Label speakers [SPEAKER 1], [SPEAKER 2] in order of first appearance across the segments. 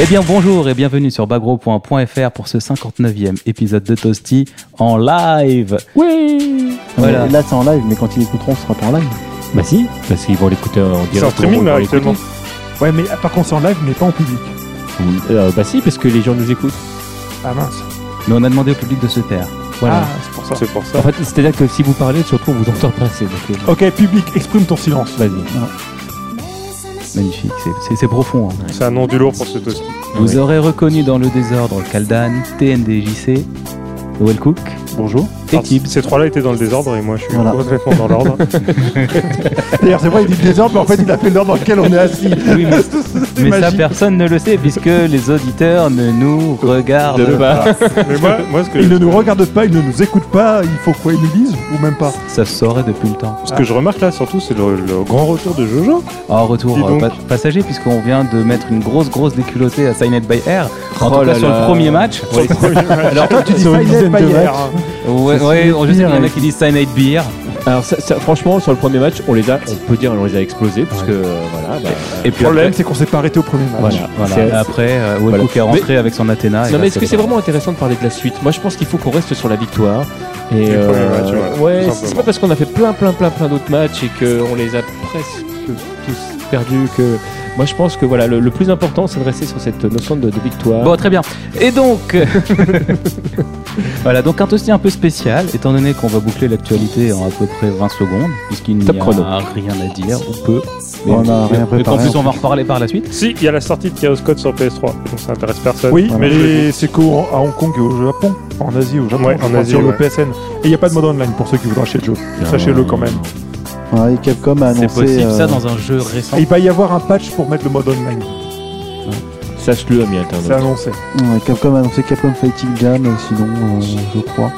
[SPEAKER 1] Eh bien bonjour et bienvenue sur bagro.fr pour ce 59e épisode de Toasty en live.
[SPEAKER 2] Oui
[SPEAKER 1] Voilà.
[SPEAKER 3] Mais Là, c'est en live, mais quand ils l'écouteront, ce sera pas en live.
[SPEAKER 2] Bah si, parce qu'ils vont l'écouter en direct.
[SPEAKER 4] C'est en streaming
[SPEAKER 2] ils
[SPEAKER 4] là
[SPEAKER 5] hein,
[SPEAKER 2] vont l'écouter.
[SPEAKER 4] actuellement.
[SPEAKER 5] Ouais, mais ah, par contre, c'est en live, mais pas en public.
[SPEAKER 2] Oui. Euh, bah si, parce que les gens nous écoutent.
[SPEAKER 5] Ah mince.
[SPEAKER 1] Mais on a demandé au public de se taire. Voilà.
[SPEAKER 5] Ah, c'est pour ça.
[SPEAKER 4] C'est pour
[SPEAKER 2] En
[SPEAKER 4] ça.
[SPEAKER 2] fait, c'est-à-dire que si vous parlez, surtout on vous entend pas assez. donc, euh,
[SPEAKER 5] Ok, public, exprime ton silence.
[SPEAKER 3] Ah,
[SPEAKER 2] Vas-y.
[SPEAKER 1] Magnifique, c'est- c'est- c'est profond. hein.
[SPEAKER 4] C'est un nom du lourd pour ce toast.
[SPEAKER 1] Vous aurez reconnu dans le désordre Kaldan, TNDJC, Wellcook
[SPEAKER 3] Bonjour.
[SPEAKER 1] et
[SPEAKER 4] Enfin,
[SPEAKER 1] Tibbs.
[SPEAKER 4] Ces trois-là étaient dans le désordre et moi je suis
[SPEAKER 3] Voilà.
[SPEAKER 4] complètement dans l'ordre.
[SPEAKER 5] D'ailleurs, c'est vrai, il dit le désordre, mais en fait, il a fait l'ordre dans lequel on est assis.
[SPEAKER 1] Oui, mais-
[SPEAKER 5] C'est
[SPEAKER 1] mais ça
[SPEAKER 5] magique.
[SPEAKER 1] personne ne le sait puisque les auditeurs ne nous regardent pas.
[SPEAKER 4] Mais moi, moi ce que,
[SPEAKER 5] Il ne nous regarde pas, il ne nous écoute pas, il faut quoi, il nous dise ou même pas.
[SPEAKER 1] Ça se saurait depuis le temps.
[SPEAKER 4] ce que je remarque là surtout, c'est le, le grand retour de Jojo.
[SPEAKER 1] En retour
[SPEAKER 4] Dis
[SPEAKER 1] euh,
[SPEAKER 4] donc.
[SPEAKER 1] pa- passager, puisqu'on vient de mettre une grosse, grosse déculottée à Signet by Air. En
[SPEAKER 2] Oh
[SPEAKER 1] tout cas,
[SPEAKER 2] là
[SPEAKER 1] sur le
[SPEAKER 2] là.
[SPEAKER 1] premier match.
[SPEAKER 4] Sur le premier match.
[SPEAKER 1] Alors,
[SPEAKER 5] Toi, tu dis
[SPEAKER 3] Sur une
[SPEAKER 5] pas, il
[SPEAKER 3] dizaine
[SPEAKER 5] pas
[SPEAKER 3] de
[SPEAKER 5] hier.
[SPEAKER 3] matchs.
[SPEAKER 5] hein.
[SPEAKER 1] ouais,
[SPEAKER 3] Ça,
[SPEAKER 1] ouais,
[SPEAKER 3] c'est
[SPEAKER 1] je sais qu'il y en a
[SPEAKER 3] bien,
[SPEAKER 1] qui disent Signet Beer.
[SPEAKER 2] Alors ça- ça, franchement, sur le premier match, on les a, on peut dire, on les a explosés parce que euh, voilà. bah,
[SPEAKER 1] Et puis
[SPEAKER 5] Le problème,
[SPEAKER 1] après,
[SPEAKER 5] c'est qu'on s'est pas arrêté au premier match.
[SPEAKER 2] voilà.
[SPEAKER 1] voilà,
[SPEAKER 2] C'est-
[SPEAKER 1] après euh, Wellcook
[SPEAKER 2] Voilà.
[SPEAKER 1] est rentré avec son Athéna. et
[SPEAKER 2] Non
[SPEAKER 1] là,
[SPEAKER 2] mais est-ce que c'est
[SPEAKER 1] bon.
[SPEAKER 2] vraiment intéressant de parler de la suite Moi je pense qu'il faut qu'on reste sur la victoire.
[SPEAKER 4] Et
[SPEAKER 2] Et euh,
[SPEAKER 4] le premier match, voilà,
[SPEAKER 2] ouais,
[SPEAKER 4] tout
[SPEAKER 2] c'est- c'est
[SPEAKER 4] simplement.
[SPEAKER 2] pas parce qu'on a fait plein plein plein plein d'autres matchs et qu'on les a presque tous perdus que moi je pense que voilà le, le plus important c'est de rester sur cette notion de, de victoire.
[SPEAKER 1] Bon, très bien. Et donc. euh, voilà, donc un toasty un peu spécial, étant donné qu'on va boucler l'actualité en à peu près 20 secondes, puisqu'il n'y
[SPEAKER 2] Top
[SPEAKER 1] a
[SPEAKER 2] chrono.
[SPEAKER 1] rien à dire, on peut.
[SPEAKER 3] Bon, on n'a rien
[SPEAKER 1] Mais en
[SPEAKER 3] préparé.
[SPEAKER 1] plus, on va en reparler par la suite.
[SPEAKER 4] Si, il y a la sortie de Chaos Code sur PS3, donc ça intéresse personne.
[SPEAKER 5] Oui,
[SPEAKER 4] mais je le
[SPEAKER 5] mais c'est qu'au à Hong Kong et au Japon, en Asie, au Japon,
[SPEAKER 4] Ouais,
[SPEAKER 5] je
[SPEAKER 4] en
[SPEAKER 5] crois,
[SPEAKER 4] Asie,
[SPEAKER 5] sur
[SPEAKER 4] ouais.
[SPEAKER 5] le PSN. Et il n'y a pas de mode online pour ceux qui voudraient acheter le jeu. Sachez-le quand même.
[SPEAKER 3] Ouais, et Capcom a annoncé.
[SPEAKER 1] C'est possible
[SPEAKER 3] euh,
[SPEAKER 1] ça dans un jeu récent.
[SPEAKER 5] Et il va y avoir un patch pour mettre le mode online.
[SPEAKER 2] Sache-le ami
[SPEAKER 5] C'est
[SPEAKER 2] internaute.
[SPEAKER 5] annoncé.
[SPEAKER 3] ouais, Capcom a annoncé Capcom Fighting Jam, euh, sinon, euh, je crois.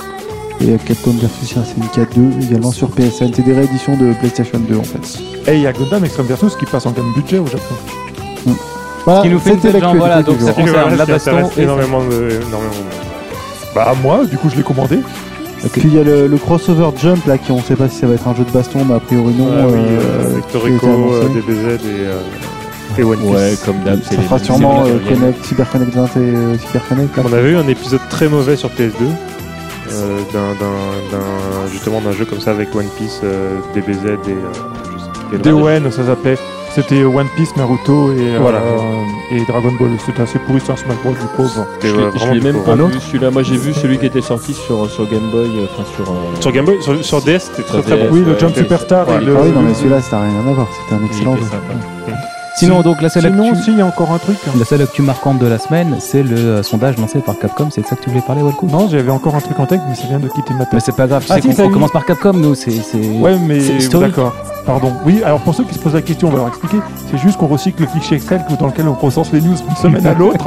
[SPEAKER 3] Et euh, Capcom versus SNK 2 également sur PSN. C'est des rééditions de PlayStation 2 en fait.
[SPEAKER 5] Et il y a Gundam Extreme Versus qui passe en gamme budget au Japon.
[SPEAKER 3] Voilà,
[SPEAKER 1] Qui nous fait une
[SPEAKER 3] c'était
[SPEAKER 1] tête, genre,
[SPEAKER 3] l'actualité
[SPEAKER 1] voilà,
[SPEAKER 3] du
[SPEAKER 1] donc
[SPEAKER 3] jour.
[SPEAKER 1] ça-
[SPEAKER 4] Voilà,
[SPEAKER 1] concerne
[SPEAKER 4] ce
[SPEAKER 1] la
[SPEAKER 4] qui
[SPEAKER 1] baston
[SPEAKER 4] intéresse
[SPEAKER 1] et-
[SPEAKER 4] énormément de, énormément de monde.
[SPEAKER 5] Bah moi, du coup, je l'ai commandé.
[SPEAKER 3] Puis il y a le, le crossover jump là, qui on sait pas si ça va être un jeu de baston, mais a priori non.
[SPEAKER 4] Ah oui,
[SPEAKER 3] euh,
[SPEAKER 4] euh,
[SPEAKER 3] qui a
[SPEAKER 4] Victor
[SPEAKER 3] été
[SPEAKER 4] Rico,
[SPEAKER 3] annoncé.
[SPEAKER 4] euh, DBZ et, euh, et One Piece.
[SPEAKER 2] Ouais comme d'hab c'est
[SPEAKER 3] Ça
[SPEAKER 2] les
[SPEAKER 3] fera
[SPEAKER 2] mêmes.
[SPEAKER 3] sûrement
[SPEAKER 2] C'est
[SPEAKER 3] euh,
[SPEAKER 2] les mêmes.
[SPEAKER 3] Connect, CyberConnect 20 et euh, CyberConnect. là.
[SPEAKER 4] On avait eu un épisode très mauvais sur PS2 euh, d'un- d'un- d'un- justement d'un jeu comme ça avec One Piece, euh, DBZ et euh, je sais plus quel autre.
[SPEAKER 5] DON, ça s'appelait. C'était euh, One Piece, Naruto et, euh,
[SPEAKER 4] Voilà.
[SPEAKER 5] et Dragon Ball. C'était assez pourri, c'est un Smash Bros du pauvre.
[SPEAKER 4] C'était,
[SPEAKER 2] Je
[SPEAKER 4] euh,
[SPEAKER 2] l'ai- je
[SPEAKER 4] vraiment
[SPEAKER 2] l'ai
[SPEAKER 4] du
[SPEAKER 2] même
[SPEAKER 4] pauvre.
[SPEAKER 2] pas
[SPEAKER 3] Un
[SPEAKER 2] vu celui-là. Moi j'ai vu celui qui était sorti sur, sur Game Boy, euh, enfin sur. euh,
[SPEAKER 4] Sur Game Boy, sur, sur DS, c'était très
[SPEAKER 2] Sur
[SPEAKER 4] très
[SPEAKER 2] DS.
[SPEAKER 4] bon.
[SPEAKER 5] Oui, le
[SPEAKER 2] ouais,
[SPEAKER 5] Jump
[SPEAKER 2] ouais,
[SPEAKER 5] Superstar
[SPEAKER 4] ouais.
[SPEAKER 5] et
[SPEAKER 3] Ah
[SPEAKER 5] le...
[SPEAKER 3] oui, non, mais celui-là, ça n'a rien à voir. C'était un
[SPEAKER 2] il était
[SPEAKER 3] excellent jeu.
[SPEAKER 2] sympa.
[SPEAKER 1] Sinon, donc la seule
[SPEAKER 5] Sinon,
[SPEAKER 1] actu-
[SPEAKER 5] si, il y a encore un truc. hein.
[SPEAKER 1] La seule actu marquante de la semaine, c'est le euh, sondage lancé par Capcom. C'est de ça que tu voulais parler, Walco
[SPEAKER 5] Non, j'avais encore un truc en tête, mais ça vient de quitter ma
[SPEAKER 1] Mais
[SPEAKER 5] tête.
[SPEAKER 1] c'est pas grave, tu
[SPEAKER 5] Ah
[SPEAKER 1] sais
[SPEAKER 5] si,
[SPEAKER 1] qu'on-
[SPEAKER 5] ça a
[SPEAKER 1] on
[SPEAKER 5] eu-
[SPEAKER 1] commence par Capcom, nous. C'est, c'est...
[SPEAKER 5] Ouais, mais
[SPEAKER 1] C'est historique.
[SPEAKER 5] d'accord. Pardon. Oui, alors pour ceux qui se posent la question, on va leur expliquer. C'est juste qu'on recycle le fichier Excel que- dans lequel on recense les news d'une semaine à l'autre.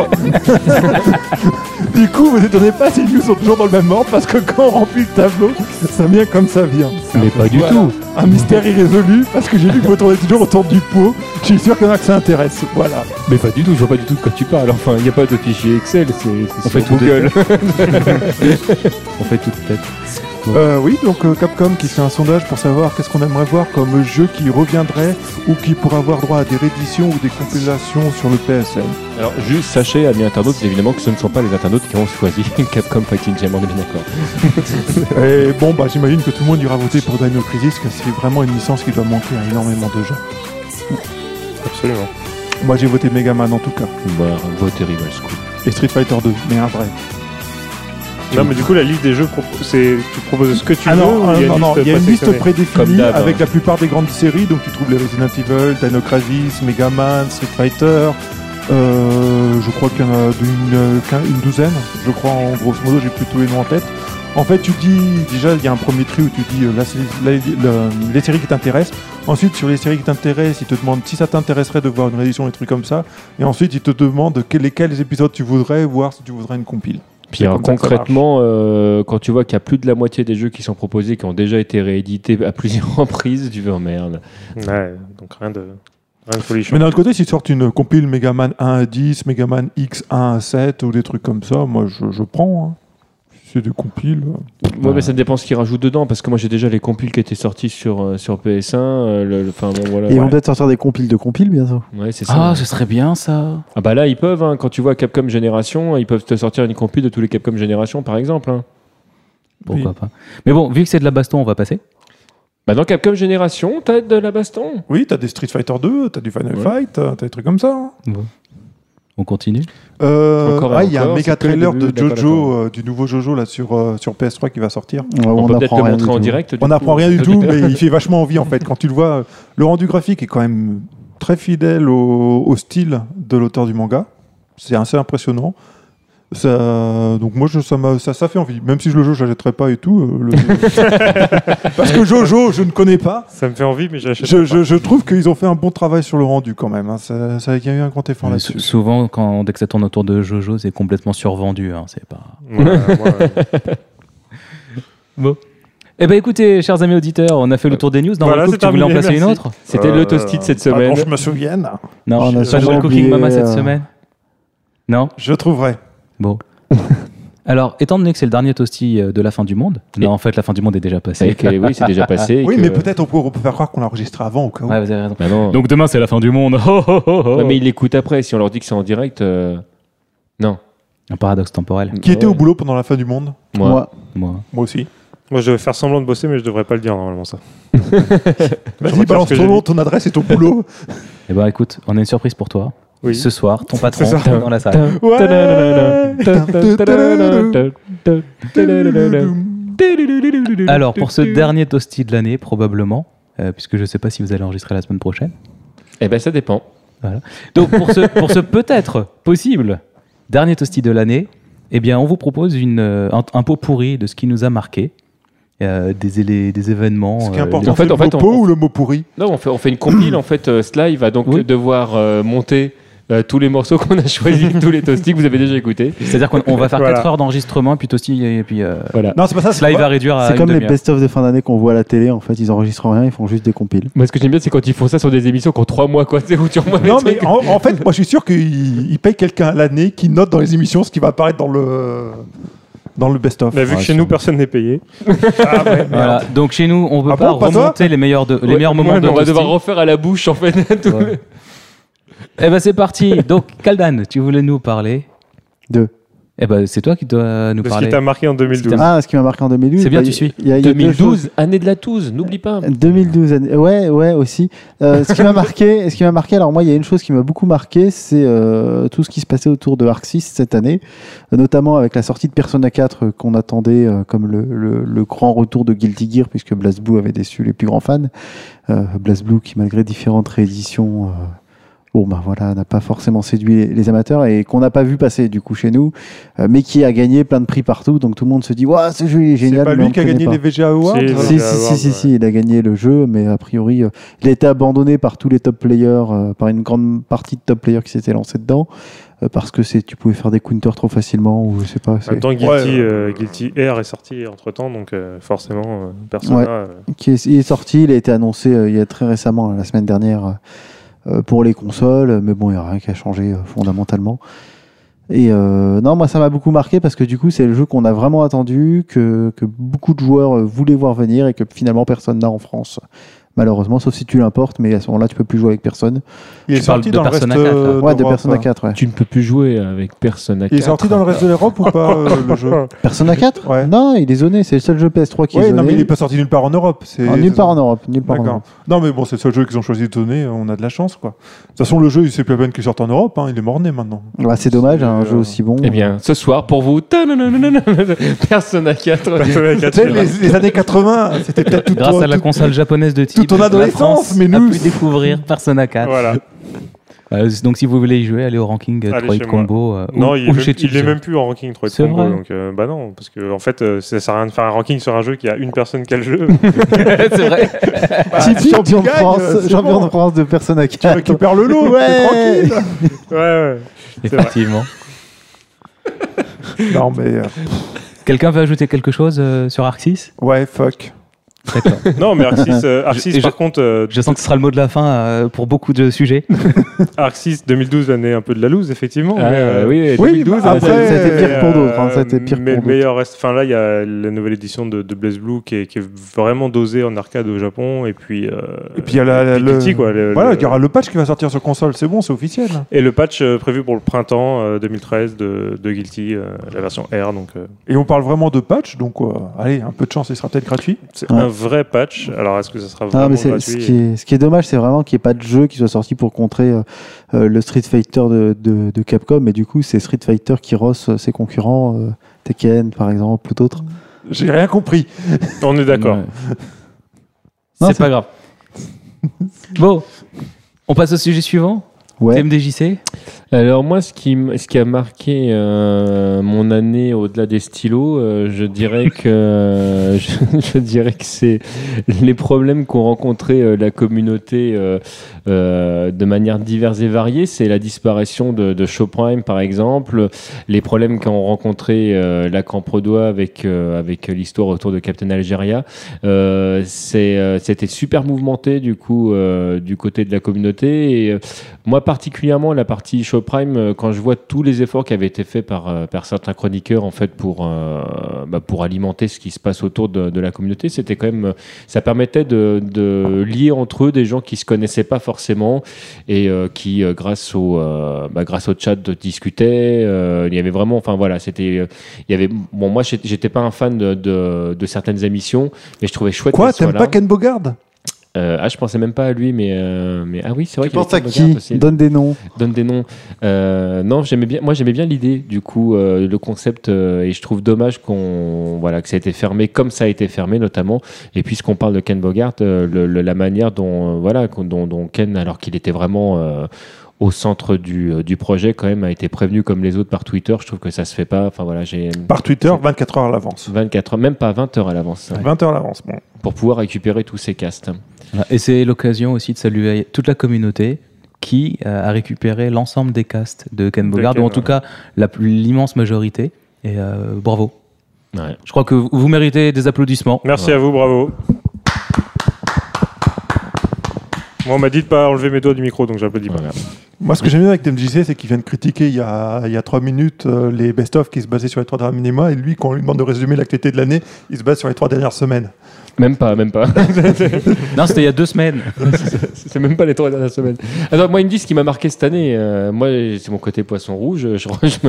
[SPEAKER 5] du coup, vous étonnez pas, ces news sont toujours dans le même ordre parce que quand on remplit le tableau, ça vient comme ça vient.
[SPEAKER 2] Mais pas du tout.
[SPEAKER 5] Un mystère irrésolu parce que j'ai vu que vous tournez toujours autour du pot. Je suis sûr qu'il y en a que ça intéresse. Voilà.
[SPEAKER 2] Mais pas du tout. Je vois pas du tout de quoi tu parles. Enfin il n'y a pas de fichier Excel. C'est on fait tout Google.
[SPEAKER 1] On fait toute tête.
[SPEAKER 5] Euh, oui, donc euh, Capcom qui fait un sondage pour savoir qu'est-ce qu'on aimerait voir comme jeu qui reviendrait ou qui pourrait avoir droit à des rééditions ou des compilations sur le PSN.
[SPEAKER 2] Alors juste sachez, amis internautes, évidemment que ce ne sont pas les internautes qui ont choisi Capcom Fighting Jam, on est bien d'accord.
[SPEAKER 5] Et bon, bah, j'imagine que tout le monde ira voter pour Dino Crisis, que c'est vraiment une licence qui doit manquer à énormément de gens.
[SPEAKER 4] Absolument.
[SPEAKER 5] Moi, j'ai voté Megaman en tout cas,
[SPEAKER 2] Bah, voter Rival School.
[SPEAKER 5] et Street Fighter 2, mais un vrai.
[SPEAKER 4] Non, mais du coup, la liste des jeux, propo- c'est tu proposes ce que tu
[SPEAKER 5] Ah
[SPEAKER 4] veux.
[SPEAKER 5] non,
[SPEAKER 4] ou
[SPEAKER 5] non,
[SPEAKER 4] il y a
[SPEAKER 5] non,
[SPEAKER 4] une
[SPEAKER 5] non,
[SPEAKER 4] liste
[SPEAKER 5] il y a une liste
[SPEAKER 4] présélectionnée
[SPEAKER 2] Comme
[SPEAKER 5] prédéfinie
[SPEAKER 2] d'hab, hein.
[SPEAKER 5] avec la plupart des grandes séries, donc tu trouves les Resident Evil, Dino Crisis, Megaman, Street Fighter. euh, je crois qu'il y en a d'une euh, quin- une douzaine, je crois en grosso modo, j'ai plutôt les noms en tête. En fait, tu dis déjà, il y a un premier tri où tu dis euh, la sé- la- la- les séries qui t'intéressent. Ensuite, sur les séries qui t'intéressent, ils te demandent si ça t'intéresserait de voir une réédition, des trucs comme ça. Et ensuite, ils te demandent quels- lesquels épisodes tu voudrais, voir si tu voudrais une compile.
[SPEAKER 2] Puis alors,
[SPEAKER 5] comme ça que ça
[SPEAKER 2] hein, concrètement, euh, quand tu vois qu'il y a plus de la moitié des jeux qui sont proposés qui ont déjà été réédités à plusieurs reprises, tu veux oh merde.
[SPEAKER 4] Ouais, donc rien de, rien de folichon.
[SPEAKER 5] Mais d'un autre côté, s'ils sortent une compile Megaman 1 à 10, Megaman X 1 à 7 ou des trucs comme ça, moi je, je prends. hein. Si C'est des compiles. euh.
[SPEAKER 2] Ouais, mais ça dépend ce qu'ils rajoutent dedans, parce que moi j'ai déjà les compiles qui étaient sortis sur, euh, sur PS1. euh, le, le- enfin, bon, voilà.
[SPEAKER 3] Et ils vont
[SPEAKER 2] Ouais.
[SPEAKER 3] peut-être sortir des compiles de compiles bientôt.
[SPEAKER 2] Ouais, c'est ça.
[SPEAKER 1] Ah, ce serait bien ça.
[SPEAKER 2] Ah bah là ils peuvent, hein. quand tu vois Capcom Génération, ils peuvent te sortir une compile de tous les Capcom Génération par exemple. hein.
[SPEAKER 1] Pourquoi pas. Mais bon, vu que c'est de la baston, on va passer.
[SPEAKER 2] Bah dans Capcom Génération, t'as de la baston.
[SPEAKER 5] Oui, t'as des Street Fighter 2, t'as du Final
[SPEAKER 2] Ouais.
[SPEAKER 5] Fight, t'as t'as des trucs comme ça. hein.
[SPEAKER 1] On continue.
[SPEAKER 5] Euh,
[SPEAKER 2] Encore et
[SPEAKER 5] ah, il y a
[SPEAKER 2] encore,
[SPEAKER 5] un méga
[SPEAKER 2] c'est que le
[SPEAKER 5] trailer
[SPEAKER 2] début,
[SPEAKER 5] de
[SPEAKER 2] d'accord,
[SPEAKER 5] Jojo, euh, du nouveau Jojo là sur, euh, sur PS3 qui va sortir.
[SPEAKER 2] On, peut peut-être
[SPEAKER 3] apprend
[SPEAKER 2] le
[SPEAKER 3] rien
[SPEAKER 2] montrer
[SPEAKER 3] du
[SPEAKER 2] en
[SPEAKER 3] tout.
[SPEAKER 2] direct. du
[SPEAKER 5] On n'apprend
[SPEAKER 2] coup.
[SPEAKER 5] rien du tout, mais il fait vachement envie en fait. Quand tu le vois, euh, le rendu graphique est quand même très fidèle au, au style de l'auteur du manga. C'est assez impressionnant. Ça, donc moi je- ça, m'a- ça, ça fait envie. Même si je le jeu, je l'achèterai pas et tout. euh, le- Parce que Jojo, je ne connais pas.
[SPEAKER 4] Ça me fait envie, mais j'achète.
[SPEAKER 5] Je, je- je trouve qu'ils ont fait un bon travail sur le rendu quand même. hein. Ça, ça- il y a eu un grand effort
[SPEAKER 1] Euh,
[SPEAKER 5] là-dessus.
[SPEAKER 1] sou- souvent, quand, dès que ça tourne autour de Jojo, c'est complètement survendu. hein, c'est pas...
[SPEAKER 4] Ouais, ouais.
[SPEAKER 1] Eh ben écoutez, chers amis auditeurs, on a fait le tour des news. Dans
[SPEAKER 4] Voilà,
[SPEAKER 1] le coup, tu
[SPEAKER 4] c'est
[SPEAKER 1] voulais en
[SPEAKER 4] terminé,
[SPEAKER 1] placer une
[SPEAKER 4] merci.
[SPEAKER 1] autre
[SPEAKER 2] C'était
[SPEAKER 4] Euh,
[SPEAKER 2] le Toasted cette
[SPEAKER 5] Pas
[SPEAKER 2] semaine.
[SPEAKER 5] dont je me souvienne.
[SPEAKER 1] Non,
[SPEAKER 3] on a
[SPEAKER 1] pas
[SPEAKER 3] sûrement
[SPEAKER 1] de Cooking
[SPEAKER 3] oublié,
[SPEAKER 1] Mama cette
[SPEAKER 3] euh,
[SPEAKER 1] semaine Non
[SPEAKER 5] Je trouverai.
[SPEAKER 1] Bon. Alors, étant donné que c'est le dernier toasty euh, de la fin du monde,
[SPEAKER 2] Et-
[SPEAKER 1] non, en fait, la fin du monde est déjà passée.
[SPEAKER 2] Et que, oui, c'est déjà passé. et
[SPEAKER 5] Oui,
[SPEAKER 2] que-
[SPEAKER 5] mais peut-être on peut, on peut faire croire qu'on l'a enregistré avant au cas où.
[SPEAKER 1] Ouais, vous avez raison.
[SPEAKER 2] Bah non.
[SPEAKER 1] Donc demain, c'est la fin du monde. Oh, oh, oh, oh.
[SPEAKER 2] Ouais, mais ils l'écoutent après. Si on leur dit que c'est en direct, euh, non.
[SPEAKER 1] Un paradoxe temporel,
[SPEAKER 5] Qui était
[SPEAKER 2] Ouais.
[SPEAKER 5] au boulot pendant la fin du monde
[SPEAKER 2] Moi.
[SPEAKER 3] Moi,
[SPEAKER 1] moi.
[SPEAKER 5] Moi aussi.
[SPEAKER 4] Moi, je vais faire semblant de bosser, mais je devrais pas le dire normalement, ça. Je
[SPEAKER 5] Vas-y,
[SPEAKER 4] retire
[SPEAKER 5] balance
[SPEAKER 4] ce que
[SPEAKER 5] ton
[SPEAKER 4] j'ai
[SPEAKER 5] nom,
[SPEAKER 4] dit.
[SPEAKER 5] ton adresse et ton boulot.
[SPEAKER 1] Eh ben écoute, on a une surprise pour toi.
[SPEAKER 4] Oui.
[SPEAKER 1] Ce soir, ton patron
[SPEAKER 4] Ce soir.
[SPEAKER 1] t'attend dans la salle.
[SPEAKER 5] Ouais.
[SPEAKER 1] Alors, pour ce dernier toasty de l'année, probablement, euh, puisque je ne sais pas si vous allez enregistrer la semaine prochaine.
[SPEAKER 2] Eh ben ça dépend.
[SPEAKER 1] Donc, pour ce, pour ce peut-être possible dernier toasty de l'année, eh bien, on vous propose une, euh, un, un pot pourri de ce qui nous a marqué, euh, des, élé- des événements.
[SPEAKER 5] Ce qui est
[SPEAKER 1] euh,
[SPEAKER 5] important,
[SPEAKER 2] en fait,
[SPEAKER 5] c'est le
[SPEAKER 2] en fait,
[SPEAKER 5] mot
[SPEAKER 2] on-
[SPEAKER 5] pot ou le mot pourri
[SPEAKER 2] Non, on fait, on fait une compile en fait. euh, Sly va donc
[SPEAKER 1] Oui.
[SPEAKER 2] devoir euh, monter euh, tous les morceaux qu'on a choisis, tous les toastiques que vous avez déjà écoutés.
[SPEAKER 1] C'est-à-dire qu'on on va faire
[SPEAKER 4] Voilà.
[SPEAKER 1] 4 heures d'enregistrement, puis toasty, et puis euh,
[SPEAKER 2] Voilà.
[SPEAKER 5] Non, c'est pas ça.
[SPEAKER 1] cela, il va réduire à Ah,
[SPEAKER 3] c'est
[SPEAKER 1] une
[SPEAKER 3] comme les
[SPEAKER 1] demi-heure.
[SPEAKER 3] best-of de fin d'année qu'on voit à la télé. En fait, ils enregistrent rien, ils font juste des compiles.
[SPEAKER 2] Moi, ce que j'aime bien, c'est quand ils font ça sur des émissions qui ont 3 mois, quoi. Tu sais, où tu envoies les
[SPEAKER 5] Non,
[SPEAKER 2] trucs.
[SPEAKER 5] mais en, en fait, moi, je suis sûr qu'il il paye quelqu'un à l'année qui note dans les émissions ce qui va apparaître dans le, dans le best-of.
[SPEAKER 4] Mais vu
[SPEAKER 1] Ah,
[SPEAKER 4] que chez nous, personne n'est payé.
[SPEAKER 1] Voilà. Donc chez nous, on peut
[SPEAKER 5] Ah
[SPEAKER 1] pas
[SPEAKER 5] bon, pas toi
[SPEAKER 1] remonter les meilleurs, de, les
[SPEAKER 2] Ouais,
[SPEAKER 1] meilleurs moments
[SPEAKER 2] ouais,
[SPEAKER 1] de
[SPEAKER 2] mais On va
[SPEAKER 1] Toasty.
[SPEAKER 2] devoir refaire à la bouche, en fait. tout
[SPEAKER 1] Ouais.
[SPEAKER 2] le-
[SPEAKER 1] Eh ben c'est parti. Donc Kaldan, tu voulais nous parler
[SPEAKER 3] De.
[SPEAKER 1] Eh ben c'est toi qui dois nous
[SPEAKER 4] De ce qui
[SPEAKER 1] parler.
[SPEAKER 4] t'a marqué en 2012.
[SPEAKER 3] Ah, ce qui m'a marqué en 2012.
[SPEAKER 1] C'est bien,
[SPEAKER 3] bah,
[SPEAKER 1] tu
[SPEAKER 3] il-
[SPEAKER 1] suis.
[SPEAKER 3] il y a- il y a deux choses.
[SPEAKER 2] 2012, année de la touze, n'oublie pas.
[SPEAKER 3] 2012, année- ouais, ouais, aussi. Euh, ce qui m'a marqué, ce qui m'a marqué, alors moi, il y a une chose qui m'a beaucoup marqué, c'est euh, tout ce qui se passait autour de Arc 6 cette année, euh, notamment avec la sortie de Persona 4 euh, qu'on attendait euh, comme le, le- le grand retour de Guilty Gear, puisque BlazBlue avait déçu les plus grands fans. Euh, BlazBlue qui, malgré différentes rééditions, euh, bon ben voilà, n'a pas forcément séduit les, les amateurs et qu'on n'a pas vu passer du coup chez nous, euh, mais qui a gagné plein de prix partout. Donc tout le monde se dit, waouh, ce jeu il est génial.
[SPEAKER 5] C'est pas
[SPEAKER 3] mais on
[SPEAKER 5] lui qui a
[SPEAKER 3] le
[SPEAKER 5] gagné
[SPEAKER 3] connaît
[SPEAKER 5] les
[SPEAKER 3] pas.
[SPEAKER 5] VGA Awards
[SPEAKER 4] Si,
[SPEAKER 5] alors
[SPEAKER 3] Si, si,
[SPEAKER 4] Awards,
[SPEAKER 3] si, si,
[SPEAKER 4] ouais.
[SPEAKER 3] si, il a gagné le jeu, mais a priori, euh, il a été abandonné par tous les top players, euh, par une grande partie de top players qui s'étaient lancés dedans, euh, parce que c'est, tu pouvais faire des counters trop facilement, ou je sais pas,
[SPEAKER 4] En même
[SPEAKER 3] c'est,
[SPEAKER 4] temps, Guilty,
[SPEAKER 5] Ouais,
[SPEAKER 4] euh,
[SPEAKER 5] euh,
[SPEAKER 4] Guilty Air est sorti entre temps, donc euh, forcément, euh, Persona.
[SPEAKER 3] Ouais.
[SPEAKER 4] euh,
[SPEAKER 3] qui est, il est sorti, il a été annoncé euh, il y a très récemment, la semaine dernière, euh, pour les consoles, mais bon, il n'y a rien qui a changé euh, fondamentalement. Et euh, non, moi ça m'a beaucoup marqué parce que du coup c'est le jeu qu'on a vraiment attendu, que, que beaucoup de joueurs euh, voulaient voir venir et que finalement personne n'a en France, malheureusement, sauf si tu l'importes, mais à ce moment-là tu peux plus jouer avec personne.
[SPEAKER 5] Il est
[SPEAKER 1] Tu parles
[SPEAKER 5] sorti
[SPEAKER 1] de
[SPEAKER 5] dans le reste
[SPEAKER 1] Persona 4, là.
[SPEAKER 5] euh,
[SPEAKER 3] Ouais, de
[SPEAKER 5] d'Europe.
[SPEAKER 3] Persona 4, ouais.
[SPEAKER 2] Tu ne peux plus jouer avec personne à
[SPEAKER 5] Il est sorti dans le reste de l'Europe ou pas euh, le jeu
[SPEAKER 3] Persona 4
[SPEAKER 5] Ouais.
[SPEAKER 3] Non, il est zoné, c'est le seul jeu PS3 qui est
[SPEAKER 5] Ouais,
[SPEAKER 3] zoné.
[SPEAKER 5] non, mais il est pas sorti nulle part en Europe. c'est-
[SPEAKER 3] Ah, nulle part en Europe, nulle part en
[SPEAKER 5] D'accord.
[SPEAKER 3] Europe.
[SPEAKER 5] Non, mais bon, c'est le seul jeu qu'ils ont choisi de donner. euh, On a de la chance, quoi. De toute façon, le jeu, il c'est plus la peine qu'il sorte en Europe. hein, Il est mort-né maintenant.
[SPEAKER 3] Ouais, c'est dommage, un
[SPEAKER 5] Euh,
[SPEAKER 3] jeu aussi bon.
[SPEAKER 2] Eh bien, ce soir, pour vous, ta-na-na-na-na-na, Persona 4.
[SPEAKER 4] Persona 4,
[SPEAKER 5] Tu sais, les, les années 80, c'était peut-être tout
[SPEAKER 1] Grâce
[SPEAKER 5] ton-
[SPEAKER 1] à la
[SPEAKER 5] tout-
[SPEAKER 1] console japonaise de type,
[SPEAKER 5] ton
[SPEAKER 1] la
[SPEAKER 5] adolescence,
[SPEAKER 1] France
[SPEAKER 5] mais
[SPEAKER 1] a
[SPEAKER 5] nous-
[SPEAKER 1] pu découvrir Persona 4.
[SPEAKER 4] Voilà.
[SPEAKER 1] Euh, donc si vous voulez y jouer, allez au ranking euh,
[SPEAKER 4] Allez
[SPEAKER 1] Troy
[SPEAKER 4] chez moi.
[SPEAKER 1] Combo euh, ou,
[SPEAKER 4] Non, il,
[SPEAKER 1] ou
[SPEAKER 4] est même,
[SPEAKER 1] chez
[SPEAKER 4] il est
[SPEAKER 1] Chips.
[SPEAKER 4] même plus en ranking 3
[SPEAKER 1] C'est vrai.
[SPEAKER 4] donc euh, bah non, parce que en fait, euh, ça sert à rien de faire un ranking sur un jeu qui a une personne qui a le jeu.
[SPEAKER 1] C'est vrai.
[SPEAKER 3] Typique
[SPEAKER 5] Bah, champion
[SPEAKER 3] champion de
[SPEAKER 5] de gagne,
[SPEAKER 3] France,
[SPEAKER 5] euh, c'est
[SPEAKER 3] champion
[SPEAKER 5] bon.
[SPEAKER 3] de France de Persona 4.
[SPEAKER 5] Tu récupères le lot,
[SPEAKER 3] Ouais.
[SPEAKER 5] t'es tranquille.
[SPEAKER 4] ouais, ouais. C'est vrai.
[SPEAKER 1] Effectivement.
[SPEAKER 5] Non, mais euh,
[SPEAKER 1] Quelqu'un veut ajouter quelque chose euh, sur Arc 6
[SPEAKER 5] ouais, fuck.
[SPEAKER 1] D'accord.
[SPEAKER 4] Non, mais Arc 6, euh, Arc
[SPEAKER 1] Je-
[SPEAKER 4] 6,
[SPEAKER 1] et
[SPEAKER 4] par contre, euh,
[SPEAKER 1] Je sens que ce sera le mot de la fin euh, pour beaucoup de sujets.
[SPEAKER 4] Arc 6 2012, l'année un peu de la loose, effectivement.
[SPEAKER 2] Ah,
[SPEAKER 4] mais, euh,
[SPEAKER 2] oui,
[SPEAKER 5] oui,
[SPEAKER 2] 2012,
[SPEAKER 5] bah,
[SPEAKER 2] euh,
[SPEAKER 5] après,
[SPEAKER 4] mais,
[SPEAKER 3] Ah, ça a été pire pour
[SPEAKER 4] euh,
[SPEAKER 3] d'autres, hein, ça a été pire
[SPEAKER 4] mais
[SPEAKER 3] pour
[SPEAKER 4] le meilleur reste. Enfin, là, il y a la nouvelle édition de, de Blaze Blue qui est, qui est vraiment dosée en arcade au Japon. Et puis, euh,
[SPEAKER 5] Et puis il y a la- la- le-
[SPEAKER 4] Kitty, quoi, le-
[SPEAKER 5] Voilà,
[SPEAKER 4] le-
[SPEAKER 5] il y aura le patch qui va sortir sur console, c'est bon, c'est officiel.
[SPEAKER 4] Et le patch euh, prévu pour le printemps euh, 2013 de, de Guilty, euh, la version R. Donc, euh,
[SPEAKER 5] Et on parle vraiment de patch, donc euh, allez, un peu de chance, il sera peut-être gratuit.
[SPEAKER 4] c'est
[SPEAKER 3] Ouais.
[SPEAKER 4] un vrai patch. Alors, est-ce que ça sera vraiment
[SPEAKER 3] Ah, mais c'est-
[SPEAKER 4] gratuit
[SPEAKER 3] ce, qui est, ce qui est dommage, c'est vraiment qu'il n'y ait pas de jeu qui soit sorti pour contrer euh, euh, le Street Fighter de, de- de Capcom. Et du coup, c'est Street Fighter qui rosse euh, ses concurrents, euh, Tekken par exemple, ou d'autres.
[SPEAKER 5] J'ai rien compris.
[SPEAKER 4] On est d'accord.
[SPEAKER 1] Ouais.
[SPEAKER 3] Non,
[SPEAKER 1] C'est
[SPEAKER 3] c'est-
[SPEAKER 1] pas grave. Bon, on passe au sujet suivant.
[SPEAKER 3] Ouais.
[SPEAKER 1] TMDJC.
[SPEAKER 2] Alors moi, ce qui, m- ce qui a marqué euh, mon année au-delà des stylos, euh, je dirais que euh, je, je dirais que c'est les problèmes qu'ont rencontrés euh, la communauté euh, euh, de manière diverse et variée. C'est la disparition de, de Showprime, par exemple, les problèmes qu'ont rencontrés euh, la Camprodois avec euh, avec l'histoire autour de Captain Algeria. Euh, c'est, euh, c'était super mouvementé du coup euh, du côté de la communauté et euh, moi particulièrement la partie Show Prime euh, quand je vois tous les efforts qui avaient été faits par euh, par certains chroniqueurs en fait pour euh, bah, pour alimenter ce qui se passe autour de, de la communauté c'était quand même euh, ça permettait de, de lier entre eux des gens qui se connaissaient pas forcément et euh, qui euh, grâce au euh, bah, grâce au chat discutaient euh, il y avait vraiment enfin voilà c'était euh, il y avait bon moi j'étais j'étais pas un fan de, de, de certaines émissions mais je trouvais chouette
[SPEAKER 5] Quoi,
[SPEAKER 2] qu'elles soient
[SPEAKER 5] t'aimes
[SPEAKER 2] là.
[SPEAKER 5] pas Ken Bogard
[SPEAKER 2] Euh, ah, je pensais même pas à lui, mais, euh, mais ah oui, c'est vrai
[SPEAKER 3] Tu
[SPEAKER 2] qu'il
[SPEAKER 3] penses à
[SPEAKER 2] était Bogart
[SPEAKER 3] qui
[SPEAKER 2] aussi.
[SPEAKER 3] Donne des noms.
[SPEAKER 2] Donne des noms. Euh, non, j'aimais bien. Moi, j'aimais bien l'idée, du coup, euh, le concept, euh, et je trouve dommage qu'on voilà que ça a été fermé comme ça a été fermé, notamment. Et puisqu'on parle de Ken Bogart, euh, le- le- la manière dont euh, voilà qu'on- dont, dont Ken, alors qu'il était vraiment euh, au centre du, euh, du projet, quand même, a été prévenu comme les autres par Twitter. Je trouve que ça se fait pas. Enfin voilà, j'ai
[SPEAKER 5] Par Twitter, 24 heures à l'avance.
[SPEAKER 2] 24 heures, même pas 20 heures à l'avance, hein,
[SPEAKER 5] 20 heures à l'avance, bon.
[SPEAKER 2] pour pouvoir récupérer tous ces castes.
[SPEAKER 1] Voilà. Et c'est l'occasion aussi de saluer toute la communauté qui euh, a récupéré l'ensemble des castes de Ken
[SPEAKER 4] De
[SPEAKER 1] Bogard,
[SPEAKER 4] Ken,
[SPEAKER 1] ou en tout
[SPEAKER 4] ouais.
[SPEAKER 1] cas la plus- l'immense majorité. Et euh, bravo.
[SPEAKER 2] Ouais.
[SPEAKER 1] Je crois que vous, vous méritez des applaudissements.
[SPEAKER 4] Merci
[SPEAKER 2] Ouais.
[SPEAKER 4] à vous, bravo. Moi, on m'a dit de pas enlever mes doigts du micro, donc j'applaudis pas.
[SPEAKER 2] Voilà.
[SPEAKER 5] Moi, ce que j'aime bien avec TMJC, c'est qu'il vient de critiquer il y a, il y a 3 minutes euh, les best-of qui se basaient sur les 3 derniers mois, et lui, quand on lui demande de résumer l'actualité de l'année, il se base sur les 3 dernières semaines.
[SPEAKER 2] Même pas, même pas.
[SPEAKER 1] Non, c'était il y a deux semaines.
[SPEAKER 2] C'est même pas les trois dernières semaines. Alors moi, ils me disent ce qui m'a marqué cette année. euh, moi, c'est mon côté poisson rouge. Je, je me- euh, je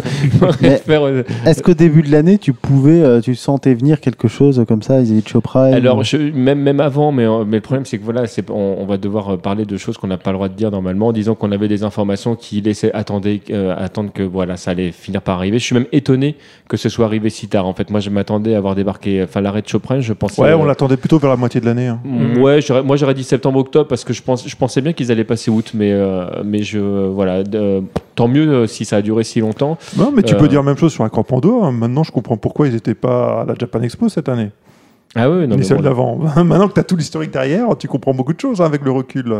[SPEAKER 2] me
[SPEAKER 3] Mais-
[SPEAKER 2] réfère aux-
[SPEAKER 3] Est-ce qu'au début de l'année, tu pouvais, euh, tu sentais venir quelque chose euh, comme ça Ils étaient Chopra.
[SPEAKER 2] Alors, je- même, même avant, mais, euh, mais le problème, c'est que voilà, c'est- on, on va devoir euh, parler de choses qu'on n'a pas le droit de dire normalement, en disant qu'on avait des informations qui laissaient attendre, euh, attendre que voilà, ça allait finir par arriver. Je suis même étonné que ce soit arrivé si tard. En fait, moi, je m'attendais à avoir débarqué, enfin, l'arrêt de Chopin, je pensais.
[SPEAKER 5] Ouais,
[SPEAKER 2] euh,
[SPEAKER 5] on l'attendait plutôt vers la moitié de l'année. hein.
[SPEAKER 2] Mm, Ouais, j'aurais- moi j'aurais dit septembre-octobre parce que je, pense, je pensais bien qu'ils allaient passer août, mais, euh, mais je, voilà, euh, tant mieux euh, si ça a duré si longtemps.
[SPEAKER 5] Non, mais tu
[SPEAKER 2] Euh.
[SPEAKER 5] peux dire la même chose sur un camp Pando, hein. Maintenant, je comprends pourquoi ils n'étaient pas à la Japan Expo cette année,
[SPEAKER 2] Ah ouais, non,
[SPEAKER 5] ni
[SPEAKER 2] mais
[SPEAKER 5] celle
[SPEAKER 2] bon,
[SPEAKER 5] d'avant. Maintenant que tu as tout l'historique derrière, tu comprends beaucoup de choses hein, avec le recul.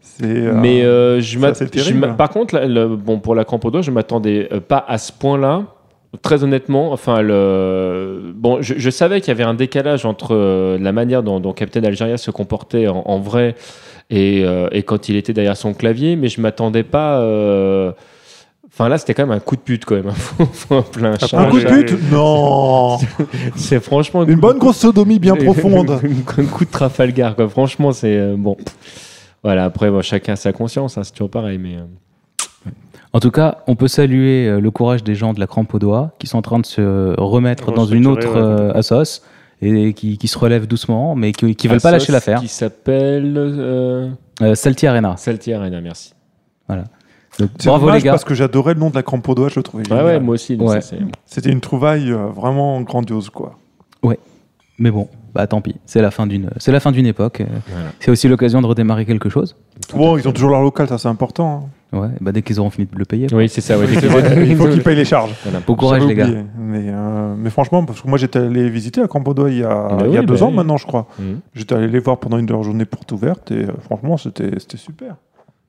[SPEAKER 5] C'est, euh,
[SPEAKER 2] Mais euh, je
[SPEAKER 5] ça,
[SPEAKER 2] m'att-
[SPEAKER 5] c'est
[SPEAKER 2] je
[SPEAKER 5] terrible.
[SPEAKER 2] m'a- par contre, là, le- bon, pour la Campodois, je m'attendais euh, pas à ce point-là. Très honnêtement, enfin, le... bon, je, je savais qu'il y avait un décalage entre euh, la manière dont, dont Captain Algeria se comportait en, en vrai et, euh, et quand il était derrière son clavier, mais je m'attendais pas. euh, Enfin là, c'était quand même un coup de pute quand même. hein. Faut- faut en plein
[SPEAKER 5] un
[SPEAKER 2] charge.
[SPEAKER 5] coup de
[SPEAKER 4] Ouais,
[SPEAKER 5] pute Non
[SPEAKER 2] C'est franchement
[SPEAKER 5] Une bonne grosse sodomie bien profonde
[SPEAKER 2] un coup de Trafalgar, quoi. Franchement, c'est euh, bon. Voilà, après, bon, chacun a sa conscience, hein, c'est toujours pareil, mais. euh,
[SPEAKER 1] En tout cas, on peut saluer euh, le courage des gens de la crampe au doigt qui sont en train de se remettre dans une autre
[SPEAKER 4] Restructurer, ouais.
[SPEAKER 1] euh, assos et qui, qui se relèvent doucement, mais qui, qui veulent pas lâcher
[SPEAKER 2] Assos,
[SPEAKER 1] l'affaire.
[SPEAKER 2] Qui s'appelle euh,
[SPEAKER 1] Euh, Salty Arena.
[SPEAKER 2] Salty Arena, merci.
[SPEAKER 1] Donc,
[SPEAKER 5] C'est
[SPEAKER 1] bravo
[SPEAKER 5] dommage
[SPEAKER 1] les gars.
[SPEAKER 5] parce que j'adorais le nom de la camp Pando, je le trouvais
[SPEAKER 2] Ah, Ouais,
[SPEAKER 5] génial.
[SPEAKER 2] ouais, moi aussi. donc
[SPEAKER 1] Ouais.
[SPEAKER 2] ça, c'est-
[SPEAKER 5] C'était une trouvaille euh, vraiment grandiose, quoi.
[SPEAKER 1] Mais bon, bah tant pis. C'est la fin d'une, c'est la fin d'une époque. euh,
[SPEAKER 2] Voilà.
[SPEAKER 1] C'est aussi l'occasion de redémarrer quelque chose.
[SPEAKER 5] Bon, ils ont toujours leur local, ça c'est important. hein.
[SPEAKER 1] Ouais, bah dès qu'ils auront fini de le payer.
[SPEAKER 2] Oui, c'est ça. ouais,
[SPEAKER 5] C'est vrai, Il faut qu'ils payent les charges.
[SPEAKER 2] Voilà.
[SPEAKER 1] Bon courage
[SPEAKER 5] J'avais
[SPEAKER 1] les gars.
[SPEAKER 5] oublié. Mais, euh, mais franchement, parce que moi j'étais allé visiter à Campodois il y a,
[SPEAKER 1] Eh
[SPEAKER 2] Bah
[SPEAKER 5] Ah,
[SPEAKER 1] ben
[SPEAKER 5] il y a
[SPEAKER 2] oui,
[SPEAKER 5] deux
[SPEAKER 2] bah
[SPEAKER 5] ans
[SPEAKER 2] oui.
[SPEAKER 5] maintenant, je crois.
[SPEAKER 2] Mhm.
[SPEAKER 5] J'étais allé les voir pendant une de leurs journées portes ouvertes et euh, franchement, c'était c'était super.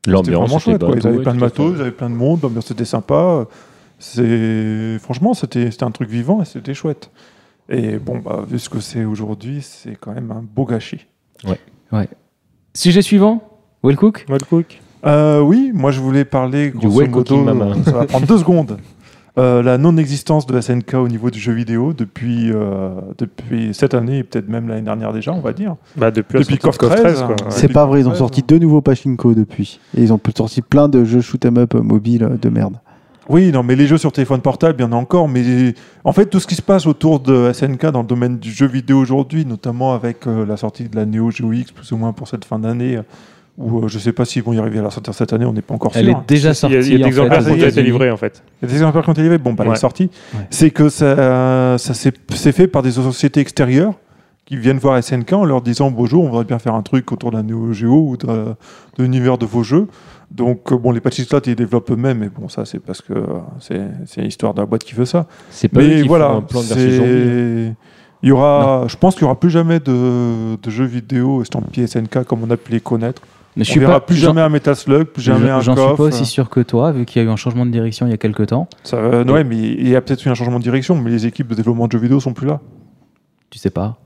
[SPEAKER 5] C'était
[SPEAKER 2] L'ambiance
[SPEAKER 5] vraiment
[SPEAKER 2] était
[SPEAKER 5] chouette. quoi.
[SPEAKER 2] bonne,
[SPEAKER 5] Ils avaient
[SPEAKER 2] ouais,
[SPEAKER 5] plein de
[SPEAKER 2] tout à fait.
[SPEAKER 5] matos, ils avaient plein de monde, l'ambiance était sympa. C'est- Franchement, c'était c'était un truc vivant et c'était chouette. Et bon, bah, vu ce que c'est aujourd'hui, c'est quand même un beau gâchis.
[SPEAKER 1] Sujet suivant, Will Cook
[SPEAKER 4] Malcook.
[SPEAKER 5] Euh, oui, moi je voulais parler
[SPEAKER 2] Du
[SPEAKER 5] grosso
[SPEAKER 2] well cooking,
[SPEAKER 5] modo,
[SPEAKER 2] maman.
[SPEAKER 5] ça va prendre deux secondes. Euh, la non-existence de SNK au niveau du jeu vidéo depuis, euh, depuis cette année et peut-être même l'année dernière déjà, on va dire.
[SPEAKER 4] Bah, depuis la
[SPEAKER 5] Depuis
[SPEAKER 4] sortie de
[SPEAKER 5] KOF 13,
[SPEAKER 4] quoi.
[SPEAKER 5] hein.
[SPEAKER 4] Ouais.
[SPEAKER 5] Ouais,
[SPEAKER 3] C'est pas vrai, ils ont
[SPEAKER 5] ouais,
[SPEAKER 3] sorti
[SPEAKER 5] ouais.
[SPEAKER 3] deux nouveaux Pachinko depuis. Et ils ont sorti plein de jeux shoot 'em up mobile euh, de merde.
[SPEAKER 5] Oui, non, mais les jeux sur téléphone portable, il y en a encore. Mais en fait, tout ce qui se passe autour de SNK dans le domaine du jeu vidéo aujourd'hui, notamment avec euh, la sortie de la Neo Geo X, plus ou moins pour cette fin d'année, euh, où euh, je sais pas s'ils vont y arriver à la sortir cette année, on n'est pas encore
[SPEAKER 1] Elle
[SPEAKER 5] sûr. hein.
[SPEAKER 1] est déjà
[SPEAKER 4] Il y a,
[SPEAKER 1] sortie.
[SPEAKER 4] il y a des
[SPEAKER 1] en fait,
[SPEAKER 4] exemplaires
[SPEAKER 5] aux
[SPEAKER 4] qui ont déjà été
[SPEAKER 1] États-Unis.
[SPEAKER 4] livrés, en fait.
[SPEAKER 5] Il y a des exemplaires qui ont été livrés, bon, bah, elle
[SPEAKER 4] Ouais.
[SPEAKER 5] est sortie.
[SPEAKER 1] Ouais.
[SPEAKER 5] C'est que ça, ça s'est c'est fait par des sociétés extérieures qui viennent voir SNK en leur disant Bonjour, on voudrait bien faire un truc autour d'un Neo Geo ou de, de l'univers de vos jeux. Donc, euh, bon, les patchy slots, ils développent eux-mêmes, mais bon, ça, c'est parce que euh, c'est c'est l'histoire de la boîte qui veut ça.
[SPEAKER 2] C'est
[SPEAKER 1] Bah
[SPEAKER 2] pas eux
[SPEAKER 5] Mais
[SPEAKER 2] qui
[SPEAKER 5] voilà,
[SPEAKER 2] Bah font un plan de version zombie.
[SPEAKER 5] c'est- il y aura, je pense qu'il n'y aura plus jamais de, de jeux vidéo estampillés SNK comme on a pu les connaître.
[SPEAKER 1] Mais je
[SPEAKER 5] on
[SPEAKER 1] suis
[SPEAKER 5] verra
[SPEAKER 1] pas-
[SPEAKER 5] plus
[SPEAKER 1] j'en-
[SPEAKER 5] jamais un Metaslug, plus jamais un
[SPEAKER 1] J'en suis
[SPEAKER 5] KOF.
[SPEAKER 1] pas aussi sûr que toi, vu qu'il y a eu un changement de direction il y a quelques temps.
[SPEAKER 5] Ça, euh, ouais, mais il y a peut-être eu un changement de direction, mais les équipes de développement de jeux vidéo sont plus là.
[SPEAKER 1] Tu sais pas.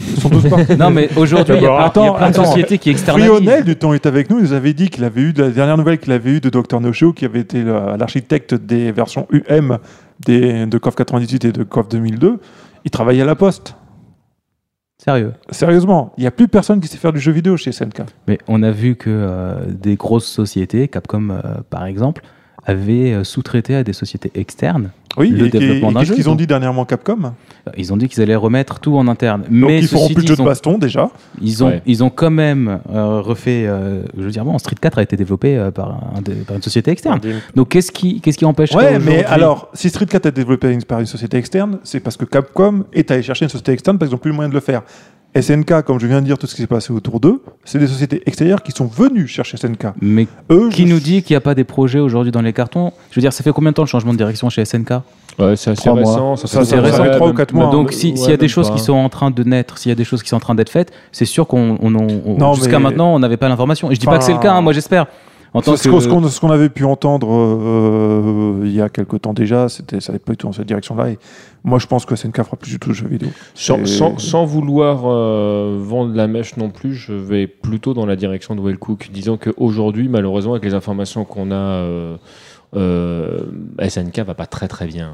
[SPEAKER 5] Ils sont tous partis.
[SPEAKER 1] Non, mais aujourd'hui, il y a plein- il y a
[SPEAKER 5] Attends,
[SPEAKER 1] plein de
[SPEAKER 5] attends.
[SPEAKER 1] sociétés qui externalisent.
[SPEAKER 5] Frionel, du temps est avec nous, il nous avait dit qu'il avait eu de la dernière nouvelle qu'il avait eu de Dr No Show, qui avait été la- l'architecte des versions UM des, de KOF 98 et de KOF 2002. Il travaillait à la poste.
[SPEAKER 1] Sérieux.
[SPEAKER 5] Sérieusement, il n'y a plus personne qui sait faire du jeu vidéo chez SNK.
[SPEAKER 1] Mais on a vu que euh, des grosses sociétés, Capcom euh, par exemple, avaient euh, sous-traité à des sociétés externes.
[SPEAKER 5] Oui,
[SPEAKER 1] Le
[SPEAKER 5] et qu'est-
[SPEAKER 1] développement
[SPEAKER 5] et
[SPEAKER 1] d'un
[SPEAKER 5] qu'est-ce
[SPEAKER 1] jeu,
[SPEAKER 5] qu'ils ont
[SPEAKER 1] donc.
[SPEAKER 5] dit dernièrement Capcom
[SPEAKER 1] Euh, Ils ont dit qu'ils allaient remettre tout en interne.
[SPEAKER 5] Donc
[SPEAKER 1] Mais
[SPEAKER 5] ils feront
[SPEAKER 1] ceci
[SPEAKER 5] plus
[SPEAKER 1] dit,
[SPEAKER 5] de jeux
[SPEAKER 1] ils,
[SPEAKER 5] de
[SPEAKER 1] ont,
[SPEAKER 5] baston déjà.
[SPEAKER 1] ils, ont,
[SPEAKER 2] Ouais.
[SPEAKER 1] ils ont quand même euh, refait. euh, je veux dire, bon, Street 4 a été développé euh, par, un des- par une société externe. Donc qu'est-ce qui, qu'est-ce qui empêche
[SPEAKER 5] Ouais, mais alors, si Street 4 a été développé une- par une société externe, c'est parce que Capcom est allé chercher une société externe parce qu'ils n'ont plus le moyen de le faire. SNK, comme je viens de dire, tout ce qui s'est passé autour d'eux, c'est des sociétés extérieures qui sont venues chercher SNK.
[SPEAKER 1] Mais
[SPEAKER 5] Eux,
[SPEAKER 1] qui
[SPEAKER 5] je-
[SPEAKER 1] nous dit qu'il n'y a pas des projets aujourd'hui dans les cartons Je veux dire, ça fait combien de temps le changement de direction chez SNK
[SPEAKER 2] Ouais, c'est assez
[SPEAKER 3] Trois mois.
[SPEAKER 2] récent. Ça,
[SPEAKER 5] Ça,
[SPEAKER 2] fait
[SPEAKER 1] c'est
[SPEAKER 2] trois-
[SPEAKER 1] récent,
[SPEAKER 2] ouais,
[SPEAKER 5] trois ou
[SPEAKER 2] même-
[SPEAKER 5] quatre mois. hein.
[SPEAKER 1] Donc,
[SPEAKER 2] ouais,
[SPEAKER 1] si- s'il y a des
[SPEAKER 2] même
[SPEAKER 1] choses
[SPEAKER 2] pas.
[SPEAKER 1] qui sont en train de naître, s'il y a des choses qui sont en train d'être faites, c'est sûr qu'on on, on-
[SPEAKER 5] Non,
[SPEAKER 1] jusqu'à
[SPEAKER 5] mais-
[SPEAKER 1] maintenant, on n'avait pas l'information. Et je dis pas
[SPEAKER 5] Enfin,
[SPEAKER 1] que c'est le cas, hein, moi j'espère. En tant
[SPEAKER 5] Ce
[SPEAKER 1] que
[SPEAKER 5] qu'on- ce qu'on ce qu'on avait pu entendre euh, euh, il y a quelque temps déjà, c'était ça n'allait pas du tout dans cette direction-là. Et moi, je pense que SNK fera plus du tout de jeux vidéo.
[SPEAKER 2] Sans,
[SPEAKER 5] Et-
[SPEAKER 2] sans- sans vouloir euh, vendre la mèche non plus, je vais plutôt dans la direction de Will Cook. Disons qu'aujourd'hui, malheureusement, avec les informations qu'on a, euh, euh, SNK va pas très très bien.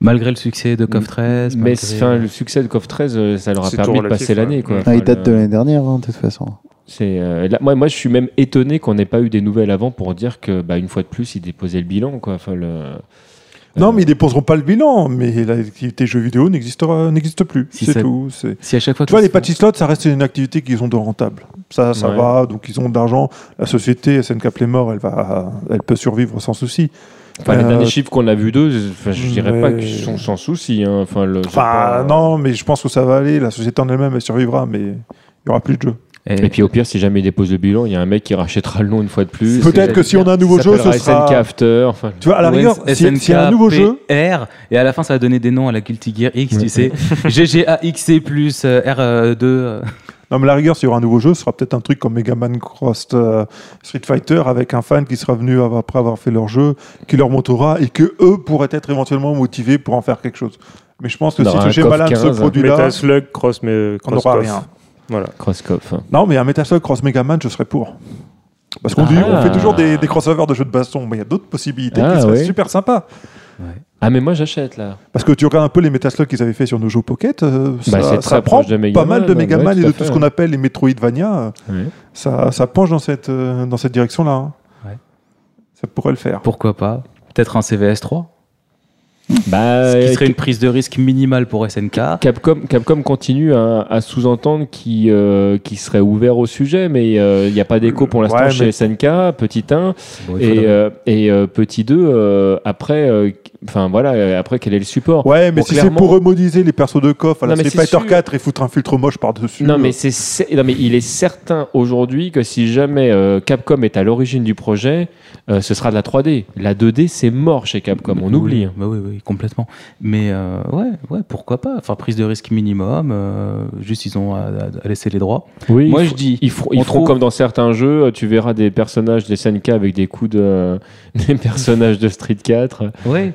[SPEAKER 1] malgré le succès de CoF 13,
[SPEAKER 2] Mais
[SPEAKER 1] malgré-
[SPEAKER 2] enfin, le succès de CoF 13, euh, ça leur a
[SPEAKER 4] C'est
[SPEAKER 2] permis
[SPEAKER 4] tout
[SPEAKER 2] de
[SPEAKER 4] relatif,
[SPEAKER 2] passer l'année.
[SPEAKER 4] ouais.
[SPEAKER 2] quoi.
[SPEAKER 4] Ah,
[SPEAKER 3] Ah,
[SPEAKER 2] Enfin,
[SPEAKER 3] ils datent
[SPEAKER 2] le-
[SPEAKER 3] de l'année dernière, hein, de toute façon.
[SPEAKER 2] C'est euh, là- moi, moi, je suis même étonné qu'on n'ait pas eu des nouvelles avant pour dire que, bah, une fois de plus, ils déposaient le bilan. Quoi. Enfin, le-
[SPEAKER 5] Non,
[SPEAKER 2] euh,
[SPEAKER 5] mais ils déposeront pas le bilan, mais l'activité jeux vidéo n'existera- n'existe plus.
[SPEAKER 1] Si
[SPEAKER 5] c'est
[SPEAKER 1] ça-
[SPEAKER 5] tout. c'est-
[SPEAKER 1] si à chaque fois
[SPEAKER 5] Tu vois, les
[SPEAKER 1] patchs
[SPEAKER 5] patchy slots, ça reste une activité qu'ils ont de rentable. Ça, ça
[SPEAKER 2] Ouais.
[SPEAKER 5] va, donc ils ont de l'argent. La société SNK Playmore, elle, va, elle peut survivre sans souci.
[SPEAKER 2] enfin, les
[SPEAKER 5] Euh,
[SPEAKER 2] derniers chiffres qu'on a vus d'eux, enfin, je dirais
[SPEAKER 5] mais-
[SPEAKER 2] pas qu'ils sont sans souci. hein. Enfin, le- c'est
[SPEAKER 5] Enfin,
[SPEAKER 2] pas-
[SPEAKER 6] Bah,
[SPEAKER 5] non, mais je pense que ça va aller. La société en elle-même, elle survivra, mais il y aura plus de jeux.
[SPEAKER 1] Eh,
[SPEAKER 2] Et puis au pire, si jamais il dépose le bilan, il y a un mec qui rachètera le nom une fois de plus.
[SPEAKER 5] Peut-être que si on a un nouveau
[SPEAKER 2] Ça
[SPEAKER 5] jeu, ce
[SPEAKER 2] s'appellera
[SPEAKER 5] sera.
[SPEAKER 2] SNK After. Enfin,
[SPEAKER 5] Tu vois, à la rigueur, si- s'il y a un nouveau jeu,
[SPEAKER 1] R, et à la fin, ça va donner des noms à la Guilty Gear X,
[SPEAKER 2] Ouais.
[SPEAKER 1] tu sais. GGAXC plus R2. euh,
[SPEAKER 5] non, mais à la rigueur, s'il y aura un nouveau jeu, ce sera peut-être un truc comme Mega Man Cross euh, Street Fighter avec un fan qui sera venu av- après avoir fait leur jeu, qui leur montrera et que eux pourraient être éventuellement motivés pour en faire quelque chose. Mais je pense que
[SPEAKER 2] On
[SPEAKER 5] si
[SPEAKER 2] aura
[SPEAKER 5] ce
[SPEAKER 2] un
[SPEAKER 5] jeu
[SPEAKER 2] Coff
[SPEAKER 5] malin de
[SPEAKER 2] 15, hein.
[SPEAKER 5] ce produit-là,
[SPEAKER 4] Meta Slug, Cross, mais
[SPEAKER 5] on n'aura rien.
[SPEAKER 4] Voilà.
[SPEAKER 2] Crosscoff. hein.
[SPEAKER 5] Non, mais un Metal Cross Mega Man, je serais pour. Parce qu'on dit-
[SPEAKER 2] Ah.
[SPEAKER 5] on fait toujours des, des crossovers de jeux de baston, mais il y a d'autres possibilités
[SPEAKER 2] Ah,
[SPEAKER 5] qui seraient
[SPEAKER 2] ouais.
[SPEAKER 5] super sympas.
[SPEAKER 2] Ah, mais moi j'achète là.
[SPEAKER 5] Parce que tu regardes un peu les Metal Slug qu'ils avaient fait sur nos jeux Pocket, euh,
[SPEAKER 2] Bah, c'est
[SPEAKER 5] ça,
[SPEAKER 2] très
[SPEAKER 5] ça prend
[SPEAKER 2] proche de Mega
[SPEAKER 5] pas mal de
[SPEAKER 2] Man,
[SPEAKER 5] Mega
[SPEAKER 2] ouais,
[SPEAKER 5] Man
[SPEAKER 2] tout
[SPEAKER 5] et
[SPEAKER 2] à
[SPEAKER 5] de
[SPEAKER 2] fait,
[SPEAKER 5] tout ce
[SPEAKER 2] ouais.
[SPEAKER 5] qu'on appelle les Metroidvania. euh,
[SPEAKER 2] Ouais.
[SPEAKER 5] Ça, ça penche dans cette, euh, dans cette direction-là. hein.
[SPEAKER 1] Ouais.
[SPEAKER 5] Ça pourrait le faire.
[SPEAKER 1] Pourquoi pas Peut-être un CVS3,
[SPEAKER 2] Bah,
[SPEAKER 1] ce
[SPEAKER 2] euh,
[SPEAKER 1] qui serait une prise de risque minimale pour SNK.
[SPEAKER 2] Capcom, Capcom continue à, à sous-entendre qu'il euh, qu'il serait ouvert au sujet, mais euh, il n'y a pas d'écho pour l'instant
[SPEAKER 5] Ouais,
[SPEAKER 2] chez
[SPEAKER 5] mais-
[SPEAKER 2] SNK, petit 1.
[SPEAKER 1] Bon, il
[SPEAKER 2] Et,
[SPEAKER 1] faudrait-
[SPEAKER 2] euh, et euh, petit 2, euh, après, euh, enfin voilà, euh, après quel est le support
[SPEAKER 5] Ouais, mais
[SPEAKER 2] Bon,
[SPEAKER 5] si c'est
[SPEAKER 2] clairement-
[SPEAKER 5] pour remodiser les persos de KOF à la
[SPEAKER 2] Non, mais
[SPEAKER 5] Street
[SPEAKER 2] c'est
[SPEAKER 5] Fighter
[SPEAKER 2] sûr.
[SPEAKER 5] 4 et foutre un filtre moche par-dessus.
[SPEAKER 2] Non
[SPEAKER 5] euh,
[SPEAKER 2] mais, c'est cer- non, mais il est certain aujourd'hui que si jamais euh, Capcom est à l'origine du projet, euh, ce sera de la 3D. La 2D, c'est mort chez Capcom, on
[SPEAKER 1] Oui,
[SPEAKER 2] oublie. hein.
[SPEAKER 1] Bah oui, oui, complètement. Mais euh, ouais, ouais, pourquoi pas Enfin, prise de risque minimum, euh, juste ils ont à, à- à laisser les droits.
[SPEAKER 2] Oui,
[SPEAKER 1] Moi, je dis,
[SPEAKER 2] Ils, feront-
[SPEAKER 1] On
[SPEAKER 2] ils feront
[SPEAKER 1] trouve-
[SPEAKER 2] comme dans certains jeux, euh, tu verras des personnages des SNK avec des coups de. des personnages de Street 4.
[SPEAKER 1] ouais.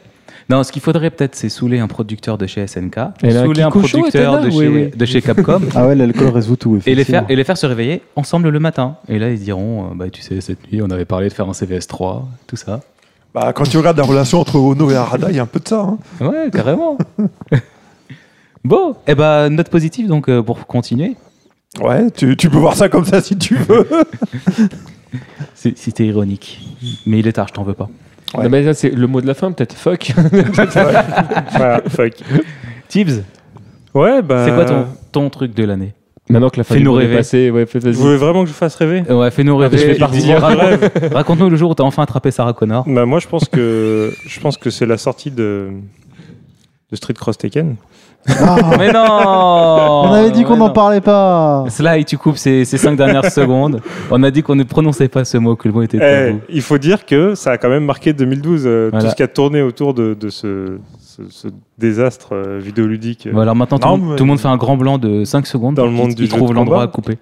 [SPEAKER 1] Non, ce qu'il faudrait peut-être, c'est saouler un producteur de chez SNK,
[SPEAKER 2] Et là,
[SPEAKER 1] saouler un
[SPEAKER 2] Kikucho
[SPEAKER 1] producteur
[SPEAKER 2] était
[SPEAKER 1] de
[SPEAKER 2] là,
[SPEAKER 1] chez,
[SPEAKER 2] oui, oui.
[SPEAKER 1] de chez Capcom,
[SPEAKER 3] Ah ouais, l'alcool résout
[SPEAKER 1] et
[SPEAKER 3] tout.
[SPEAKER 1] les, faire,
[SPEAKER 3] effectivement.
[SPEAKER 1] et les faire se réveiller ensemble le matin. Et là, ils diront, euh, bah, tu sais, cette nuit, on avait parlé de faire un CVS3, tout ça.
[SPEAKER 5] Bah, quand tu regardes la relation entre Ono et Arada, il y a un peu de ça. hein.
[SPEAKER 1] Ouais, carrément. bon, et ben note positive, donc, euh, pour continuer,
[SPEAKER 5] Ouais, tu, tu peux voir ça comme ça si tu veux.
[SPEAKER 1] C'est- c'était ironique. Mais il est tard, je t'en veux pas.
[SPEAKER 5] Ouais.
[SPEAKER 2] Non, mais ça, c'est le mot de la fin, peut-être fuck.
[SPEAKER 6] Voilà, fuck.
[SPEAKER 1] Tibbs, euh,
[SPEAKER 6] Ouais, bah.
[SPEAKER 1] c'est quoi ton, ton truc de l'année
[SPEAKER 2] Maintenant que la fin
[SPEAKER 1] Fais-nous
[SPEAKER 2] du monde est
[SPEAKER 1] rêver.
[SPEAKER 2] passée, ouais, fais- vas-y.
[SPEAKER 6] Vous voulez vraiment que je fasse rêver
[SPEAKER 1] Ouais, fais-nous
[SPEAKER 2] Ah,
[SPEAKER 1] rêver.
[SPEAKER 2] je vais
[SPEAKER 1] et
[SPEAKER 2] partir.
[SPEAKER 1] dis- raconte- Raconte-nous le jour où t'as enfin attrapé Sarah Connor.
[SPEAKER 6] Bah, moi, je pense que je pense que c'est la sortie de de Street Cross Tekken.
[SPEAKER 3] Ah,
[SPEAKER 1] Mais non
[SPEAKER 3] on
[SPEAKER 1] On
[SPEAKER 3] avait dit qu'on n'en parlait pas.
[SPEAKER 1] Sly, tu coupes ces, ces cinq dernières secondes. On a dit qu'on ne prononçait pas ce mot, que le mot était
[SPEAKER 6] Eh,
[SPEAKER 1] tabou.
[SPEAKER 6] il faut dire que ça a quand même marqué 2012, euh,
[SPEAKER 1] Voilà.
[SPEAKER 6] tout ce qui a tourné autour de, de ce, ce- ce désastre euh, vidéoludique.
[SPEAKER 1] Bon, alors maintenant, tout,
[SPEAKER 5] Non,
[SPEAKER 1] le monde-
[SPEAKER 5] mais-
[SPEAKER 1] tout le monde fait un grand blanc de 5 secondes.
[SPEAKER 6] Dans le monde
[SPEAKER 1] il,
[SPEAKER 6] du
[SPEAKER 1] il
[SPEAKER 6] jeu
[SPEAKER 1] trouve
[SPEAKER 6] de
[SPEAKER 1] l'endroit à
[SPEAKER 6] combat.
[SPEAKER 1] couper.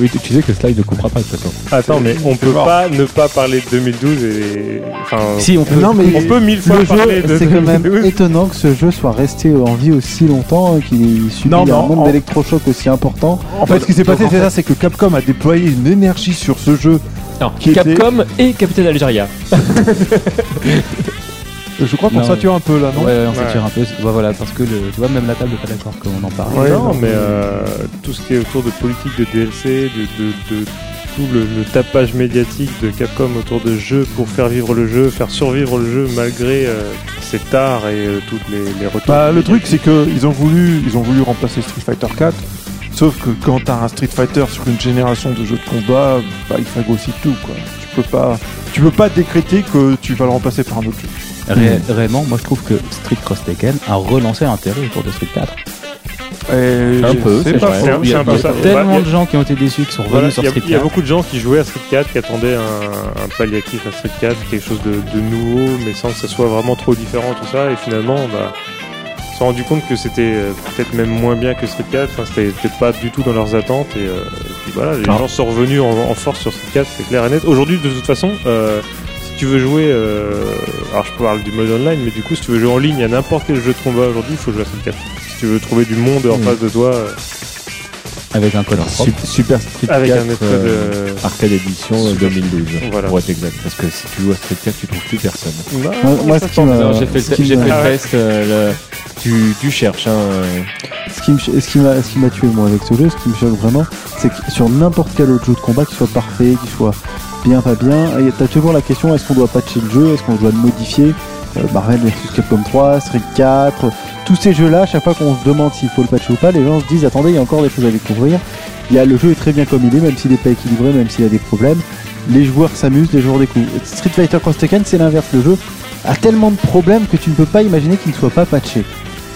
[SPEAKER 2] Oui, tu, tu sais que Slide ne comprend pas de toute façon.
[SPEAKER 6] Attends, mais on peut
[SPEAKER 5] mort.
[SPEAKER 6] pas ne pas parler de 2012 et. Enfin,
[SPEAKER 1] Si, on peut.
[SPEAKER 3] Non, mais
[SPEAKER 6] on peut mille fois
[SPEAKER 3] le
[SPEAKER 6] parler
[SPEAKER 3] jeu,
[SPEAKER 6] de
[SPEAKER 3] c'est quand même
[SPEAKER 6] 2012.
[SPEAKER 3] étonnant que ce jeu soit resté en vie aussi longtemps et qu'il subit
[SPEAKER 5] Non,
[SPEAKER 3] un
[SPEAKER 5] mais en-
[SPEAKER 3] nombre
[SPEAKER 5] en-
[SPEAKER 3] d'électrochocs aussi important.
[SPEAKER 5] En fait, ce qui s'est passé, c'est ça, c'est que Capcom a déployé une énergie sur ce jeu.
[SPEAKER 2] Non,
[SPEAKER 5] Qui était-
[SPEAKER 2] Capcom et Capitaine Algeria.
[SPEAKER 5] Je crois qu'on
[SPEAKER 1] Non,
[SPEAKER 5] sature un peu là, non
[SPEAKER 1] Ouais, ouais, on
[SPEAKER 6] Ouais.
[SPEAKER 1] s'attire un peu. Bah, voilà, parce que le- tu vois, même la table n'est pas d'accord quand on en parle.
[SPEAKER 5] Ouais,
[SPEAKER 6] non,
[SPEAKER 5] non,
[SPEAKER 6] mais euh, tout ce qui est autour de politique de DLC, de, de- de tout le, le tapage médiatique de Capcom autour de jeux pour faire vivre le jeu, faire survivre le jeu malgré euh, ses tares et euh, toutes les, les retours.
[SPEAKER 5] Bah, le truc, c'est que ils ont voulu, ils ont voulu remplacer Street Fighter 4. Sauf que quand t'as un Street Fighter sur une génération de jeux de combat, bah, il fagocite tout, quoi. Tu peux pas, tu peux pas décréter que tu vas le remplacer par un autre jeu.
[SPEAKER 1] Ré- Réellement, moi je trouve que Street Cross Tekken a relancé l'intérêt autour de Street 4.
[SPEAKER 5] Et
[SPEAKER 2] Un peu,
[SPEAKER 5] c'est
[SPEAKER 2] c'est
[SPEAKER 5] pas
[SPEAKER 2] vrai.
[SPEAKER 5] faux.
[SPEAKER 6] C'est un- c'est un peu ça. Bah,
[SPEAKER 1] Tellement
[SPEAKER 6] y a-
[SPEAKER 1] de gens qui ont été déçus qui sont revenus
[SPEAKER 6] Voilà,
[SPEAKER 1] sur
[SPEAKER 6] il y a-
[SPEAKER 1] Street
[SPEAKER 6] il y, a
[SPEAKER 1] 4.
[SPEAKER 6] beaucoup de gens qui jouaient à Street 4, qui attendaient un, un palliatif à Street 4, quelque chose de, de nouveau, mais sans que ça soit vraiment trop différent, tout ça. Et finalement, bah, ils se sont rendus compte que c'était euh, peut-être même moins bien que Street 4. Enfin, c'était c'était pas du tout dans leurs attentes. Et, euh, et puis voilà, les
[SPEAKER 2] Ah.
[SPEAKER 6] gens sont revenus en, en force sur Street 4, c'est clair et net. Aujourd'hui, de toute façon, euh, si tu veux jouer, euh, alors je parle du mode online, mais du coup, si tu veux jouer en ligne à n'importe quel jeu de combat aujourd'hui, il faut jouer à Street 4. Si tu veux trouver du monde en
[SPEAKER 2] Mm.
[SPEAKER 6] face de toi, euh,
[SPEAKER 1] Avec un code en propre.
[SPEAKER 2] Sup- Super Street
[SPEAKER 6] avec
[SPEAKER 2] 4,
[SPEAKER 6] un état
[SPEAKER 2] euh,
[SPEAKER 6] de...
[SPEAKER 2] Arcade Edition euh, 2012.
[SPEAKER 6] Voilà.
[SPEAKER 2] Pour être exact, parce que si tu joues à Street 4, tu trouves plus personne.
[SPEAKER 3] Moi, moi, ce qui m'a-
[SPEAKER 2] Non, j'ai fait,
[SPEAKER 3] ce
[SPEAKER 2] le-
[SPEAKER 3] qui
[SPEAKER 2] j'ai fait
[SPEAKER 3] m'a-
[SPEAKER 2] le test. euh, le- Tu, tu cherches, hein. euh,
[SPEAKER 3] ce qui me- ce qui m'a ce qui m'a tué moi avec ce jeu, ce qui me choque vraiment, c'est que sur n'importe quel autre jeu de combat, qu'il soit parfait, qu'il soit bien, pas bien, et t'as toujours la question est-ce qu'on doit patcher le jeu, est-ce qu'on doit le modifier Euh, Marvel vs Capcom 3, Street 4, tous ces jeux-là, chaque fois qu'on se demande s'il faut le patcher ou pas, les gens se disent attendez, il y a encore des choses à découvrir. Il y a, le jeu est très bien comme il est, même s'il n'est pas équilibré, même s'il a des problèmes. Les joueurs s'amusent, les joueurs découvrent. Street Fighter Cross Tekken, c'est l'inverse. Le jeu a tellement de problèmes que tu ne peux pas imaginer qu'il ne soit pas patché.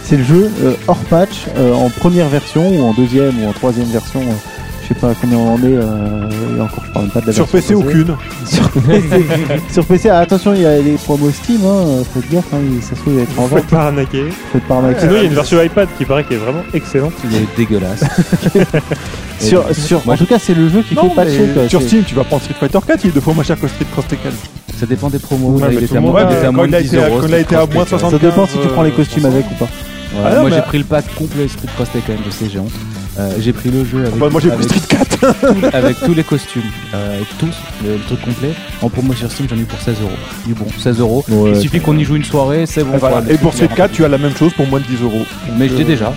[SPEAKER 3] C'est le jeu euh, hors patch, euh, en première version ou en deuxième ou en troisième version. euh, je sais pas combien on en est. euh, et encore, je parle même pas de la
[SPEAKER 5] Sur
[SPEAKER 3] version
[SPEAKER 5] PC,
[SPEAKER 3] française.
[SPEAKER 5] aucune.
[SPEAKER 3] Sur PC, sur PC, ah, attention, il y a les promos Steam, hein, euh, faites gaffe, hein, il- ça se trouve, il va être en
[SPEAKER 6] Faut
[SPEAKER 3] vente,
[SPEAKER 6] pas arnaquer.
[SPEAKER 3] faites par Maxi.
[SPEAKER 6] Sinon, il y a une version iPad qui paraît qui est vraiment excellente.
[SPEAKER 1] Il est dégueulasse.
[SPEAKER 3] Sur, sur, en tout cas, c'est le jeu qu'il faut
[SPEAKER 5] Non,
[SPEAKER 3] patcher.
[SPEAKER 5] mais
[SPEAKER 3] quoi,
[SPEAKER 5] sur
[SPEAKER 3] c'est-
[SPEAKER 5] Steam, tu vas prendre Street Fighter 4, il est deux fois moins cher que Street Cross Tekken.
[SPEAKER 1] Ça dépend des promos.
[SPEAKER 5] Ah,
[SPEAKER 6] Ouais,
[SPEAKER 1] Là,
[SPEAKER 6] mais
[SPEAKER 1] il
[SPEAKER 6] tout
[SPEAKER 1] était
[SPEAKER 6] le
[SPEAKER 1] à
[SPEAKER 6] monde-
[SPEAKER 1] moins- il
[SPEAKER 6] ouais,
[SPEAKER 1] était à
[SPEAKER 5] quand
[SPEAKER 1] moins
[SPEAKER 5] il a
[SPEAKER 1] de
[SPEAKER 5] été
[SPEAKER 1] 10
[SPEAKER 5] à-
[SPEAKER 1] euros,
[SPEAKER 5] quand il a
[SPEAKER 1] Street
[SPEAKER 5] été à
[SPEAKER 1] Cross
[SPEAKER 5] moins
[SPEAKER 1] Tekken.
[SPEAKER 5] 60.
[SPEAKER 3] ça dépend si tu
[SPEAKER 5] 75,
[SPEAKER 3] prends les costumes
[SPEAKER 5] euh,
[SPEAKER 3] avec ou pas.
[SPEAKER 1] Voilà,
[SPEAKER 5] Ah non,
[SPEAKER 1] moi
[SPEAKER 5] mais-
[SPEAKER 1] j'ai pris le pack complet Street Cross Tekken, je sais, j'ai honte. Euh, j'ai pris le jeu avec,
[SPEAKER 5] Bah, moi, j'ai pris
[SPEAKER 1] avec,
[SPEAKER 5] Street 4.
[SPEAKER 1] tout- avec tous les costumes, euh, avec tous, le, le truc complet. En promo sur Steam, j'en ai eu pour 16 euros. Du bon, 16 euros.
[SPEAKER 2] ouais,
[SPEAKER 1] Il suffit qu'on y joue une soirée, c'est bon.
[SPEAKER 5] Et voilà.
[SPEAKER 1] quoi, le
[SPEAKER 5] Et pour
[SPEAKER 1] truc
[SPEAKER 5] Street
[SPEAKER 1] est
[SPEAKER 5] 4, tu as la même chose pour moins de 10 euros.
[SPEAKER 1] rempli. Mais je l'ai déjà.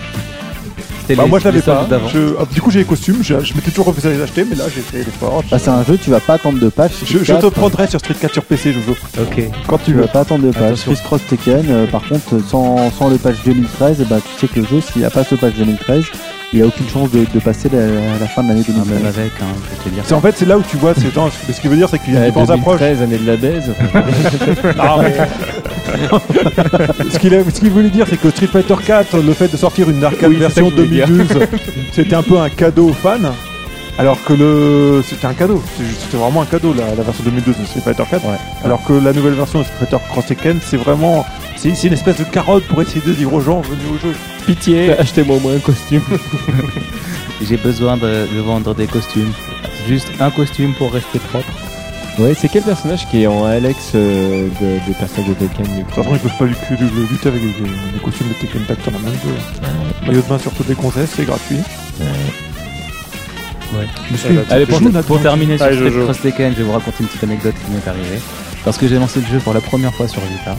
[SPEAKER 1] C'était
[SPEAKER 5] Bah,
[SPEAKER 1] les-
[SPEAKER 5] moi, je
[SPEAKER 1] les
[SPEAKER 5] l'avais pas.
[SPEAKER 1] soldes d'avant.
[SPEAKER 5] Je- ah, Du coup, j'ai les costumes. Je, je m'étais toujours refusé à les acheter, mais là, j'ai fait l'effort.
[SPEAKER 1] Ah,
[SPEAKER 3] Bah, c'est un jeu, tu vas pas attendre de patch.
[SPEAKER 5] Je, je te prendrai sur Street 4 sur PC, Jojo.
[SPEAKER 1] Ok.
[SPEAKER 5] Quand tu
[SPEAKER 3] Tu vas
[SPEAKER 5] veux.
[SPEAKER 3] pas attendre de patch.
[SPEAKER 1] Attention.
[SPEAKER 3] Chris Cross Tekken, euh, par contre, sans, sans le patch 2013, bah, tu sais que le jeu, s'il a pas ce patch 2013, il a aucune chance de, de passer la, la fin de l'année
[SPEAKER 1] Ah, même
[SPEAKER 3] 2013.
[SPEAKER 1] avec, hein, je vais te dire.
[SPEAKER 5] C'est en fait, c'est là où tu vois, c'est dans- ce qui veut dire, c'est qu'il y
[SPEAKER 1] Eh,
[SPEAKER 5] a
[SPEAKER 2] euh,
[SPEAKER 5] différentes approches.
[SPEAKER 2] 2013, année de la baise.
[SPEAKER 5] Non, mais- ce qu'il a- ce qu'il voulait dire, c'est que Street Fighter 4, le fait de sortir une arcade
[SPEAKER 2] Oui, c'est ça
[SPEAKER 5] version
[SPEAKER 2] que je voulais dire.
[SPEAKER 5] 2012, c'était un peu un cadeau aux fans. Alors que le. C'était un cadeau, C'est juste- c'était vraiment un cadeau la, la version 2012 de Street Fighter 4.
[SPEAKER 2] Ouais.
[SPEAKER 5] Alors que la nouvelle version de Street Fighter Cross Tekken, c'est vraiment. C'est c'est une espèce de carotte pour essayer de dire aux gens venez au jeu.
[SPEAKER 1] Pitié
[SPEAKER 2] Achetez-moi au moins un costume.
[SPEAKER 1] J'ai besoin de, de vendre des costumes. Juste un costume pour rester propre.
[SPEAKER 2] Ouais, c'est quel personnage qui est en Alex euh, de- des personnages de Tekken du
[SPEAKER 5] De
[SPEAKER 2] coup
[SPEAKER 5] toute façon, ils peuvent pas lutter, lutter avec les, les costumes de Tekken Tag Tournament 2. Maillot de bain sur toutes les concessions, c'est gratuit.
[SPEAKER 4] Elle a tout
[SPEAKER 1] Allez,
[SPEAKER 4] fait.
[SPEAKER 1] pour, pour terminer sur
[SPEAKER 4] Allez,
[SPEAKER 1] Street
[SPEAKER 4] Jojo.
[SPEAKER 1] Cross Tekken, je vais vous raconter une petite anecdote qui m'est arrivée. Parce que j'ai lancé le jeu pour la première fois sur Vita.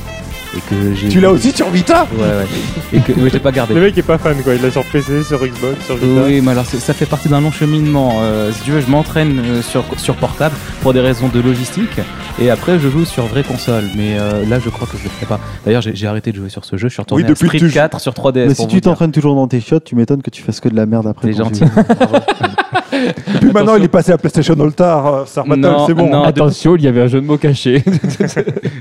[SPEAKER 1] Et que j'ai.
[SPEAKER 5] sur Vita
[SPEAKER 1] Ouais, ouais. Et que. Mais je l'ai pas gardé.
[SPEAKER 4] Le mec est pas fan quoi, il l'a sur PC, sur Xbox, sur Vita.
[SPEAKER 5] Euh,
[SPEAKER 1] Oui, mais alors c'est- ça fait partie d'un long cheminement. Euh, si tu veux, je m'entraîne euh, sur, sur portable pour des raisons de logistique et après je joue sur vraie console. Mais euh, là, je crois que je le ferai pas. D'ailleurs, j'ai j'ai arrêté de jouer sur ce jeu. Je suis retourné
[SPEAKER 5] Oui,
[SPEAKER 1] à
[SPEAKER 5] depuis que
[SPEAKER 1] Street
[SPEAKER 5] tu joues-
[SPEAKER 1] 4 sur 3DS.
[SPEAKER 3] Mais
[SPEAKER 1] pour
[SPEAKER 3] si
[SPEAKER 1] vous
[SPEAKER 3] tu
[SPEAKER 1] dire.
[SPEAKER 3] t'entraînes toujours dans tes shots, tu m'étonnes que tu fasses que de la merde après.
[SPEAKER 1] T'es
[SPEAKER 3] quand tu
[SPEAKER 1] gentil.
[SPEAKER 3] joues.
[SPEAKER 5] Et puis maintenant, il est passé à PlayStation All-Star, euh, Star Battle,
[SPEAKER 1] Non,
[SPEAKER 5] c'est bon.
[SPEAKER 1] non.
[SPEAKER 5] hein.
[SPEAKER 2] Attention, il y avait un jeu de mots caché.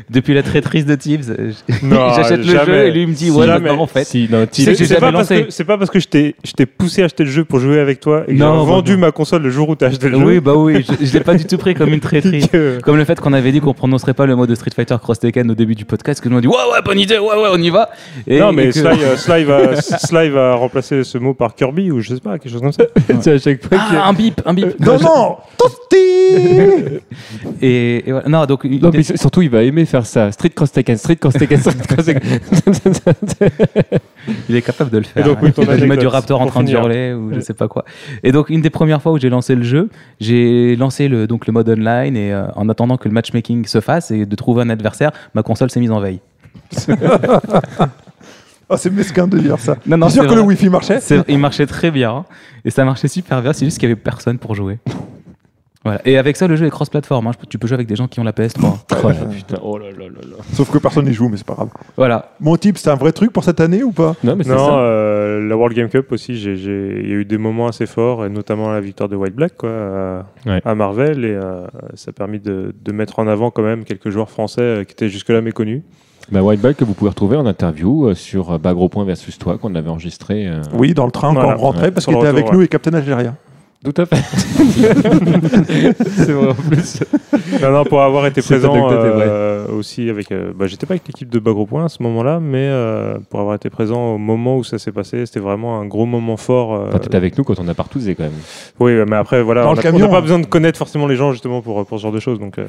[SPEAKER 1] Depuis la traîtrise de Tibbs, euh, j-
[SPEAKER 4] Non,
[SPEAKER 6] Oh,
[SPEAKER 1] j'achète le
[SPEAKER 4] jamais.
[SPEAKER 1] jeu et lui il me dit ouais,
[SPEAKER 4] Jamais.
[SPEAKER 1] maintenant en fait.
[SPEAKER 2] si, non,
[SPEAKER 4] Tu
[SPEAKER 1] Il
[SPEAKER 4] sais
[SPEAKER 1] est
[SPEAKER 4] que
[SPEAKER 1] que j'ai
[SPEAKER 4] C'est pas,
[SPEAKER 1] jamais
[SPEAKER 4] parce
[SPEAKER 1] lancé.
[SPEAKER 4] que- c'est pas parce que je t'ai je t'ai poussé à acheter le jeu pour jouer avec toi et que j'ai
[SPEAKER 1] Non,
[SPEAKER 4] vendu
[SPEAKER 1] bah
[SPEAKER 4] ma console le jour où t'as acheté le
[SPEAKER 1] Oui,
[SPEAKER 4] jeu.
[SPEAKER 1] bah oui, je, je l'ai pas du tout pris comme une traîtrise.
[SPEAKER 4] que-
[SPEAKER 1] Comme le fait qu'on avait dit qu'on prononcerait pas le mot de Street Fighter Cross Tekken au début du podcast, que nous on dit ouais ouais bonne idée, ouais ouais on y va. Et-
[SPEAKER 4] non,
[SPEAKER 1] et
[SPEAKER 4] mais
[SPEAKER 1] que- Ah,
[SPEAKER 4] Sly, euh, Sly va, Sly va remplacer ce mot par Kirby ou je sais pas, quelque chose comme ça.
[SPEAKER 2] C'est à chaque fois qu'il y a-
[SPEAKER 1] Ah, un bip, un
[SPEAKER 4] Euh,
[SPEAKER 1] bip.
[SPEAKER 5] Non, non Tosti
[SPEAKER 1] Et, et voilà. Non, donc une-
[SPEAKER 2] Non, mais surtout, il va aimer faire ça. Street Cross Tekken, Street Cross Tekken, Street Cross Tekken.
[SPEAKER 1] Il est capable de le faire.
[SPEAKER 4] Et donc, oui, ton
[SPEAKER 1] il va lui mettre
[SPEAKER 4] anecdote, hein.
[SPEAKER 1] du raptor en
[SPEAKER 4] pour
[SPEAKER 1] train de
[SPEAKER 4] finir.
[SPEAKER 1] hurler ou je sais pas quoi. Et donc, une des premières fois où j'ai lancé le jeu, j'ai lancé le, donc, le mode online et euh, en attendant que le matchmaking se fasse et de trouver un adversaire, ma console s'est mise en veille.
[SPEAKER 5] Ah, c'est mesquin de dire ça.
[SPEAKER 1] Non,
[SPEAKER 5] Non, sûr
[SPEAKER 1] c'est
[SPEAKER 5] que le
[SPEAKER 1] vrai.
[SPEAKER 5] Wi-Fi marchait
[SPEAKER 1] C'est- Il marchait très bien hein, et ça marchait super bien, c'est juste qu'il y avait personne pour jouer. Voilà. Et avec ça, le jeu est cross-platform. hein. Je peux- Tu peux jouer avec des gens qui ont la PS3.
[SPEAKER 2] Oh là, putain, oh là là là là.
[SPEAKER 5] Sauf que personne n'y joue, mais c'est pas grave.
[SPEAKER 1] Voilà.
[SPEAKER 5] Mon type, c'est un vrai truc pour cette année ou pas
[SPEAKER 2] Non, mais c'est
[SPEAKER 4] Non,
[SPEAKER 2] ça.
[SPEAKER 4] euh, la World Game Cup aussi, j'ai- j'ai- il y a eu des moments assez forts, et notamment la victoire de White Black quoi, à,
[SPEAKER 2] Ouais.
[SPEAKER 4] à Marvel, et euh, ça a permis de, de mettre en avant quand même quelques joueurs français euh, qui étaient jusque-là méconnus.
[SPEAKER 2] Bah, White Ball que vous pouvez retrouver en interview euh, sur euh, Bagro Point versus toi qu'on avait enregistré. euh.
[SPEAKER 5] Oui, dans le train
[SPEAKER 4] Voilà.
[SPEAKER 5] quand on rentrait, parce
[SPEAKER 4] Sur
[SPEAKER 5] qu'il
[SPEAKER 4] le
[SPEAKER 5] était
[SPEAKER 4] retour,
[SPEAKER 5] avec
[SPEAKER 4] ouais.
[SPEAKER 5] nous et Captain Algérien.
[SPEAKER 2] Tout à fait. c'est vrai en plus.
[SPEAKER 4] Non, non, pour avoir été
[SPEAKER 2] Cette
[SPEAKER 4] présent
[SPEAKER 2] anecdote est vraie.
[SPEAKER 4] euh, aussi avec. euh, bah, j'étais pas avec l'équipe de Bagro Point à ce moment-là, mais euh, pour avoir été présent au moment où ça s'est passé, c'était vraiment un gros moment fort. euh,
[SPEAKER 2] Enfin, t'étais avec nous quand on a partousé quand même.
[SPEAKER 4] oui, mais après, voilà,
[SPEAKER 5] Dans
[SPEAKER 4] on
[SPEAKER 5] le
[SPEAKER 4] a-
[SPEAKER 5] camion,
[SPEAKER 4] on n'a pas
[SPEAKER 5] hein.
[SPEAKER 4] besoin de connaître forcément les gens justement pour, pour ce genre de choses. Donc, euh,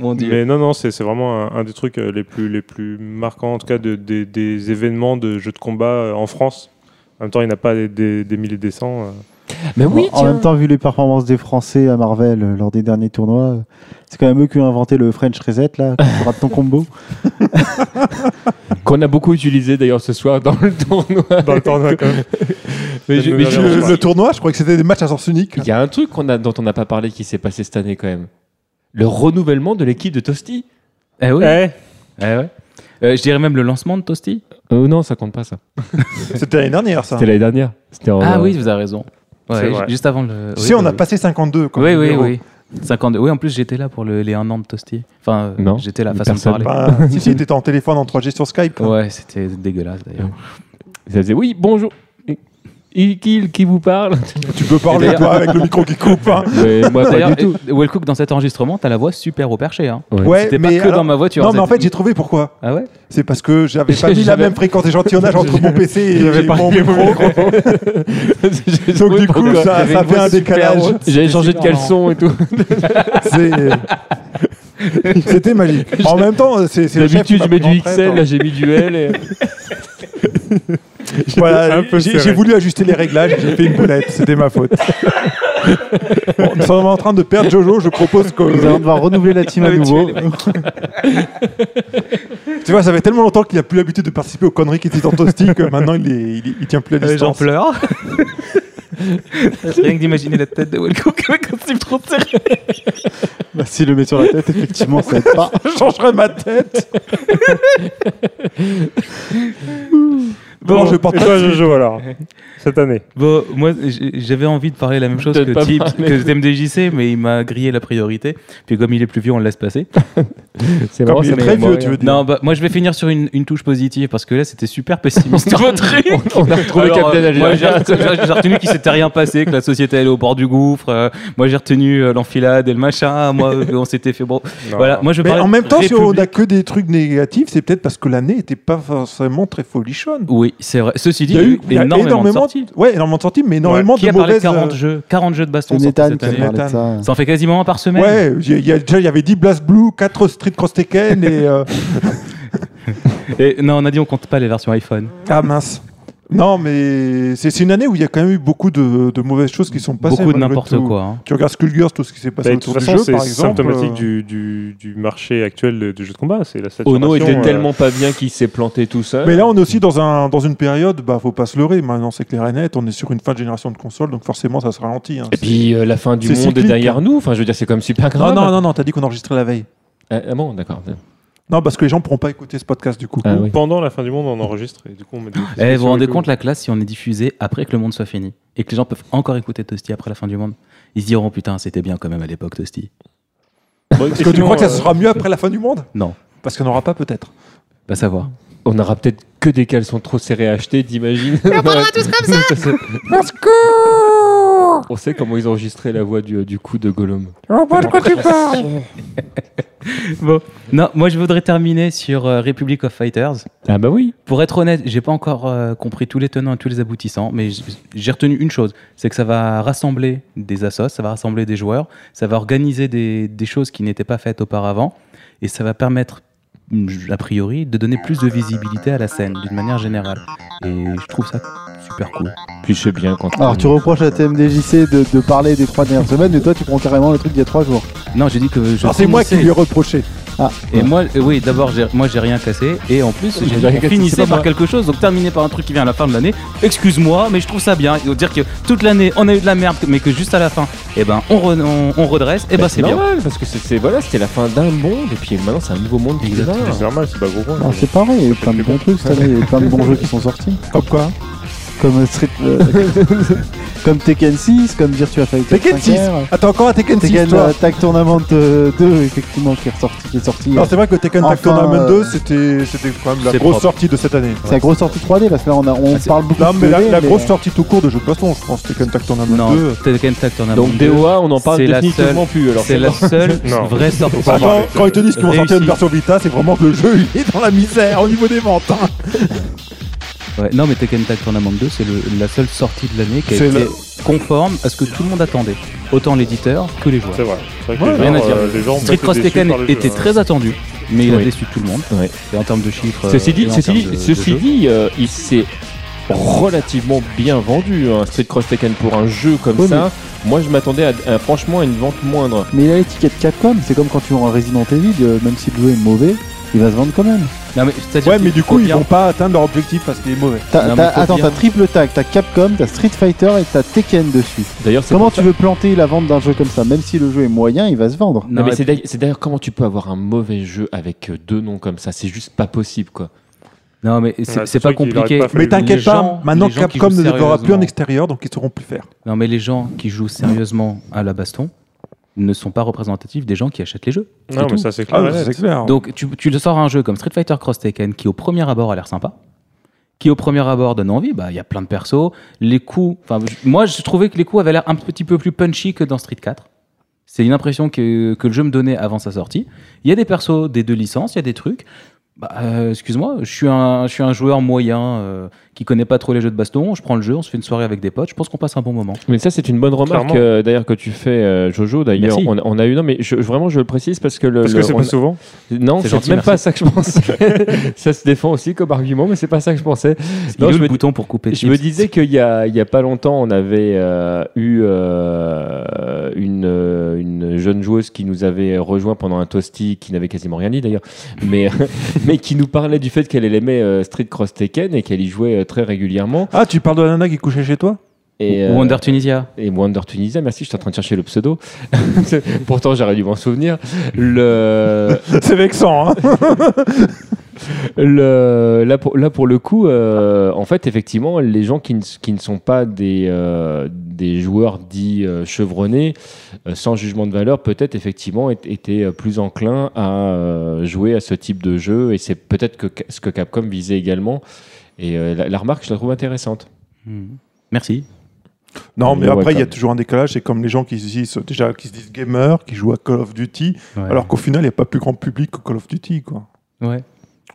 [SPEAKER 1] Mon Dieu.
[SPEAKER 4] mais non, non, c'est c'est vraiment un, un des trucs euh, les plus, les plus marquants, en tout cas de- des- des événements de jeux de combat euh, en France. En même temps, il n'y en a pas des, des, des milliers et des cents. euh.
[SPEAKER 2] Mais
[SPEAKER 3] Bon, en même temps, vu les performances des Français à Marvel euh, lors des derniers tournois, euh, c'est quand même eux qui ont inventé le French Reset là, quand tu rates ton combo.
[SPEAKER 2] qu'on a beaucoup utilisé d'ailleurs ce soir dans le tournoi.
[SPEAKER 4] Dans le tournoi, quand même.
[SPEAKER 2] Mais
[SPEAKER 4] Ça
[SPEAKER 2] je-
[SPEAKER 4] nous
[SPEAKER 2] mais
[SPEAKER 4] a
[SPEAKER 2] je-
[SPEAKER 4] l'air
[SPEAKER 5] Le, le tournoi, je crois que c'était des matchs à sens unique.
[SPEAKER 2] Il y a un truc qu'on a, dont on n'a pas parlé qui s'est passé cette année quand même. Le renouvellement de l'équipe de Tosti.
[SPEAKER 1] Eh oui.
[SPEAKER 4] Eh,
[SPEAKER 1] Eh ouais. Euh, je dirais même le lancement de Toasty.
[SPEAKER 2] Euh, non, ça compte pas ça.
[SPEAKER 5] C'était l'année dernière, ça.
[SPEAKER 2] C'était l'année dernière. C'était en-
[SPEAKER 1] Ah oui, vous avez raison. Ouais,
[SPEAKER 4] C'est vrai.
[SPEAKER 1] juste avant le.
[SPEAKER 5] Si
[SPEAKER 1] oui,
[SPEAKER 5] on
[SPEAKER 1] oui,
[SPEAKER 5] a
[SPEAKER 1] oui.
[SPEAKER 5] passé 52 comme
[SPEAKER 1] oui, oui,
[SPEAKER 5] numéro.
[SPEAKER 1] oui. 52. Oui, en plus, j'étais là pour le- les 1 an de Toasty. Enfin, euh,
[SPEAKER 2] Non,
[SPEAKER 1] j'étais là,
[SPEAKER 2] mais
[SPEAKER 1] façon de
[SPEAKER 2] personne
[SPEAKER 1] parler.
[SPEAKER 5] Enfin, si, si, t'étais en téléphone en 3G sur Skype.
[SPEAKER 1] Ouais, c'était dégueulasse d'ailleurs.
[SPEAKER 2] Ça faisait oui, bonjour. Et- et qui, qui vous parle
[SPEAKER 5] Tu peux
[SPEAKER 1] Et
[SPEAKER 5] parler,
[SPEAKER 1] d'ailleurs-
[SPEAKER 5] toi, avec le micro qui coupe. hein.
[SPEAKER 2] Mais Moi pas
[SPEAKER 1] D'ailleurs,
[SPEAKER 2] du tout.
[SPEAKER 1] euh, Wellcook, dans cet enregistrement, t'as la voix super au perché. Hein.
[SPEAKER 5] Ouais,
[SPEAKER 1] C'était pas
[SPEAKER 5] mais
[SPEAKER 1] que
[SPEAKER 5] alors-
[SPEAKER 1] dans ma voiture.
[SPEAKER 5] Non, mais en
[SPEAKER 1] c'était-
[SPEAKER 5] fait, j'ai trouvé pourquoi.
[SPEAKER 1] Ah ouais
[SPEAKER 5] C'est parce que j'avais pas mis la
[SPEAKER 2] J'avais-
[SPEAKER 5] même fréquence d'échantillonnage entre mon PC et,
[SPEAKER 2] J'avais pas
[SPEAKER 5] mon
[SPEAKER 2] mis le
[SPEAKER 5] micro. Donc, du coup,
[SPEAKER 2] Pourquoi
[SPEAKER 5] ça,
[SPEAKER 1] Il y avait
[SPEAKER 5] ça
[SPEAKER 1] une
[SPEAKER 5] fait
[SPEAKER 1] voix
[SPEAKER 5] un
[SPEAKER 1] super
[SPEAKER 5] décalage.
[SPEAKER 1] haute.
[SPEAKER 2] J'avais changé de
[SPEAKER 5] super
[SPEAKER 2] caleçon et tout.
[SPEAKER 5] C'est- C'était magique. En même temps, c'est c'est le chef
[SPEAKER 2] D'habitude,
[SPEAKER 5] qui m'a
[SPEAKER 2] je mets
[SPEAKER 5] pris
[SPEAKER 2] du
[SPEAKER 5] en traite,
[SPEAKER 2] XL,
[SPEAKER 5] hein.
[SPEAKER 2] là j'ai mis du L. et-
[SPEAKER 5] Voilà,
[SPEAKER 4] un peu
[SPEAKER 5] j'ai
[SPEAKER 4] serré.
[SPEAKER 5] j'ai voulu ajuster les réglages, j'ai fait une boulette, c'était ma faute. Bon, nous sommes en train de perdre Jojo, je propose
[SPEAKER 3] Nous allons
[SPEAKER 5] que...
[SPEAKER 3] devoir renouveler la team à nouveau.
[SPEAKER 5] Tu vois, ça fait tellement longtemps qu'il n'a plus l'habitude de participer aux conneries qui étaient dans Toasty que maintenant il, est- il, est- il tient plus la
[SPEAKER 1] Euh, J'en
[SPEAKER 5] distance.
[SPEAKER 1] pleure. Rien que d'imaginer la tête de Wellcook avec un slip trop serré.
[SPEAKER 3] Bah, si le met sur la tête, effectivement, ça aide pas.
[SPEAKER 5] Je changerai ma tête
[SPEAKER 1] Bon,
[SPEAKER 5] Non, je
[SPEAKER 4] Et
[SPEAKER 5] porte
[SPEAKER 4] toi, Jojo, alors cette année.
[SPEAKER 1] Bon, moi, j'ai- j'avais envie de parler la même chose
[SPEAKER 2] De
[SPEAKER 1] que
[SPEAKER 2] pas
[SPEAKER 1] Tips,
[SPEAKER 2] parler.
[SPEAKER 1] que MDJC, mais il m'a grillé la priorité. Puis comme il est plus vieux, on le laisse passer.
[SPEAKER 2] C'est
[SPEAKER 5] Comme
[SPEAKER 2] marrant,
[SPEAKER 5] il est
[SPEAKER 2] ça
[SPEAKER 5] très
[SPEAKER 2] m'évoque
[SPEAKER 5] vieux, tu veux dire.
[SPEAKER 1] Non, bah, moi, je vais finir sur une, une touche positive parce que là, c'était super pessimiste. votre truc.
[SPEAKER 2] On a retrouvé
[SPEAKER 1] Alors,
[SPEAKER 2] Captain
[SPEAKER 1] euh, moi,
[SPEAKER 2] Algérie.
[SPEAKER 1] j'ai j'ai- j'ai retenu qu'il s'était rien passé, que la société allait au bord du gouffre. euh, moi, j'ai retenu euh, l'enfilade et le machin. Moi, euh, on s'était fait bon.
[SPEAKER 4] Non.
[SPEAKER 1] Voilà, moi, je
[SPEAKER 5] Mais
[SPEAKER 1] parlais
[SPEAKER 5] en même temps, si on
[SPEAKER 1] République.
[SPEAKER 5] n'a que des trucs négatifs, c'est peut-être parce que l'année n'était pas forcément très folichonne.
[SPEAKER 1] Oui, c'est vrai. Ceci dit,
[SPEAKER 5] Il y a eu il y a
[SPEAKER 1] énormément, de sorties.
[SPEAKER 5] ouais, énormément de sorties, mais énormément
[SPEAKER 1] Qui
[SPEAKER 5] de
[SPEAKER 1] a parlé de
[SPEAKER 5] mauvaises.
[SPEAKER 1] 40
[SPEAKER 5] euh,
[SPEAKER 1] jeux 40 jeux de baston
[SPEAKER 3] C'est
[SPEAKER 1] sortis
[SPEAKER 3] Nathan
[SPEAKER 1] cette
[SPEAKER 3] qui a
[SPEAKER 1] année.
[SPEAKER 5] année.
[SPEAKER 3] parlé de ça.
[SPEAKER 1] Ça en fait quasiment un par semaine.
[SPEAKER 5] Ouais, il y a- il y a- déjà il y avait 10 Blast Blue, 4 Street Cross Tekken et. euh,
[SPEAKER 1] Et, non, on a dit on compte pas les versions iPhone.
[SPEAKER 5] Ah mince. Non, mais c'est c'est une année où il y a quand même eu beaucoup de, de mauvaises choses qui sont passées.
[SPEAKER 1] Beaucoup de
[SPEAKER 5] malgré
[SPEAKER 1] n'importe
[SPEAKER 5] tout.
[SPEAKER 1] quoi. hein.
[SPEAKER 5] Tu regardes Skullgirls, tout ce qui s'est passé
[SPEAKER 4] Bah, de toute
[SPEAKER 5] autour du
[SPEAKER 4] façon,
[SPEAKER 5] jeu,
[SPEAKER 4] c'est
[SPEAKER 5] par exemple.
[SPEAKER 4] symptomatique
[SPEAKER 5] euh,
[SPEAKER 4] du, du, du marché actuel de- du jeu de combat. C'est la saturation.
[SPEAKER 2] Ono était
[SPEAKER 4] euh,
[SPEAKER 2] tellement pas bien qu'il s'est planté tout seul.
[SPEAKER 5] Mais là, on est aussi dans, un, dans une période, bah, faut pas se leurrer. Maintenant, c'est clair et net, on est sur une fin de génération de consoles, donc forcément, ça se ralentit. hein.
[SPEAKER 2] Et puis euh, la fin du
[SPEAKER 5] C'est
[SPEAKER 2] monde
[SPEAKER 5] cyclique,
[SPEAKER 2] est derrière
[SPEAKER 5] hein.
[SPEAKER 2] nous. Enfin, je veux dire, c'est comme super
[SPEAKER 5] non,
[SPEAKER 2] grave.
[SPEAKER 5] non, non, non, t'as dit qu'on enregistrait la veille.
[SPEAKER 2] Ah, ah bon, d'accord.
[SPEAKER 5] Non, parce que les gens pourront pas écouter ce podcast du coup.
[SPEAKER 2] Ah oui.
[SPEAKER 4] Pendant la fin du monde, on enregistre. Et du coup, on met des-
[SPEAKER 1] Eh, vous vous rendez
[SPEAKER 4] des-
[SPEAKER 1] compte, la classe, si on est diffusé après que le monde soit fini et que les gens peuvent encore écouter Toasty après la fin du monde, ils se diront putain, c'était bien quand même à l'époque, Toasty.
[SPEAKER 4] Bon,
[SPEAKER 5] Parce
[SPEAKER 4] et
[SPEAKER 5] que tu
[SPEAKER 4] sinon,
[SPEAKER 5] crois que ça
[SPEAKER 4] euh,
[SPEAKER 5] sera mieux après la fin du monde
[SPEAKER 1] Non,
[SPEAKER 5] Parce qu'on n'aura pas peut-être.
[SPEAKER 1] pas savoir.
[SPEAKER 5] Mm.
[SPEAKER 2] On aura peut-être que des caleçons trop serrés à acheter, t'imagines On tous comme ça On sait comment ils ont enregistré la voix du, du coup de Gollum.
[SPEAKER 1] Non, moi je voudrais terminer sur euh, Republic of Fighters.
[SPEAKER 2] Ah bah oui
[SPEAKER 1] Pour être honnête, j'ai pas encore euh, compris tous les tenants et tous les aboutissants, mais j- j'ai retenu une chose, c'est que ça va rassembler des assos, ça va rassembler des joueurs, ça va organiser des, des choses qui n'étaient pas faites auparavant, et ça va permettre, a priori, de donner plus de visibilité à la scène d'une manière générale. Et je trouve ça super cool.
[SPEAKER 2] Puis c'est bien quand
[SPEAKER 3] Alors tu reproches à TMDJC de, de parler des trois dernières semaines, mais toi tu prends carrément le truc d'il y a trois jours.
[SPEAKER 1] Non, j'ai dit que je
[SPEAKER 5] Alors, Ah, c'est moi qui
[SPEAKER 1] finissais.
[SPEAKER 5] lui ai reproché.
[SPEAKER 3] Ah,
[SPEAKER 1] Et moi, euh, oui, d'abord, j'ai- moi, j'ai rien cassé. Et en plus, j'ai
[SPEAKER 2] J'ai rien
[SPEAKER 1] on
[SPEAKER 2] cassé,
[SPEAKER 1] finissait
[SPEAKER 2] c'est pas
[SPEAKER 1] par
[SPEAKER 2] moi.
[SPEAKER 1] quelque chose. Donc, terminé par un truc qui vient à la fin de l'année. Excuse-moi, mais je trouve ça bien. Et dire que toute l'année, on a eu de la merde, mais que juste à la fin, eh ben, on, re- on, on redresse. Et ben, c'est bien.
[SPEAKER 2] normal parce que Eh Bah, c'est- c'est voilà, c'était la fin d'un monde et puis maintenant c'est un nouveau monde qui
[SPEAKER 1] Exactement.
[SPEAKER 2] démarre.
[SPEAKER 4] C'est normal, c'est pas gros point.
[SPEAKER 3] non, Ah, c'est pareil, il y a eu plein de bons trucs cette année, il y a eu plein de bons jeux qui sont sortis.
[SPEAKER 5] Comme quoi
[SPEAKER 3] Comme euh, Street. euh, comme Tekken 6, comme Virtua Fighter.
[SPEAKER 5] Tekken 6
[SPEAKER 3] 5R,
[SPEAKER 5] Attends, encore un Tekken 6
[SPEAKER 3] Tekken
[SPEAKER 5] toi
[SPEAKER 3] euh, Tag Tournament euh, 2, effectivement, qui est ressorti. Qui est sorti
[SPEAKER 5] Non,
[SPEAKER 3] euh,
[SPEAKER 5] Ah, c'est vrai que Tekken Tag
[SPEAKER 3] Enfin,
[SPEAKER 5] Tournament
[SPEAKER 3] euh,
[SPEAKER 5] 2, c'était c'était quand même la
[SPEAKER 1] c'est
[SPEAKER 5] grosse
[SPEAKER 1] propre.
[SPEAKER 5] sortie de cette année.
[SPEAKER 3] c'est la grosse sortie 3D parce que là on, a- on
[SPEAKER 1] Ah, c'est-
[SPEAKER 3] parle beaucoup
[SPEAKER 5] Non,
[SPEAKER 3] de
[SPEAKER 5] mais la,
[SPEAKER 3] 2D,
[SPEAKER 5] la
[SPEAKER 3] mais,
[SPEAKER 5] grosse
[SPEAKER 3] euh,
[SPEAKER 5] sortie tout court de jeu de baston, je pense, Tekken Tag Tournament
[SPEAKER 1] Non,
[SPEAKER 5] 2.
[SPEAKER 1] Tekken Tag Tournament
[SPEAKER 2] Donc
[SPEAKER 1] 2,
[SPEAKER 2] DOA, on en parle
[SPEAKER 1] C'est la
[SPEAKER 2] définitivement plus. Alors
[SPEAKER 1] c'est
[SPEAKER 2] c'est
[SPEAKER 1] la
[SPEAKER 2] bon.
[SPEAKER 1] seule
[SPEAKER 4] Non.
[SPEAKER 1] vraie sortie.
[SPEAKER 5] Ah, quand, quand ils te disent qu'ils vont sortir une
[SPEAKER 1] Réussi.
[SPEAKER 5] version Vita, c'est vraiment que le jeu il est dans la misère au niveau des ventes. hein.
[SPEAKER 1] Ouais, non, mais Tekken Tag Tournament 2, c'est le- la seule sortie de l'année qui a
[SPEAKER 5] C'est
[SPEAKER 1] été
[SPEAKER 5] la-
[SPEAKER 1] conforme à ce que tout le monde attendait. Autant l'éditeur que les joueurs.
[SPEAKER 4] C'est vrai. C'est vrai que
[SPEAKER 5] Ouais,
[SPEAKER 4] les
[SPEAKER 1] rien
[SPEAKER 4] gens,
[SPEAKER 1] à dire.
[SPEAKER 4] euh, les gens ont
[SPEAKER 1] Street
[SPEAKER 4] été
[SPEAKER 1] Cross
[SPEAKER 4] déçus
[SPEAKER 1] Tekken
[SPEAKER 4] par le jeu,
[SPEAKER 1] était
[SPEAKER 4] hein.
[SPEAKER 1] très attendu, mais il a
[SPEAKER 2] Oui.
[SPEAKER 1] déçu tout le monde.
[SPEAKER 2] Ouais.
[SPEAKER 1] Et en termes de chiffres.
[SPEAKER 2] Ceci
[SPEAKER 1] euh, et
[SPEAKER 2] dit,
[SPEAKER 1] en
[SPEAKER 2] ceci
[SPEAKER 1] termes
[SPEAKER 2] dit,
[SPEAKER 1] de- de
[SPEAKER 2] ceci
[SPEAKER 1] jeux.
[SPEAKER 2] dit euh, il s'est relativement bien vendu un Street Cross Tekken pour un jeu comme
[SPEAKER 3] Oui,
[SPEAKER 2] ça. Moi je m'attendais à, à- franchement à une vente moindre.
[SPEAKER 3] Mais il a l'étiquette Capcom, c'est comme quand tu vends un Resident Evil, euh, même si le jeu est mauvais, il va se vendre quand même.
[SPEAKER 1] Non, mais, c'est-à-dire
[SPEAKER 5] Ouais,
[SPEAKER 1] qu'il
[SPEAKER 5] mais du
[SPEAKER 1] faut
[SPEAKER 5] coup, ils
[SPEAKER 1] bien-
[SPEAKER 5] vont pas atteindre leur objectif parce qu'il est mauvais.
[SPEAKER 3] T'as-
[SPEAKER 1] Non, mais
[SPEAKER 3] t'as-
[SPEAKER 1] faut
[SPEAKER 3] attends,
[SPEAKER 1] bien.
[SPEAKER 3] t'as triple tag, t'as Capcom, t'as Street Fighter et t'as Tekken dessus.
[SPEAKER 2] D'ailleurs c'est
[SPEAKER 3] Comment
[SPEAKER 2] pour
[SPEAKER 3] tu veux planter la vente d'un jeu comme ça Même si le jeu est moyen, il va se vendre.
[SPEAKER 2] Non,
[SPEAKER 1] Non,
[SPEAKER 2] mais
[SPEAKER 1] et
[SPEAKER 2] c'est d'ailleurs- c'est d'ailleurs comment tu peux avoir un mauvais jeu avec euh, deux noms comme ça, c'est juste pas possible quoi.
[SPEAKER 1] Non, mais c'est
[SPEAKER 4] Ouais,
[SPEAKER 1] c'est
[SPEAKER 4] c'est
[SPEAKER 1] pas
[SPEAKER 4] sûr qu'il
[SPEAKER 1] compliqué.
[SPEAKER 4] aurait pas fallu-
[SPEAKER 5] Mais
[SPEAKER 4] Les
[SPEAKER 5] t'inquiète pas,
[SPEAKER 1] gens-
[SPEAKER 5] maintenant
[SPEAKER 1] les gens qui
[SPEAKER 5] Capcom
[SPEAKER 1] jouent
[SPEAKER 5] ne développera plus en
[SPEAKER 1] sérieusement.
[SPEAKER 5] extérieur, donc ils sauront plus faire.
[SPEAKER 1] Non, mais les gens qui jouent sérieusement à la baston ne sont pas représentatifs des gens qui achètent les jeux.
[SPEAKER 4] Non, mais ça, c'est
[SPEAKER 5] Ah,
[SPEAKER 4] clair. Ouais,
[SPEAKER 5] c'est
[SPEAKER 2] Oh.
[SPEAKER 5] clair.
[SPEAKER 1] Ah, Donc, tu, tu le sors un jeu comme Street Fighter Cross Tekken qui, au premier abord, a l'air sympa. Qui au premier abord donne envie, bah il y a plein de persos, les coups. Enfin, je- moi je trouvais que les coups avaient l'air un petit peu plus punchy que dans Street 4. C'est une impression que, que le jeu me donnait avant sa sortie. Il y a des persos des deux licences, il y a des trucs. Bah, euh, excuse-moi, je suis un, je suis un joueur moyen euh, qui connaît pas trop les jeux de baston. Je prends le jeu, on se fait une soirée avec des potes. Je pense qu'on passe un bon moment.
[SPEAKER 2] Mais ça, c'est une bonne remarque
[SPEAKER 4] Clairement.
[SPEAKER 2] euh, d'ailleurs que tu fais, euh, Jojo. D'ailleurs,
[SPEAKER 1] Merci.
[SPEAKER 2] on, on a eu non, mais je- vraiment, je le précise parce que le.
[SPEAKER 4] Parce
[SPEAKER 2] le-
[SPEAKER 4] que c'est
[SPEAKER 2] on
[SPEAKER 4] pas
[SPEAKER 2] a-
[SPEAKER 4] souvent.
[SPEAKER 2] Non,
[SPEAKER 1] C'est
[SPEAKER 2] c'est
[SPEAKER 1] gentil,
[SPEAKER 2] même
[SPEAKER 1] merci.
[SPEAKER 2] pas ça que je pense. ça se défend aussi comme argument, mais c'est pas ça que je pensais.
[SPEAKER 1] Il est
[SPEAKER 2] Non,
[SPEAKER 1] où
[SPEAKER 2] je
[SPEAKER 1] le
[SPEAKER 2] me-
[SPEAKER 1] bouton pour couper.
[SPEAKER 2] Je me disais qu'il y a, il y a pas longtemps, on avait euh, eu euh, une, euh, une jeune joueuse qui nous avait rejoint pendant un toasty qui n'avait quasiment rien dit d'ailleurs, mais, mais qui nous parlait du fait qu'elle elle aimait euh, Street Cross Tekken et qu'elle y jouait euh, très régulièrement.
[SPEAKER 5] Ah, tu parles de la nana qui couchait chez toi
[SPEAKER 2] Et, euh,
[SPEAKER 1] Wonder Tunisia.
[SPEAKER 2] et Wonder Tunisia, merci, je suis en train de chercher le pseudo. Pourtant, j'aurais dû m'en souvenir. Le...
[SPEAKER 5] C'est vexant, hein
[SPEAKER 2] Le- là, pour, là, pour le coup, euh, en fait, effectivement, les gens qui ne, s- qui ne sont pas des, euh, des joueurs dits euh, chevronnés, euh, sans jugement de valeur, peut-être effectivement é- étaient euh, plus enclins à euh, jouer à ce type de jeu. Et c'est peut-être que, ce que Capcom visait également. Et euh, la, la remarque, je la trouve intéressante.
[SPEAKER 1] Mhm. Merci.
[SPEAKER 5] Non, mais
[SPEAKER 2] Ouais,
[SPEAKER 5] après, il y a
[SPEAKER 2] quand
[SPEAKER 5] toujours un décalage. C'est comme les gens qui se disent déjà qui se disent gamers, qui jouent à Call of Duty,
[SPEAKER 1] Ouais.
[SPEAKER 5] alors qu'au final, il n'y a pas plus grand public que Call of Duty, quoi.
[SPEAKER 1] Ouais.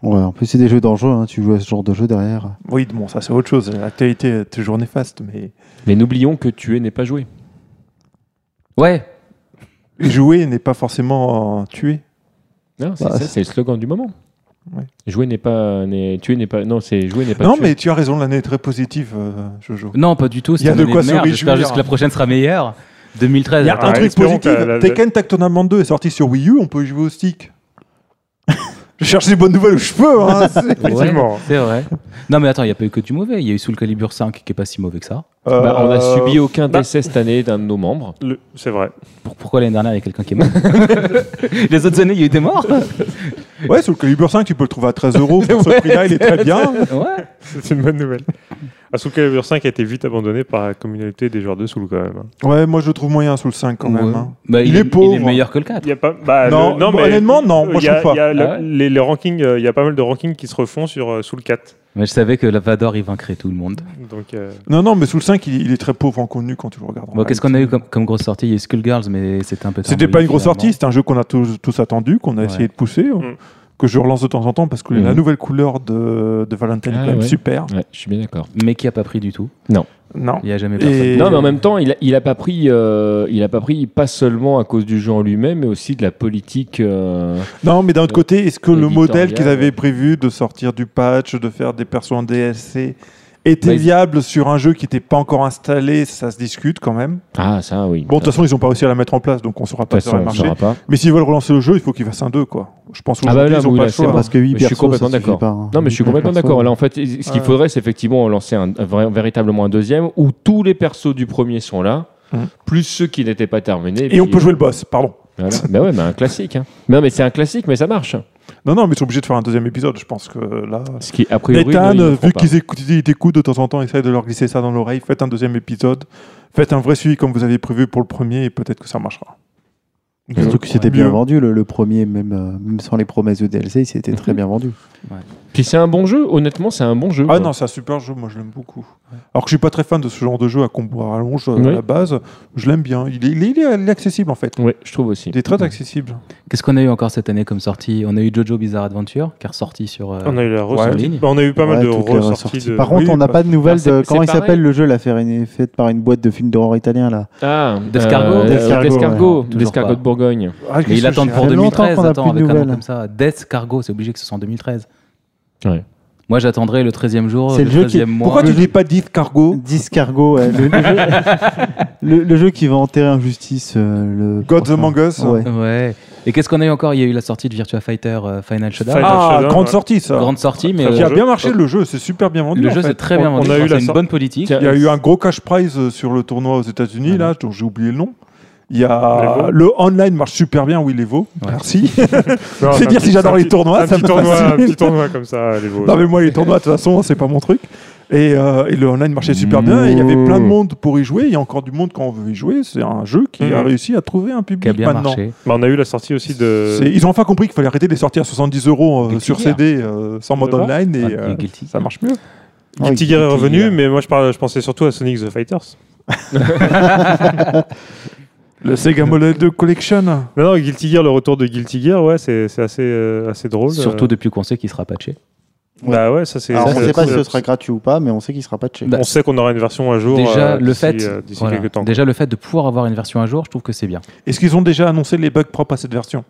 [SPEAKER 3] Ouais, en plus, c'est des jeux dangereux, hein, tu joues à ce genre de jeu derrière.
[SPEAKER 5] Oui, bon, ça c'est autre chose. L'actualité est toujours néfaste, mais
[SPEAKER 2] Mais n'oublions que tuer n'est pas joué.
[SPEAKER 1] Ouais.
[SPEAKER 5] jouer n'est pas forcément euh, tuer.
[SPEAKER 2] Non, c'est
[SPEAKER 3] Bah,
[SPEAKER 2] ça,
[SPEAKER 3] c'est-
[SPEAKER 2] c'est le slogan du moment.
[SPEAKER 5] Ouais.
[SPEAKER 2] Jouer n'est pas. n'est- Tuer n'est pas. Non, c'est jouer n'est pas.
[SPEAKER 5] non,
[SPEAKER 2] tuer.
[SPEAKER 5] mais tu as raison, l'année est très positive, euh, Jojo.
[SPEAKER 1] Non, pas du tout.
[SPEAKER 5] Il y a de quoi se
[SPEAKER 1] merde. J'espère
[SPEAKER 5] réjouir.
[SPEAKER 1] juste que la prochaine sera meilleure. 2013.
[SPEAKER 5] Il y a
[SPEAKER 1] attends.
[SPEAKER 5] un
[SPEAKER 4] Ouais,
[SPEAKER 5] truc
[SPEAKER 4] espérons
[SPEAKER 5] positif.
[SPEAKER 4] que la- la-
[SPEAKER 5] Tekken Tag Tournament 2 est sorti sur Wii U, on peut y jouer au stick. je cherche des bonnes nouvelles où je peux. hein, c'est-
[SPEAKER 1] Ouais,
[SPEAKER 4] Effectivement.
[SPEAKER 1] c'est vrai. Non, mais attends, il n'y a pas eu que du mauvais. Il y a eu Soul Calibur 5 qui est pas si mauvais que ça.
[SPEAKER 2] Bah, on a
[SPEAKER 5] Euh,
[SPEAKER 2] subi aucun
[SPEAKER 4] bah-
[SPEAKER 2] décès cette année d'un de nos membres.
[SPEAKER 4] Le- C'est vrai.
[SPEAKER 1] Pour- Pourquoi l'année dernière il y a quelqu'un qui est mort Les autres années il y a eu des morts
[SPEAKER 5] Ouais, sur le Calibur 5, tu peux le trouver à 13 euros. Pour ce prix-là, il est très bien.
[SPEAKER 1] Ouais.
[SPEAKER 4] C'est une bonne nouvelle. Ah, Soul Calibur 5 a été vite abandonné par la communauté des joueurs de Soul quand même.
[SPEAKER 5] Ouais, moi je le trouve moyen sous le 5 quand même.
[SPEAKER 1] Ouais.
[SPEAKER 5] hein.
[SPEAKER 1] Bah,
[SPEAKER 5] Il
[SPEAKER 1] il,
[SPEAKER 5] est
[SPEAKER 1] est,
[SPEAKER 5] pauvre.
[SPEAKER 1] Il est meilleur que le 4.
[SPEAKER 4] Il y a pas. bah,
[SPEAKER 5] Non,
[SPEAKER 4] le-
[SPEAKER 5] bon, honnêtement, non, moi,
[SPEAKER 4] il y a-
[SPEAKER 5] je trouve pas.
[SPEAKER 4] il y a le-
[SPEAKER 1] Ah ouais
[SPEAKER 4] les, les rankings, euh, il y a pas mal de rankings qui se refont sur euh, Soul 4.
[SPEAKER 1] Mais je savais que la Vador il vaincrait tout le monde.
[SPEAKER 4] Donc, euh,
[SPEAKER 5] Non, non, mais sous le 5, il, il est très pauvre en contenu quand tu le regardes. en
[SPEAKER 1] Bon, qu'est-ce qu'on a eu comme, comme grosse sortie Il y a eu Skullgirls, mais c'était un peu.
[SPEAKER 5] C'était
[SPEAKER 1] tard,
[SPEAKER 5] pas
[SPEAKER 1] oui,
[SPEAKER 5] une grosse
[SPEAKER 1] finalement.
[SPEAKER 5] sortie, c'était un jeu qu'on a tous, tous attendu, qu'on a
[SPEAKER 1] Ouais.
[SPEAKER 5] essayé de pousser, hein, que je relance de temps en temps parce que la
[SPEAKER 2] Mhm.
[SPEAKER 5] nouvelle couleur de, de Valentine
[SPEAKER 2] Ah
[SPEAKER 5] est quand même
[SPEAKER 2] ouais.
[SPEAKER 5] super.
[SPEAKER 2] Ouais, je suis bien d'accord.
[SPEAKER 1] Mais qui a pas pris du tout.
[SPEAKER 5] Non.
[SPEAKER 1] Il y a jamais personne.
[SPEAKER 5] Et...
[SPEAKER 2] Non, mais en même temps, il a, il a pas pris. euh, il a pas pris pas seulement à cause du jeu en lui-même, mais aussi de la politique. euh,
[SPEAKER 5] Non, mais d'un autre côté, est-ce que le
[SPEAKER 2] Éditorial,
[SPEAKER 5] modèle qu'ils avaient
[SPEAKER 2] ouais.
[SPEAKER 5] prévu de sortir du patch, de faire des persos en DLC, était
[SPEAKER 2] Bah, ils-
[SPEAKER 5] viable sur un jeu qui n'était pas encore installé Ça se discute quand même.
[SPEAKER 2] Ah, ça, oui.
[SPEAKER 5] Bon, de
[SPEAKER 2] Ça,
[SPEAKER 5] toute façon, ils n'ont pas réussi à la mettre en place, donc on saura
[SPEAKER 2] de
[SPEAKER 5] pas
[SPEAKER 2] toute
[SPEAKER 5] sur
[SPEAKER 2] façon,
[SPEAKER 5] le
[SPEAKER 2] on ne
[SPEAKER 5] marché.
[SPEAKER 2] saura pas.
[SPEAKER 5] Mais s'ils veulent relancer le jeu, il faut qu'ils fassent un 2, quoi. Je pense
[SPEAKER 2] bah
[SPEAKER 5] aujourd'hui,
[SPEAKER 2] là,
[SPEAKER 5] ils ont
[SPEAKER 2] oui,
[SPEAKER 5] pas
[SPEAKER 2] là,
[SPEAKER 5] le
[SPEAKER 2] c'est
[SPEAKER 5] choix. hein.
[SPEAKER 2] vrai.
[SPEAKER 3] Parce que 8
[SPEAKER 2] Mais je suis
[SPEAKER 3] persos,
[SPEAKER 2] complètement
[SPEAKER 3] ça suffit
[SPEAKER 2] d'accord.
[SPEAKER 3] pas, hein.
[SPEAKER 2] Non, mais je suis
[SPEAKER 3] Huit
[SPEAKER 2] complètement
[SPEAKER 3] persos,
[SPEAKER 2] d'accord. Là, en fait, ce qu'il
[SPEAKER 5] Ouais.
[SPEAKER 2] faudrait, c'est effectivement lancer un, un vrai- véritablement un deuxième où tous les persos du premier sont là,
[SPEAKER 5] Mhm.
[SPEAKER 2] plus ceux qui n'étaient pas terminés.
[SPEAKER 5] Et on peut jouer le boss, pardon.
[SPEAKER 2] Bah ouais, mais un classique. hein. Non, mais c'est un classique, mais ça marche.
[SPEAKER 5] Non, non, mais ils sont obligés de faire un deuxième épisode, je pense que là.
[SPEAKER 2] Ce qui, a priori, non,
[SPEAKER 5] Nathan,
[SPEAKER 2] ils le feront
[SPEAKER 5] euh, vu
[SPEAKER 2] pas.
[SPEAKER 5] qu'ils écoutent, ils t'écoutent de temps en temps, essaye de leur glisser ça dans l'oreille. Faites un deuxième épisode. Faites un vrai suivi comme vous avez prévu pour le premier et peut-être que ça marchera.
[SPEAKER 3] Surtout que c'était
[SPEAKER 5] Mieux.
[SPEAKER 3] bien vendu, le, le premier, même, euh, même sans les promesses de DLC, c'était
[SPEAKER 2] Mhm.
[SPEAKER 3] très bien vendu.
[SPEAKER 2] Puis c'est un bon jeu, honnêtement, c'est un bon jeu.
[SPEAKER 5] Ah
[SPEAKER 2] quoi.
[SPEAKER 5] non, c'est un super jeu, moi je l'aime beaucoup. Alors que je suis pas très fan de ce genre de jeu à combo à rallonge euh, à
[SPEAKER 2] Oui.
[SPEAKER 5] la base, je l'aime bien. Il est, il est- il est- il est accessible en fait.
[SPEAKER 2] Ouais, je trouve aussi.
[SPEAKER 5] Il est très accessible.
[SPEAKER 1] Qu'est-ce qu'on a eu encore cette année comme sortie On a eu JoJo Bizarre Adventure qui est ressorti sur. euh,
[SPEAKER 4] on a eu la ressortie.
[SPEAKER 1] ligne.
[SPEAKER 4] Bah, on a eu pas mal
[SPEAKER 3] Ouais,
[SPEAKER 4] de
[SPEAKER 3] toutes les
[SPEAKER 4] ressorties.
[SPEAKER 3] ressorties.
[SPEAKER 4] De...
[SPEAKER 3] Par
[SPEAKER 5] oui,
[SPEAKER 3] contre, on n'a
[SPEAKER 5] bah-
[SPEAKER 3] pas de nouvelles
[SPEAKER 2] Alors,
[SPEAKER 3] de.
[SPEAKER 2] c'est-
[SPEAKER 3] Comment
[SPEAKER 2] c'est
[SPEAKER 3] il s'appelle
[SPEAKER 2] pareil.
[SPEAKER 3] le jeu, là, fait- faite par une boîte de films d'horreur italien, là
[SPEAKER 2] Ah,
[SPEAKER 1] Descargot.
[SPEAKER 2] euh,
[SPEAKER 3] Descargot,
[SPEAKER 2] Descargot,
[SPEAKER 1] ouais.
[SPEAKER 2] Descargot
[SPEAKER 1] Toujours
[SPEAKER 2] de Bourgogne.
[SPEAKER 5] Ah,
[SPEAKER 1] Mais
[SPEAKER 5] qu'est-ce
[SPEAKER 1] ils
[SPEAKER 5] que
[SPEAKER 1] l'attendent
[SPEAKER 5] j'ai-
[SPEAKER 1] pour
[SPEAKER 3] fait longtemps
[SPEAKER 1] 2013,
[SPEAKER 3] qu'on n'a
[SPEAKER 1] attends,
[SPEAKER 3] plus de
[SPEAKER 1] avec un nom
[SPEAKER 3] nouvelles.
[SPEAKER 1] comme ça. Death Cargo, c'est obligé que ce soit en 2013.
[SPEAKER 2] Ouais.
[SPEAKER 1] Moi, j'attendrai le 13e jour,
[SPEAKER 3] C'est
[SPEAKER 1] le
[SPEAKER 3] le jeu qui-
[SPEAKER 1] 13e mois.
[SPEAKER 5] Pourquoi tu dis pas Death Cargo
[SPEAKER 3] Discargo, ouais, le, le jeu, le- le jeu qui va enterrer en justice. euh, le
[SPEAKER 5] God
[SPEAKER 3] prochain.
[SPEAKER 5] Among Us
[SPEAKER 3] Ouais.
[SPEAKER 1] Ouais. Et qu'est-ce qu'on a eu encore Il y a eu la sortie de Virtua Fighter euh, Final Showdown.
[SPEAKER 4] Final
[SPEAKER 5] Ah,
[SPEAKER 4] Shadow,
[SPEAKER 5] grande
[SPEAKER 4] ouais.
[SPEAKER 5] sortie ça.
[SPEAKER 1] Grande sortie, mais
[SPEAKER 4] Très
[SPEAKER 5] Qui a
[SPEAKER 1] euh,
[SPEAKER 4] jeu.
[SPEAKER 5] bien marché le jeu, c'est super bien vendu.
[SPEAKER 1] le
[SPEAKER 5] en
[SPEAKER 1] jeu
[SPEAKER 5] fait.
[SPEAKER 1] c'est très bien
[SPEAKER 4] On-
[SPEAKER 1] vendu.
[SPEAKER 4] on a eu
[SPEAKER 1] Enfin,
[SPEAKER 4] la
[SPEAKER 1] c'est une
[SPEAKER 4] sor-
[SPEAKER 1] bonne politique.
[SPEAKER 2] Tiens,
[SPEAKER 5] Il y a eu un gros cash prize euh, sur le tournoi aux États-Unis,
[SPEAKER 1] Mhm.
[SPEAKER 5] là, dont j'ai oublié le nom. Il y a
[SPEAKER 4] Levo.
[SPEAKER 5] le online marche super bien, oui, les veaux.
[SPEAKER 1] Ouais.
[SPEAKER 5] Merci.
[SPEAKER 4] Non,
[SPEAKER 5] C'est
[SPEAKER 4] un
[SPEAKER 5] dire si
[SPEAKER 4] petit-
[SPEAKER 5] j'adore
[SPEAKER 4] un
[SPEAKER 5] les
[SPEAKER 4] petit-
[SPEAKER 5] tournois,
[SPEAKER 4] un
[SPEAKER 5] ça
[SPEAKER 4] petit
[SPEAKER 5] me
[SPEAKER 4] tournoi, Un
[SPEAKER 5] fascine.
[SPEAKER 4] petit tournoi comme ça, les veaux.
[SPEAKER 5] Non, mais moi, les tournois, de toute façon, c'est pas mon truc. Et, euh, et le online marchait super bien. et il y avait plein de monde pour y jouer. Il y a encore du monde quand on veut y jouer. C'est un jeu qui a
[SPEAKER 4] Mhm.
[SPEAKER 5] réussi à trouver un public
[SPEAKER 1] Qui a bien
[SPEAKER 5] maintenant.
[SPEAKER 1] marché.
[SPEAKER 4] Bah, on a eu la sortie aussi
[SPEAKER 5] C'est-
[SPEAKER 4] de.
[SPEAKER 5] Ils ont enfin compris qu'il fallait arrêter de les sortir à 70 euros euh,
[SPEAKER 1] Guilty
[SPEAKER 5] sur
[SPEAKER 1] Gear.
[SPEAKER 5] CD euh, sans mode
[SPEAKER 4] Devant.
[SPEAKER 5] online. Et,
[SPEAKER 1] Ah,
[SPEAKER 5] euh,
[SPEAKER 1] Guilty.
[SPEAKER 5] ça marche mieux.
[SPEAKER 3] Ouais,
[SPEAKER 4] Guilty Gear est
[SPEAKER 1] Guilty
[SPEAKER 4] revenu,
[SPEAKER 1] Gear.
[SPEAKER 4] mais moi je, parle, je pensais surtout à Sonic the Fighters.
[SPEAKER 5] Le Sega Model 2 Collection.
[SPEAKER 4] Non, non, Guilty Gear, le retour de Guilty Gear, ouais, c'est c'est assez, euh, assez drôle.
[SPEAKER 1] Surtout
[SPEAKER 4] Euh,
[SPEAKER 1] depuis qu'on sait qu'il sera patché.
[SPEAKER 4] Bah ouais, ça c'est.
[SPEAKER 3] Alors, on
[SPEAKER 4] ça,
[SPEAKER 3] ne sait pas
[SPEAKER 4] c'est-
[SPEAKER 3] si ce sera gratuit ou pas, mais on sait qu'il sera patché.
[SPEAKER 1] Bah,
[SPEAKER 4] On sait qu'on aura une version à jour.
[SPEAKER 1] Déjà,
[SPEAKER 4] euh,
[SPEAKER 1] le
[SPEAKER 4] d'ici,
[SPEAKER 1] fait,
[SPEAKER 4] euh, D'ici
[SPEAKER 1] voilà.
[SPEAKER 4] quelques temps.
[SPEAKER 1] Déjà, le fait de pouvoir avoir une version à jour, je trouve que c'est bien.
[SPEAKER 5] Est-ce qu'ils ont déjà annoncé les bugs propres à cette version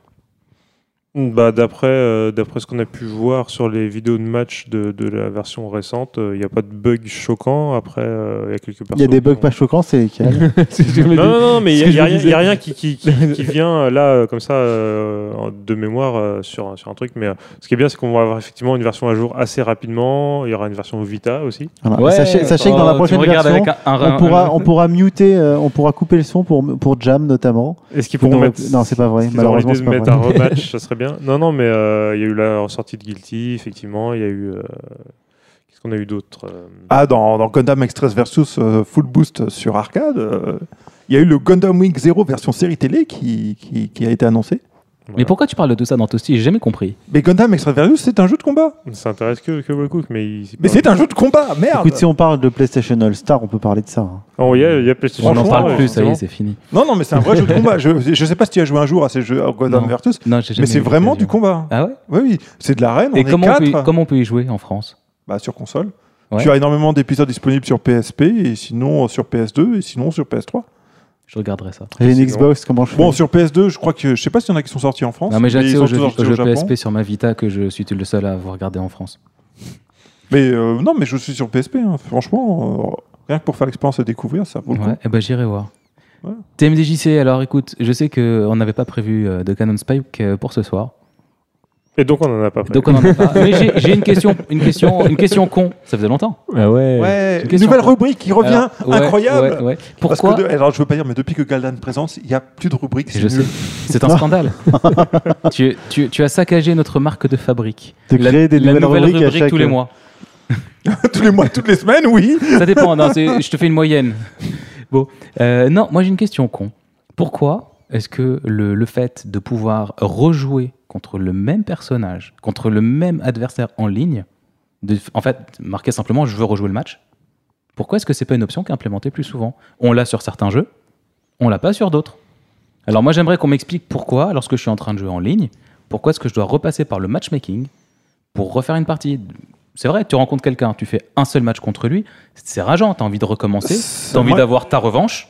[SPEAKER 4] Bah, d'après euh, d'après ce qu'on a pu voir sur les vidéos de match de, de la version récente, euh, il n'y a pas de bug choquant. Après, euh, il y a quelques personnes.
[SPEAKER 3] Il y a des bugs pas choquants, c'est lesquels
[SPEAKER 4] Non, non, non, mais
[SPEAKER 2] Ce
[SPEAKER 4] il
[SPEAKER 2] que
[SPEAKER 4] n'y
[SPEAKER 2] je
[SPEAKER 4] a,
[SPEAKER 2] me
[SPEAKER 4] rien-
[SPEAKER 2] disais.
[SPEAKER 4] y a rien qui, qui, qui- qui vient euh, là, euh, comme ça, euh, en- de mémoire euh, sur, un- sur un truc. Mais euh, ce qui est bien, c'est qu'on va avoir effectivement une version à jour assez rapidement. Il y aura une version Vita aussi.
[SPEAKER 3] Voilà. Ah, Sachez, sachez que
[SPEAKER 1] Oh,
[SPEAKER 3] dans la prochaine version, on, pourra, on pourra muter, euh, on pourra couper le son pour, pour Jam notamment.
[SPEAKER 4] Est-ce qu'ils
[SPEAKER 3] Vous
[SPEAKER 4] pourront
[SPEAKER 3] n'aurez-
[SPEAKER 4] mettre.
[SPEAKER 3] Non, c'est pas vrai.
[SPEAKER 4] Ils ont
[SPEAKER 3] Malheureusement,
[SPEAKER 4] l'idée
[SPEAKER 3] c'est
[SPEAKER 4] de
[SPEAKER 3] pas
[SPEAKER 4] mettre un
[SPEAKER 3] vrai.
[SPEAKER 4] rematch, ça serait bien. bien. Non, non, mais euh, il y a eu la ressortie de Guilty, effectivement. Il y a eu. euh, Qu'est-ce qu'on a eu d'autre euh,
[SPEAKER 5] Ah, dans, dans Gundam Express versus euh, Full Boost sur arcade, euh, il y a eu le Gundam Wing Zero version série télé qui, qui, qui a été annoncé.
[SPEAKER 1] Mais pourquoi tu parles de tout ça dans Toasty J'ai jamais compris.
[SPEAKER 5] Mais Gundam Express versus, c'est un jeu de combat.
[SPEAKER 4] Ça intéresse que, que Wall Cook, mais il.
[SPEAKER 5] Mais c'est un jeu de combat, merde.
[SPEAKER 3] Écoute, si on parle de PlayStation All Star, on peut parler de ça. hein.
[SPEAKER 4] Oh, il y a, il y a PlayStation
[SPEAKER 1] On n'en
[SPEAKER 5] Franchement,
[SPEAKER 1] parle
[SPEAKER 5] ouais,
[SPEAKER 1] plus, ça y est,
[SPEAKER 4] forcément.
[SPEAKER 1] c'est fini.
[SPEAKER 5] Non, non, mais c'est un vrai jeu de combat. Je, je sais pas si tu as joué un jour à ces jeux à Gundam
[SPEAKER 1] Non.
[SPEAKER 5] versus,
[SPEAKER 1] Non, j'ai jamais
[SPEAKER 5] mais c'est
[SPEAKER 1] eu
[SPEAKER 5] vraiment du
[SPEAKER 1] l'occasion.
[SPEAKER 5] combat.
[SPEAKER 1] Ah ouais
[SPEAKER 5] Oui, oui, c'est de l'arène.
[SPEAKER 1] Et
[SPEAKER 5] on
[SPEAKER 1] comment
[SPEAKER 5] est
[SPEAKER 1] on,
[SPEAKER 5] quatre.
[SPEAKER 1] peut y, comment on peut y jouer en France
[SPEAKER 5] Bah, sur console.
[SPEAKER 1] Ouais.
[SPEAKER 5] Tu as énormément d'épisodes disponibles sur PSP et sinon euh, sur PS2 et sinon sur PS3.
[SPEAKER 1] Je regarderai ça.
[SPEAKER 3] J'ai une
[SPEAKER 4] sinon-
[SPEAKER 3] Xbox, comment je fais
[SPEAKER 5] Bon, sur PS2, je crois que je sais pas s'il y en a qui sont sortis en France.
[SPEAKER 1] Non, mais j'ai
[SPEAKER 5] ils
[SPEAKER 1] accès
[SPEAKER 5] sont
[SPEAKER 1] aux jeux,
[SPEAKER 5] tous sortis
[SPEAKER 1] aux
[SPEAKER 5] au
[SPEAKER 1] jeux
[SPEAKER 5] Japon.
[SPEAKER 1] PSP sur ma Vita que je suis le seul à vous regarder en France.
[SPEAKER 5] Mais euh, non, mais je suis sur PSP. hein. Franchement, euh, rien que pour faire l'expérience et découvrir, ça vaut le coup.
[SPEAKER 1] Ouais, eh ben j'irai voir.
[SPEAKER 5] Ouais.
[SPEAKER 1] TMDJC, alors écoute, je sais qu'on n'avait pas prévu euh, de Canon Spike euh, pour ce soir.
[SPEAKER 4] Et donc, on en a pas parlé.
[SPEAKER 1] Donc on en a pas. Mais j'ai- j'ai une question, une question, une question con. Ça faisait longtemps.
[SPEAKER 2] Ah ouais.
[SPEAKER 5] Ouais,
[SPEAKER 1] Une question,
[SPEAKER 5] nouvelle
[SPEAKER 1] quoi.
[SPEAKER 5] rubrique qui revient,
[SPEAKER 1] Alors, ouais,
[SPEAKER 5] incroyable.
[SPEAKER 1] ouais, ouais.
[SPEAKER 5] Parce que
[SPEAKER 1] Pourquoi
[SPEAKER 5] de- alors je veux pas dire, mais depuis que Galdan présente, il y a plus de rubrique. c'est
[SPEAKER 1] Je sais,
[SPEAKER 5] nul.
[SPEAKER 1] c'est un scandale. tu, tu- tu as saccagé notre marque de fabrique.
[SPEAKER 3] De créer des
[SPEAKER 1] la
[SPEAKER 3] nouvelles
[SPEAKER 1] nouvelle
[SPEAKER 3] rubriques à chaque- euh,
[SPEAKER 1] tous les mois.
[SPEAKER 5] tous les mois, toutes les semaines, oui.
[SPEAKER 1] Ça dépend, non, c'est- je te fais une moyenne. Bon, euh, non, moi j'ai une question con. Pourquoi est-ce que le, le fait de pouvoir rejouer contre le même personnage, contre le même adversaire en ligne, de, en fait, marquer simplement je veux rejouer le match, pourquoi est-ce que c'est pas une option qui est implémentée plus souvent On l'a sur certains jeux, on l'a pas sur d'autres. Alors moi j'aimerais qu'on m'explique pourquoi, lorsque je suis en train de jouer en ligne, pourquoi est-ce que je dois repasser par le matchmaking pour refaire une partie C'est vrai, tu rencontres quelqu'un, tu fais un seul match contre lui, c'est rageant, t'as envie de recommencer. T'as envie
[SPEAKER 5] Moi-
[SPEAKER 1] d'avoir ta revanche,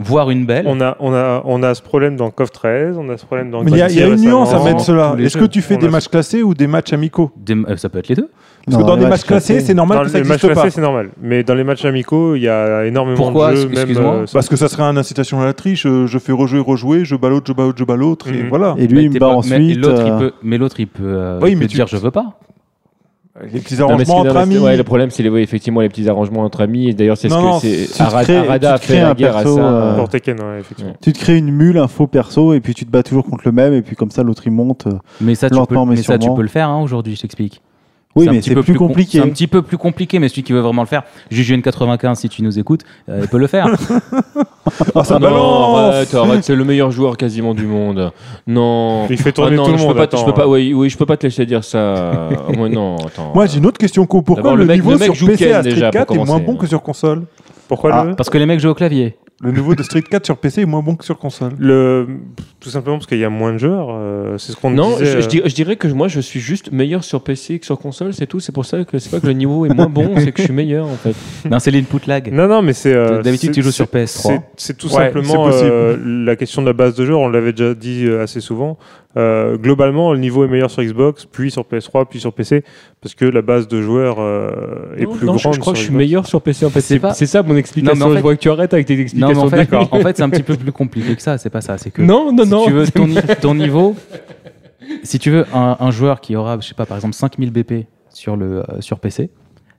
[SPEAKER 1] voir une belle.
[SPEAKER 4] On a, on, a, on a ce problème dans CoF 13, on a ce problème dans
[SPEAKER 5] Mais il y a, il y a une
[SPEAKER 4] Galaxy
[SPEAKER 5] nuance à
[SPEAKER 4] récemment.
[SPEAKER 5] mettre cela.
[SPEAKER 1] tous les
[SPEAKER 5] Est-ce
[SPEAKER 1] jeux.
[SPEAKER 5] que tu fais
[SPEAKER 4] On
[SPEAKER 5] des
[SPEAKER 4] a-
[SPEAKER 5] matchs classés ou des matchs amicaux
[SPEAKER 1] Des- euh, ça peut être les deux.
[SPEAKER 5] Parce
[SPEAKER 3] Non,
[SPEAKER 5] que dans
[SPEAKER 3] les
[SPEAKER 5] les
[SPEAKER 3] matchs
[SPEAKER 5] matchs classés,
[SPEAKER 3] classés,
[SPEAKER 5] c'est normal
[SPEAKER 4] Dans
[SPEAKER 5] que ça
[SPEAKER 4] les matchs
[SPEAKER 5] n'existe pas.
[SPEAKER 4] classés, c'est normal. Mais dans les matchs amicaux, il y a énormément
[SPEAKER 1] Pourquoi
[SPEAKER 4] de jeux, même.
[SPEAKER 1] Excuse-moi.
[SPEAKER 4] euh, sans-
[SPEAKER 5] Parce que ça serait une incitation à la triche. euh, Je fais rejouer, rejouer, je bats l'autre, je bats l'autre, je bats l'autre, et
[SPEAKER 4] Mhm.
[SPEAKER 5] voilà.
[SPEAKER 3] Et lui,
[SPEAKER 1] Mais
[SPEAKER 3] il me
[SPEAKER 1] t'es
[SPEAKER 3] bat
[SPEAKER 1] pas- Mais
[SPEAKER 3] ensuite.
[SPEAKER 1] l'autre, il
[SPEAKER 3] euh,
[SPEAKER 1] peut, mais l'autre, il peut, euh,
[SPEAKER 5] Oui,
[SPEAKER 1] il
[SPEAKER 5] mais
[SPEAKER 1] peut
[SPEAKER 5] tu-
[SPEAKER 1] dire je veux pas.
[SPEAKER 5] Les petits
[SPEAKER 2] Non, mais ce
[SPEAKER 5] arrangements
[SPEAKER 2] qui est
[SPEAKER 5] entre
[SPEAKER 2] dingue, c'est-
[SPEAKER 5] amis.
[SPEAKER 2] ouais, le problème, c'est les, ouais, effectivement les petits arrangements entre amis. Et d'ailleurs, c'est ce
[SPEAKER 5] Non, non,
[SPEAKER 2] que
[SPEAKER 5] tu
[SPEAKER 2] c'est.
[SPEAKER 5] te
[SPEAKER 2] Ara-
[SPEAKER 3] crées-
[SPEAKER 2] Arada a
[SPEAKER 3] tu te crées
[SPEAKER 2] fait la
[SPEAKER 3] un
[SPEAKER 2] guerre à
[SPEAKER 3] perso,
[SPEAKER 2] ça.
[SPEAKER 3] euh,
[SPEAKER 4] Pour Tekken, ouais, effectivement.
[SPEAKER 3] Tu te crées une mule, un faux perso, et puis tu te bats toujours contre le même, et puis comme ça l'autre il monte.
[SPEAKER 1] Mais ça, tu
[SPEAKER 3] Lentement,
[SPEAKER 1] peux,
[SPEAKER 3] mais
[SPEAKER 1] mais ça, tu
[SPEAKER 3] sûrement.
[SPEAKER 1] peux le faire hein, aujourd'hui, je t'explique.
[SPEAKER 3] Oui,
[SPEAKER 1] un
[SPEAKER 3] mais
[SPEAKER 1] petit
[SPEAKER 3] c'est
[SPEAKER 1] peu
[SPEAKER 3] plus
[SPEAKER 1] con-
[SPEAKER 3] compliqué.
[SPEAKER 1] C'est un petit peu plus compliqué, mais celui qui veut vraiment le faire, JJN95, si tu nous écoutes, euh, il peut le faire.
[SPEAKER 5] Ah, ça
[SPEAKER 2] non,
[SPEAKER 5] balance
[SPEAKER 2] arrête, arrête, c'est le meilleur joueur quasiment du monde. Non.
[SPEAKER 4] Il fait
[SPEAKER 2] Ah
[SPEAKER 4] tourner
[SPEAKER 2] non,
[SPEAKER 4] tout le
[SPEAKER 2] je Peux
[SPEAKER 4] monde.
[SPEAKER 2] pas, je
[SPEAKER 4] attends.
[SPEAKER 2] peux pas, oui, oui, je peux pas te laisser dire ça. Moi, non, attends.
[SPEAKER 5] Moi, j'ai une autre question. Ko. Pourquoi
[SPEAKER 2] D'abord,
[SPEAKER 5] le,
[SPEAKER 2] le mec-
[SPEAKER 5] niveau
[SPEAKER 2] le mec joue
[SPEAKER 5] sur PC
[SPEAKER 2] Ken,
[SPEAKER 5] à Street
[SPEAKER 2] déjà, pour
[SPEAKER 5] 4 est moins
[SPEAKER 2] commencer.
[SPEAKER 5] bon que sur console
[SPEAKER 4] Pourquoi
[SPEAKER 3] Ah,
[SPEAKER 4] le.
[SPEAKER 1] Parce que les mecs jouent au clavier.
[SPEAKER 5] Le niveau de Street 4 sur PC est moins bon que sur console
[SPEAKER 4] Le... Tout simplement parce qu'il y a moins de joueurs. euh, c'est ce qu'on
[SPEAKER 2] Non,
[SPEAKER 4] disait.
[SPEAKER 2] je, je
[SPEAKER 4] euh,
[SPEAKER 2] dirais, je dirais que moi je suis juste meilleur sur PC que sur console, c'est tout. C'est pour ça que c'est pas que le niveau est moins bon, c'est que je suis meilleur en fait.
[SPEAKER 1] non, c'est l'input lag.
[SPEAKER 4] Non, non, mais c'est. euh,
[SPEAKER 1] D'habitude,
[SPEAKER 4] c'est-
[SPEAKER 1] tu joues sur
[SPEAKER 4] c'est-
[SPEAKER 1] PS3.
[SPEAKER 4] c'est- C'est tout
[SPEAKER 5] Ouais,
[SPEAKER 4] simplement
[SPEAKER 5] c'est possible.
[SPEAKER 4] euh, la question de la base de jeu. On l'avait déjà dit euh, assez souvent. Euh, globalement, le niveau est meilleur sur Xbox, puis sur PS3, puis sur PC, parce que la base de joueurs euh, est
[SPEAKER 2] Non,
[SPEAKER 4] plus
[SPEAKER 2] non, je-
[SPEAKER 4] grande.
[SPEAKER 2] je crois que je
[SPEAKER 4] sur
[SPEAKER 2] suis
[SPEAKER 4] Xbox.
[SPEAKER 2] meilleur sur PC en fait.
[SPEAKER 1] C'est
[SPEAKER 2] C'est
[SPEAKER 1] pas-
[SPEAKER 2] c'est ça mon explication.
[SPEAKER 1] Non, mais en
[SPEAKER 2] Je
[SPEAKER 1] fait-
[SPEAKER 2] vois que tu arrêtes avec tes
[SPEAKER 1] Non, mais
[SPEAKER 2] explications.
[SPEAKER 1] en fait,
[SPEAKER 2] d'accord.
[SPEAKER 1] en fait, c'est un petit peu plus compliqué que ça. C'est pas ça. C'est que
[SPEAKER 2] Non, non,
[SPEAKER 1] si
[SPEAKER 2] non.
[SPEAKER 1] tu veux, ton, ni- ton niveau, si tu veux, un, un joueur qui aura, je sais pas, par exemple 5000 BP sur, le, euh, sur PC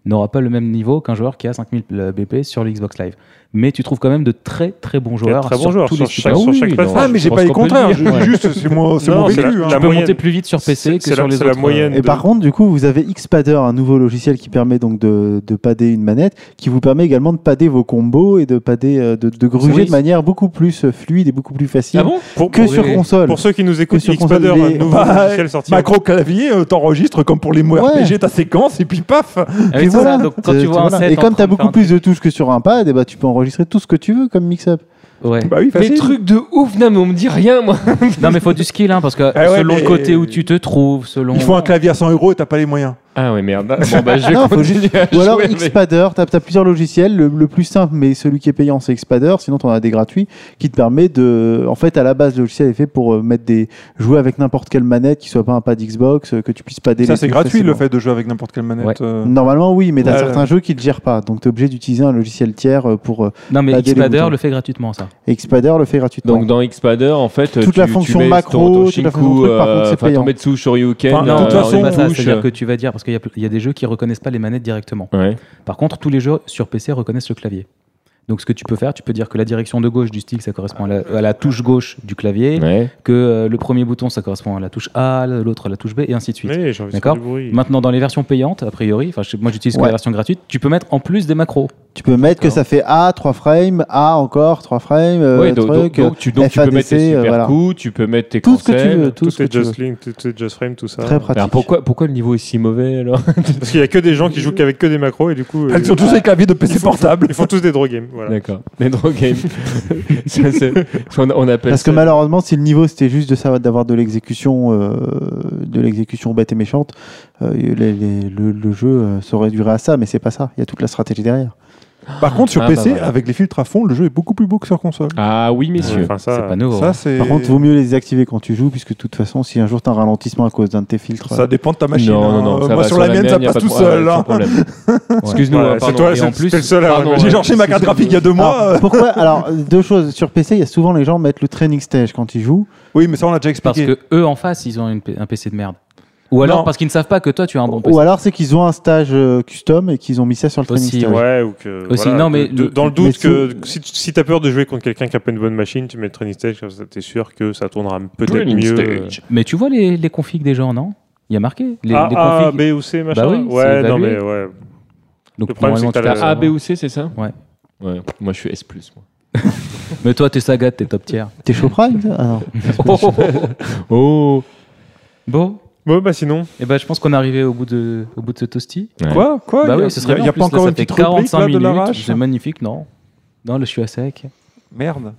[SPEAKER 1] n'aura pas le même niveau qu'un joueur qui a 5000 BP sur le Xbox Live. Mais tu trouves quand même de très très bons
[SPEAKER 4] Il y
[SPEAKER 1] joueurs
[SPEAKER 4] a de très bons
[SPEAKER 1] sur
[SPEAKER 4] joueurs
[SPEAKER 1] tous
[SPEAKER 4] sur
[SPEAKER 1] les supports.
[SPEAKER 4] chaque, sur
[SPEAKER 2] oui,
[SPEAKER 4] chaque
[SPEAKER 2] oui,
[SPEAKER 4] plateforme.
[SPEAKER 5] Ah, mais j'ai
[SPEAKER 2] pense
[SPEAKER 5] pas eu le
[SPEAKER 2] qu'on peut le
[SPEAKER 5] contraire.
[SPEAKER 2] dire,
[SPEAKER 5] je-
[SPEAKER 2] ouais.
[SPEAKER 5] Juste, c'est mon, c'est
[SPEAKER 4] Non,
[SPEAKER 5] mon vécu.
[SPEAKER 4] c'est la-
[SPEAKER 5] hein.
[SPEAKER 1] Tu
[SPEAKER 4] la
[SPEAKER 1] peux
[SPEAKER 4] moyenne.
[SPEAKER 1] monter plus vite sur PC que
[SPEAKER 4] C'est
[SPEAKER 1] sur
[SPEAKER 4] la-
[SPEAKER 1] les
[SPEAKER 4] c'est
[SPEAKER 1] autres.
[SPEAKER 4] la moyenne.
[SPEAKER 1] euh,
[SPEAKER 3] Et par contre, du coup, vous avez Xpadder, un nouveau logiciel qui permet donc de, de padder une manette, qui vous permet également de padder vos combos et de padder, euh, de, de gruger
[SPEAKER 1] Oui.
[SPEAKER 3] de manière beaucoup plus euh, fluide et beaucoup plus facile
[SPEAKER 2] Ah bon
[SPEAKER 4] Pour,
[SPEAKER 3] que
[SPEAKER 4] pour-
[SPEAKER 3] sur
[SPEAKER 1] les-
[SPEAKER 3] console.
[SPEAKER 4] pour ceux qui nous écoutent,
[SPEAKER 3] Que sur
[SPEAKER 4] Xpadder,
[SPEAKER 3] console,
[SPEAKER 4] un
[SPEAKER 3] les-
[SPEAKER 4] nouveau
[SPEAKER 5] Bah,
[SPEAKER 4] logiciel sorti.
[SPEAKER 5] Macro clavier, euh, t'enregistres comme pour les mots
[SPEAKER 3] Ouais.
[SPEAKER 5] RPG, ta séquence, et puis paf
[SPEAKER 1] Ah oui,
[SPEAKER 3] Et
[SPEAKER 1] c'est
[SPEAKER 3] voilà.
[SPEAKER 1] ça. Donc, quand
[SPEAKER 3] Euh,
[SPEAKER 1] tu vois un
[SPEAKER 3] voilà.
[SPEAKER 1] set
[SPEAKER 3] et
[SPEAKER 1] en
[SPEAKER 3] comme tu
[SPEAKER 1] train
[SPEAKER 3] as
[SPEAKER 1] de
[SPEAKER 3] beaucoup
[SPEAKER 1] faire
[SPEAKER 3] plus de touches que sur un pad, et bah, tu peux enregistrer tout ce que tu veux comme mix-up.
[SPEAKER 1] un- Ouais.
[SPEAKER 5] Bah oui,
[SPEAKER 2] Des
[SPEAKER 5] facile.
[SPEAKER 2] trucs de ouf, non, mais on me dit rien, moi.
[SPEAKER 1] Non, mais faut du skill, hein, parce que
[SPEAKER 5] Ah ouais,
[SPEAKER 1] selon
[SPEAKER 5] mais-
[SPEAKER 1] le côté où tu te trouves, selon.
[SPEAKER 5] Il faut un clavier à 100 euros et t'as pas les moyens.
[SPEAKER 2] Ah ouais, merde. Bon, bah, je vais
[SPEAKER 3] Non, faut
[SPEAKER 2] continuer à
[SPEAKER 3] Ou alors
[SPEAKER 2] jouer, mais-
[SPEAKER 3] Xpadder, tu as, plusieurs logiciels, le, le plus simple mais celui qui est payant c'est Xpadder, sinon tu en as des gratuits qui te permet de... En fait à la base le logiciel est fait pour euh, mettre des... jouer avec n'importe quelle manette qui soit pas un pad Xbox, euh, que tu puisses pas
[SPEAKER 5] ça, c'est gratuit le fait de jouer avec n'importe quelle manette.
[SPEAKER 1] Ouais.
[SPEAKER 5] euh.
[SPEAKER 3] Normalement oui, mais tu as
[SPEAKER 5] Ouais.
[SPEAKER 3] certains jeux qui ne le gèrent pas, donc tu es obligé d'utiliser un logiciel tiers euh, pour... euh,
[SPEAKER 1] Non, mais
[SPEAKER 3] Pas des
[SPEAKER 1] Xpadder
[SPEAKER 3] boutons.
[SPEAKER 1] le fait gratuitement, ça.
[SPEAKER 3] et Xpadder le fait gratuitement.
[SPEAKER 2] Donc dans Xpadder, en fait,
[SPEAKER 3] Toute
[SPEAKER 2] tu,
[SPEAKER 3] la fonction
[SPEAKER 2] tu mets
[SPEAKER 3] macro,
[SPEAKER 2] ton, ton
[SPEAKER 3] toute la
[SPEAKER 2] Shinku,
[SPEAKER 3] fonction truc, par
[SPEAKER 2] euh,
[SPEAKER 3] contre, c'est
[SPEAKER 2] enfin,
[SPEAKER 3] payant.
[SPEAKER 2] ton Metsu, euh, Shoryuken,
[SPEAKER 4] Ah,
[SPEAKER 5] Enfin,
[SPEAKER 1] Non,
[SPEAKER 5] de toute
[SPEAKER 1] non,
[SPEAKER 5] façon,
[SPEAKER 1] c'est pas ça.
[SPEAKER 5] touche.
[SPEAKER 1] C'est-à-dire que tu vas dire, parce qu'il y a- il y, a des jeux qui reconnaissent pas les manettes directement.
[SPEAKER 2] Ouais.
[SPEAKER 1] Par contre, tous les jeux sur PC reconnaissent le clavier. Donc ce que tu peux faire, tu peux dire que la direction de gauche du stick, ça correspond à la, à la touche gauche du clavier,
[SPEAKER 2] Ouais.
[SPEAKER 1] que euh, le premier bouton, ça correspond à la touche A, l'autre à la touche B, et ainsi de suite.
[SPEAKER 4] Oui, j'ai envie de faire
[SPEAKER 1] D'accord
[SPEAKER 4] du bruit.
[SPEAKER 1] Maintenant, dans les versions payantes, a priori, enfin je sais- moi j'utilise que
[SPEAKER 3] Ouais.
[SPEAKER 1] la version gratuite, tu peux mettre en plus des macros.
[SPEAKER 3] Tu peux mettre que
[SPEAKER 1] D'accord.
[SPEAKER 3] ça fait A, 3 frames, A encore, 3 frames, euh,
[SPEAKER 2] Ouais, donc, donc-
[SPEAKER 3] truc,
[SPEAKER 2] donc tu, donc tu
[SPEAKER 3] FADC,
[SPEAKER 2] peux mettre tes
[SPEAKER 3] euh,
[SPEAKER 2] super
[SPEAKER 3] voilà.
[SPEAKER 2] coups, tu peux mettre tes
[SPEAKER 3] tout ce que tu
[SPEAKER 2] cancels.
[SPEAKER 3] veux, tout,
[SPEAKER 4] Tout,
[SPEAKER 3] ce que
[SPEAKER 4] est
[SPEAKER 3] tu veux.
[SPEAKER 4] Just Link, tout est Just Frame, tout ça.
[SPEAKER 3] Très pratique.
[SPEAKER 2] Alors pourquoi, pourquoi le niveau est si mauvais alors
[SPEAKER 4] Parce qu'il y a que des gens qui jouent qu'avec que des macros et du coup. euh,
[SPEAKER 5] Elles sont tous les claviers de PC portable.
[SPEAKER 4] Ils font tous des draw games. Voilà.
[SPEAKER 2] D'accord. Les draw games. Ça, c'est- on, on appelle
[SPEAKER 3] Parce que
[SPEAKER 2] ça-
[SPEAKER 3] malheureusement, si le niveau c'était juste de savoir d'avoir de l'exécution, euh, de l'exécution bête et méchante, euh, les- les- le, le jeu euh, se réduirait à ça, mais c'est pas ça. Il y a toute la stratégie derrière.
[SPEAKER 5] Par contre, sur
[SPEAKER 2] Ah, bah
[SPEAKER 5] PC,
[SPEAKER 2] voilà.
[SPEAKER 5] avec les filtres à fond, le jeu est beaucoup plus beau que sur console.
[SPEAKER 2] Ah oui, messieurs.
[SPEAKER 4] Enfin, ça,
[SPEAKER 1] C'est pas nouveau. hein.
[SPEAKER 5] Ça, c'est.
[SPEAKER 3] Par contre, vaut mieux les désactiver quand tu joues, puisque de toute façon, si un jour t'as un ralentissement à cause d'un de tes filtres, euh,
[SPEAKER 5] Ça dépend de ta machine.
[SPEAKER 2] non, non,
[SPEAKER 5] hein.
[SPEAKER 2] non.
[SPEAKER 5] Euh,
[SPEAKER 2] ça
[SPEAKER 5] Moi,
[SPEAKER 2] va,
[SPEAKER 5] sur la mienne,
[SPEAKER 2] y
[SPEAKER 5] ça
[SPEAKER 2] a pas
[SPEAKER 5] passe
[SPEAKER 2] de
[SPEAKER 5] tout
[SPEAKER 2] problème,
[SPEAKER 5] seul.
[SPEAKER 2] sans
[SPEAKER 5] hein.
[SPEAKER 2] problème. Excuse-nous,
[SPEAKER 4] Voilà,
[SPEAKER 2] hein,
[SPEAKER 4] c'est
[SPEAKER 2] pardon.
[SPEAKER 4] toi,
[SPEAKER 2] Et
[SPEAKER 4] c'est-
[SPEAKER 2] en plus-
[SPEAKER 4] c'est le seul à avoir
[SPEAKER 2] pardon,
[SPEAKER 5] J'ai
[SPEAKER 2] ouais.
[SPEAKER 5] cherché ma carte graphique il y a deux mois.
[SPEAKER 3] Alors,
[SPEAKER 5] euh.
[SPEAKER 3] pourquoi Alors, deux choses. Sur PC, il y a souvent les gens mettent le training stage quand ils jouent.
[SPEAKER 5] Oui, mais ça, on l'a déjà
[SPEAKER 1] Parce
[SPEAKER 5] expliqué.
[SPEAKER 1] que eux en face, ils ont une P- un PC de merde. Ou alors
[SPEAKER 5] Non.
[SPEAKER 1] parce qu'ils ne savent pas que toi tu as un bon PC.
[SPEAKER 3] Ou alors, c'est qu'ils ont un stage euh, custom et qu'ils ont mis ça sur le training
[SPEAKER 1] Aussi,
[SPEAKER 3] stage.
[SPEAKER 4] Ouais, ou que.
[SPEAKER 1] Aussi,
[SPEAKER 4] voilà,
[SPEAKER 1] non, mais
[SPEAKER 4] de-
[SPEAKER 1] le-
[SPEAKER 4] dans le
[SPEAKER 3] mais
[SPEAKER 4] doute,
[SPEAKER 3] si-
[SPEAKER 4] que si, tu- si t'as peur de jouer contre quelqu'un qui a pas une bonne machine, tu mets le training stage, comme ça t'es sûr que ça tournera peut-être
[SPEAKER 2] Training
[SPEAKER 4] mieux.
[SPEAKER 2] stage.
[SPEAKER 1] Mais tu vois les, les configs des gens, non Il y a marqué les,
[SPEAKER 4] A,
[SPEAKER 1] les
[SPEAKER 4] A,
[SPEAKER 1] configs.
[SPEAKER 4] Ah, B ou C, machin.
[SPEAKER 1] Bah oui,
[SPEAKER 4] ouais,
[SPEAKER 1] c'est
[SPEAKER 4] non,
[SPEAKER 1] évalué.
[SPEAKER 4] mais ouais.
[SPEAKER 1] Donc
[SPEAKER 4] Le problème, c'est
[SPEAKER 1] normalement,
[SPEAKER 4] que t'as
[SPEAKER 1] tu
[SPEAKER 4] la-
[SPEAKER 1] t'as-
[SPEAKER 2] A, B ou C, c'est ça
[SPEAKER 1] Ouais.
[SPEAKER 2] Ouais. Moi, je suis S+. Moi.
[SPEAKER 1] Mais toi, t'es saga, t'es top tier.
[SPEAKER 3] T'es chaud prime toi Ah non.
[SPEAKER 2] Oh.
[SPEAKER 1] Bon,
[SPEAKER 4] Bon, bah sinon.
[SPEAKER 1] et ben je pense qu'on est arrivé au bout de, au bout de ce toasty.
[SPEAKER 5] Quoi Quoi
[SPEAKER 1] bah
[SPEAKER 5] Oh, Il y a-
[SPEAKER 1] oui, ce serait
[SPEAKER 5] Il
[SPEAKER 1] bien.
[SPEAKER 5] n'y a
[SPEAKER 1] En
[SPEAKER 5] pas
[SPEAKER 1] plus, là,
[SPEAKER 5] encore
[SPEAKER 1] ça
[SPEAKER 5] une
[SPEAKER 1] fait
[SPEAKER 5] petite rubrique
[SPEAKER 1] 45
[SPEAKER 5] là, de
[SPEAKER 1] minutes.
[SPEAKER 5] l'arrache
[SPEAKER 1] C'est magnifique, non Non, là, je suis à sec.
[SPEAKER 5] Merde.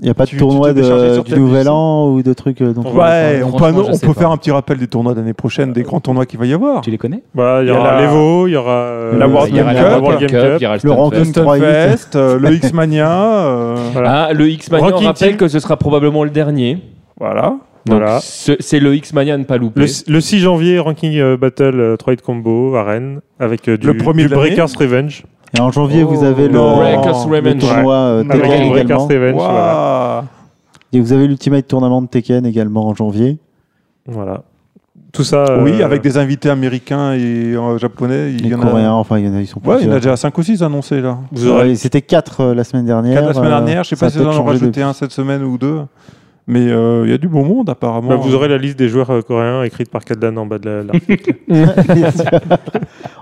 [SPEAKER 3] Il n'y a pas de
[SPEAKER 5] Tu- tu
[SPEAKER 3] tournoi
[SPEAKER 5] t'es déchargé
[SPEAKER 3] de-
[SPEAKER 5] sur
[SPEAKER 3] du
[SPEAKER 5] ta
[SPEAKER 3] Nouvel
[SPEAKER 5] liste.
[SPEAKER 3] An ou de trucs. euh, donc,
[SPEAKER 4] Ouais,
[SPEAKER 5] Ouais,
[SPEAKER 1] franchement,
[SPEAKER 5] on peut,
[SPEAKER 1] je
[SPEAKER 5] on
[SPEAKER 1] sais
[SPEAKER 5] peut
[SPEAKER 1] pas.
[SPEAKER 5] faire un petit rappel des tournois d'année prochaine, des grands tournois qu'il va y avoir.
[SPEAKER 1] Tu les connais
[SPEAKER 4] Bah, il y,
[SPEAKER 5] Il y a
[SPEAKER 4] aura
[SPEAKER 5] la-
[SPEAKER 4] l'Evo, il y aura. euh,
[SPEAKER 5] La
[SPEAKER 4] le-
[SPEAKER 5] World
[SPEAKER 2] Il y aura
[SPEAKER 5] Game
[SPEAKER 2] la
[SPEAKER 5] Cup,
[SPEAKER 2] World Game Cup, il y aura le
[SPEAKER 3] le
[SPEAKER 2] Stunfest.
[SPEAKER 3] ranking 3
[SPEAKER 5] Stunfest, euh, le X-Mania, euh,
[SPEAKER 2] Ah, le X-Mania, on
[SPEAKER 4] Ranking
[SPEAKER 2] rappelle
[SPEAKER 4] Team.
[SPEAKER 2] que ce sera probablement le dernier.
[SPEAKER 5] voilà.
[SPEAKER 2] Donc,
[SPEAKER 4] Voilà.
[SPEAKER 2] ce- c'est le X-Mania à ne pas louper.
[SPEAKER 4] Le, le 6 janvier, ranking euh, battle euh, 3 hit combo à Rennes avec euh, du,
[SPEAKER 5] Le premier
[SPEAKER 4] du
[SPEAKER 5] de l'année.
[SPEAKER 4] Breakers Revenge.
[SPEAKER 3] Et en janvier, vous avez le,
[SPEAKER 2] Oh,
[SPEAKER 5] non.
[SPEAKER 2] Breakers
[SPEAKER 3] le
[SPEAKER 2] Revenge.
[SPEAKER 3] tournoi euh,
[SPEAKER 5] Avec
[SPEAKER 3] Tekken
[SPEAKER 5] les
[SPEAKER 4] Breakers
[SPEAKER 3] également.
[SPEAKER 4] Revenge. Voilà.
[SPEAKER 5] Waouh.
[SPEAKER 3] Et vous avez l'Ultimate Tournament de Tekken également en janvier.
[SPEAKER 4] Voilà. Tout ça.
[SPEAKER 5] Oui,
[SPEAKER 4] euh,
[SPEAKER 5] avec des invités américains et euh, japonais. Il
[SPEAKER 3] Les
[SPEAKER 5] y en
[SPEAKER 3] Coréens,
[SPEAKER 5] a.
[SPEAKER 3] enfin, il y en a, ils sont
[SPEAKER 5] Ouais, il y en a
[SPEAKER 3] plusieurs.
[SPEAKER 5] déjà 5 ou 6 annoncés là.
[SPEAKER 4] Vous aurez
[SPEAKER 3] Ouais, C'était 4 la semaine dernière.
[SPEAKER 5] Quatre la semaine
[SPEAKER 3] euh,
[SPEAKER 5] dernière, je sais pas
[SPEAKER 3] ça a
[SPEAKER 5] si ils en
[SPEAKER 3] peut-être
[SPEAKER 5] ont
[SPEAKER 3] changé
[SPEAKER 5] rajouté un cette semaine ou deux. Mais euh, il y a du bon monde apparemment.
[SPEAKER 4] Bah, vous aurez la liste des joueurs euh, coréens écrite par Kadlan en bas de la. l'article.
[SPEAKER 3] depuis. Bien sûr.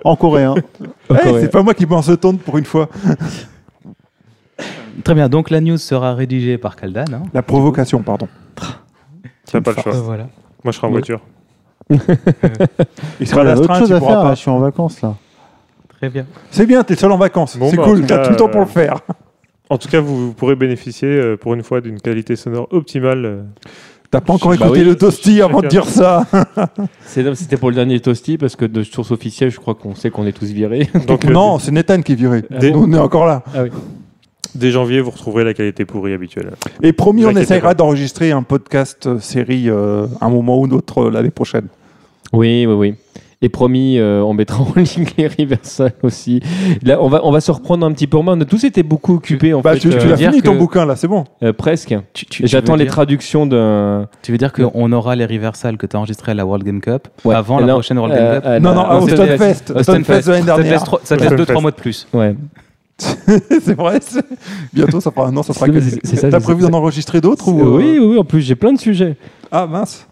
[SPEAKER 3] en coréen.
[SPEAKER 5] Eh,
[SPEAKER 2] Coréen.
[SPEAKER 5] c'est pas moi qui pense tente pour une fois.
[SPEAKER 1] Très bien, donc la news sera rédigée par Kaldan. hein.
[SPEAKER 5] La provocation, pardon.
[SPEAKER 4] T'as pas le choix.
[SPEAKER 1] Euh, voilà.
[SPEAKER 4] Moi, je serai en
[SPEAKER 2] Ouais.
[SPEAKER 4] voiture.
[SPEAKER 5] Il sera
[SPEAKER 3] Il y a autre
[SPEAKER 5] l'astreinte,
[SPEAKER 3] chose
[SPEAKER 5] il
[SPEAKER 3] à
[SPEAKER 5] pourra
[SPEAKER 3] faire. hein,
[SPEAKER 5] pas.
[SPEAKER 3] Je suis en vacances là.
[SPEAKER 1] Très bien.
[SPEAKER 5] C'est bien, t'es seul en vacances.
[SPEAKER 4] Bon,
[SPEAKER 5] c'est
[SPEAKER 4] bah, en
[SPEAKER 5] cool,
[SPEAKER 4] tout
[SPEAKER 5] t'as
[SPEAKER 4] cas,
[SPEAKER 5] tout le temps pour
[SPEAKER 4] euh,
[SPEAKER 5] le faire.
[SPEAKER 4] En tout cas, vous, vous pourrez bénéficier euh, pour une fois d'une qualité sonore optimale. euh.
[SPEAKER 5] T'as pas encore
[SPEAKER 2] Bah
[SPEAKER 5] écouté
[SPEAKER 2] oui.
[SPEAKER 5] le toasty avant de
[SPEAKER 4] Chacun.
[SPEAKER 5] dire ça.
[SPEAKER 2] C'est- non, C'était pour le dernier Toasty, parce que de source officielle, je crois qu'on sait qu'on est tous virés.
[SPEAKER 4] Donc, euh,
[SPEAKER 5] non, c'est Nathan qui est viré.
[SPEAKER 2] Ah bon
[SPEAKER 5] Nous, on est encore là.
[SPEAKER 4] Dès janvier, vous retrouverez la qualité pourrie habituelle.
[SPEAKER 5] Et promis,
[SPEAKER 4] Vous
[SPEAKER 5] on
[SPEAKER 4] inquiétez pas.
[SPEAKER 5] essaiera d'enregistrer un podcast euh, série euh, un moment ou d'autre euh, l'année prochaine.
[SPEAKER 2] Oui, oui, oui. Et promis, euh, on mettra en ligne les Reversal aussi. Là, on va, on va se reprendre un petit peu en main. On a tous été beaucoup occupés, en
[SPEAKER 5] Bah,
[SPEAKER 2] fait.
[SPEAKER 5] tu, tu
[SPEAKER 2] euh,
[SPEAKER 5] l'as
[SPEAKER 1] dire
[SPEAKER 5] fini ton
[SPEAKER 1] que-
[SPEAKER 5] bouquin là, c'est bon.
[SPEAKER 2] euh, presque.
[SPEAKER 1] Tu, tu- tu
[SPEAKER 2] J'attends
[SPEAKER 1] veux
[SPEAKER 2] les
[SPEAKER 1] dire-
[SPEAKER 2] traductions d'un.
[SPEAKER 1] Tu veux dire qu'on aura les reversals que tu as enregistrés à la World Game Cup
[SPEAKER 2] Ouais.
[SPEAKER 1] avant la
[SPEAKER 2] Non,
[SPEAKER 1] prochaine World Game
[SPEAKER 2] euh,
[SPEAKER 1] Cup
[SPEAKER 2] à
[SPEAKER 5] non,
[SPEAKER 2] la-
[SPEAKER 5] ah, non,
[SPEAKER 2] au
[SPEAKER 5] au
[SPEAKER 2] Stunfest.
[SPEAKER 5] Stunfest.
[SPEAKER 1] Au
[SPEAKER 5] Stunfest euh,
[SPEAKER 1] Ça
[SPEAKER 5] de l'année
[SPEAKER 1] te laisse
[SPEAKER 5] dernière.
[SPEAKER 1] trois- ça te laisse
[SPEAKER 4] Stunfest.
[SPEAKER 1] 2-3 mois de plus.
[SPEAKER 2] Ouais.
[SPEAKER 5] c'est vrai. c'est- Bientôt, ça fera un an, ça fera
[SPEAKER 2] Non,
[SPEAKER 5] que.
[SPEAKER 2] mais c'est- c'est ça,
[SPEAKER 5] T'as
[SPEAKER 2] c'est-
[SPEAKER 5] prévu
[SPEAKER 2] c'est-
[SPEAKER 5] d'en enregistrer d'autres ou euh,
[SPEAKER 2] Oui, oui, oui, en plus j'ai plein de sujets.
[SPEAKER 5] Ah mince,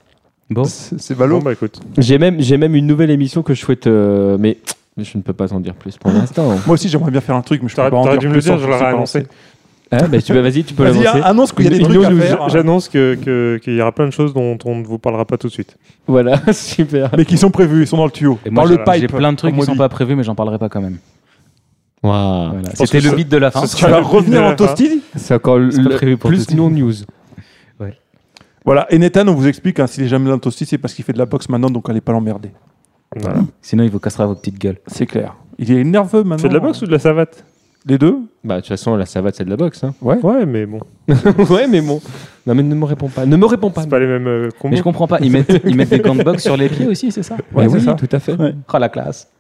[SPEAKER 1] Bon,
[SPEAKER 5] c'est c'est
[SPEAKER 4] Bon,
[SPEAKER 5] ballot.
[SPEAKER 4] bah écoute.
[SPEAKER 2] J'ai même, j'ai même une nouvelle émission que je souhaite, euh, mais je ne peux pas en dire plus pour l'instant.
[SPEAKER 5] Moi aussi, j'aimerais bien faire un truc, mais je peux
[SPEAKER 4] T'aurais-
[SPEAKER 5] pas en
[SPEAKER 4] t'aurais
[SPEAKER 5] dire
[SPEAKER 4] dû me
[SPEAKER 5] plus
[SPEAKER 4] le dire,
[SPEAKER 5] sans-
[SPEAKER 4] je l'aurais
[SPEAKER 5] sans-
[SPEAKER 4] annoncé.
[SPEAKER 2] Ah, bah, tu, bah, vas-y, tu peux
[SPEAKER 5] Vas-y,
[SPEAKER 2] l'annoncer.
[SPEAKER 5] hein, annonce qu'il y a des
[SPEAKER 2] Une-
[SPEAKER 5] trucs à
[SPEAKER 2] une-
[SPEAKER 5] faire, hein,
[SPEAKER 4] J'annonce que- que- qu'il y aura plein de choses dont on ne vous parlera pas tout de suite.
[SPEAKER 2] Voilà, super.
[SPEAKER 5] mais qui sont prévus, ils sont dans le tuyau,
[SPEAKER 1] et moi
[SPEAKER 5] dans
[SPEAKER 1] j'ai
[SPEAKER 5] le pipe.
[SPEAKER 1] j'ai plein de trucs
[SPEAKER 5] comme
[SPEAKER 1] qui
[SPEAKER 5] on
[SPEAKER 1] sont
[SPEAKER 5] dit.
[SPEAKER 1] pas prévus, mais j'en parlerai pas quand même.
[SPEAKER 2] Waouh.
[SPEAKER 1] Voilà.
[SPEAKER 4] pense
[SPEAKER 1] C'était
[SPEAKER 4] que
[SPEAKER 1] le
[SPEAKER 4] ce-
[SPEAKER 1] beat de la fin.
[SPEAKER 4] ce
[SPEAKER 5] Tu
[SPEAKER 4] sera
[SPEAKER 5] vas
[SPEAKER 4] le-
[SPEAKER 5] revenir hein. en
[SPEAKER 4] le-
[SPEAKER 5] toasty
[SPEAKER 2] C'est encore
[SPEAKER 1] C'est pas
[SPEAKER 2] le-
[SPEAKER 1] prévu pour tout
[SPEAKER 2] plus
[SPEAKER 1] de suite.
[SPEAKER 2] non news.
[SPEAKER 5] Voilà, et Nathan, on vous explique, hein, s'il est jamais dans le toasty, c'est parce qu'il fait de la boxe maintenant, donc allez pas l'emmerder.
[SPEAKER 4] Voilà.
[SPEAKER 1] Sinon, il vous cassera vos petites gueules.
[SPEAKER 5] C'est clair. Il est nerveux maintenant.
[SPEAKER 4] Tu fais de la boxe ou de la savate
[SPEAKER 5] Les deux
[SPEAKER 2] Bah, de toute façon, la savate, c'est de la boxe. Hein.
[SPEAKER 4] Ouais, mais bon,
[SPEAKER 2] ouais, mais bon. Non, mais ne me réponds pas. Ne me réponds pas.
[SPEAKER 4] c'est pas les mêmes euh, combos.
[SPEAKER 1] Mais je comprends pas, ils mettent, ils mettent des gants de boxe sur les pieds aussi, c'est ça
[SPEAKER 2] Ouais,
[SPEAKER 5] Ouais, c'est
[SPEAKER 2] oui,
[SPEAKER 5] ça.
[SPEAKER 2] tout à fait.
[SPEAKER 3] Ouais.
[SPEAKER 1] Oh la classe.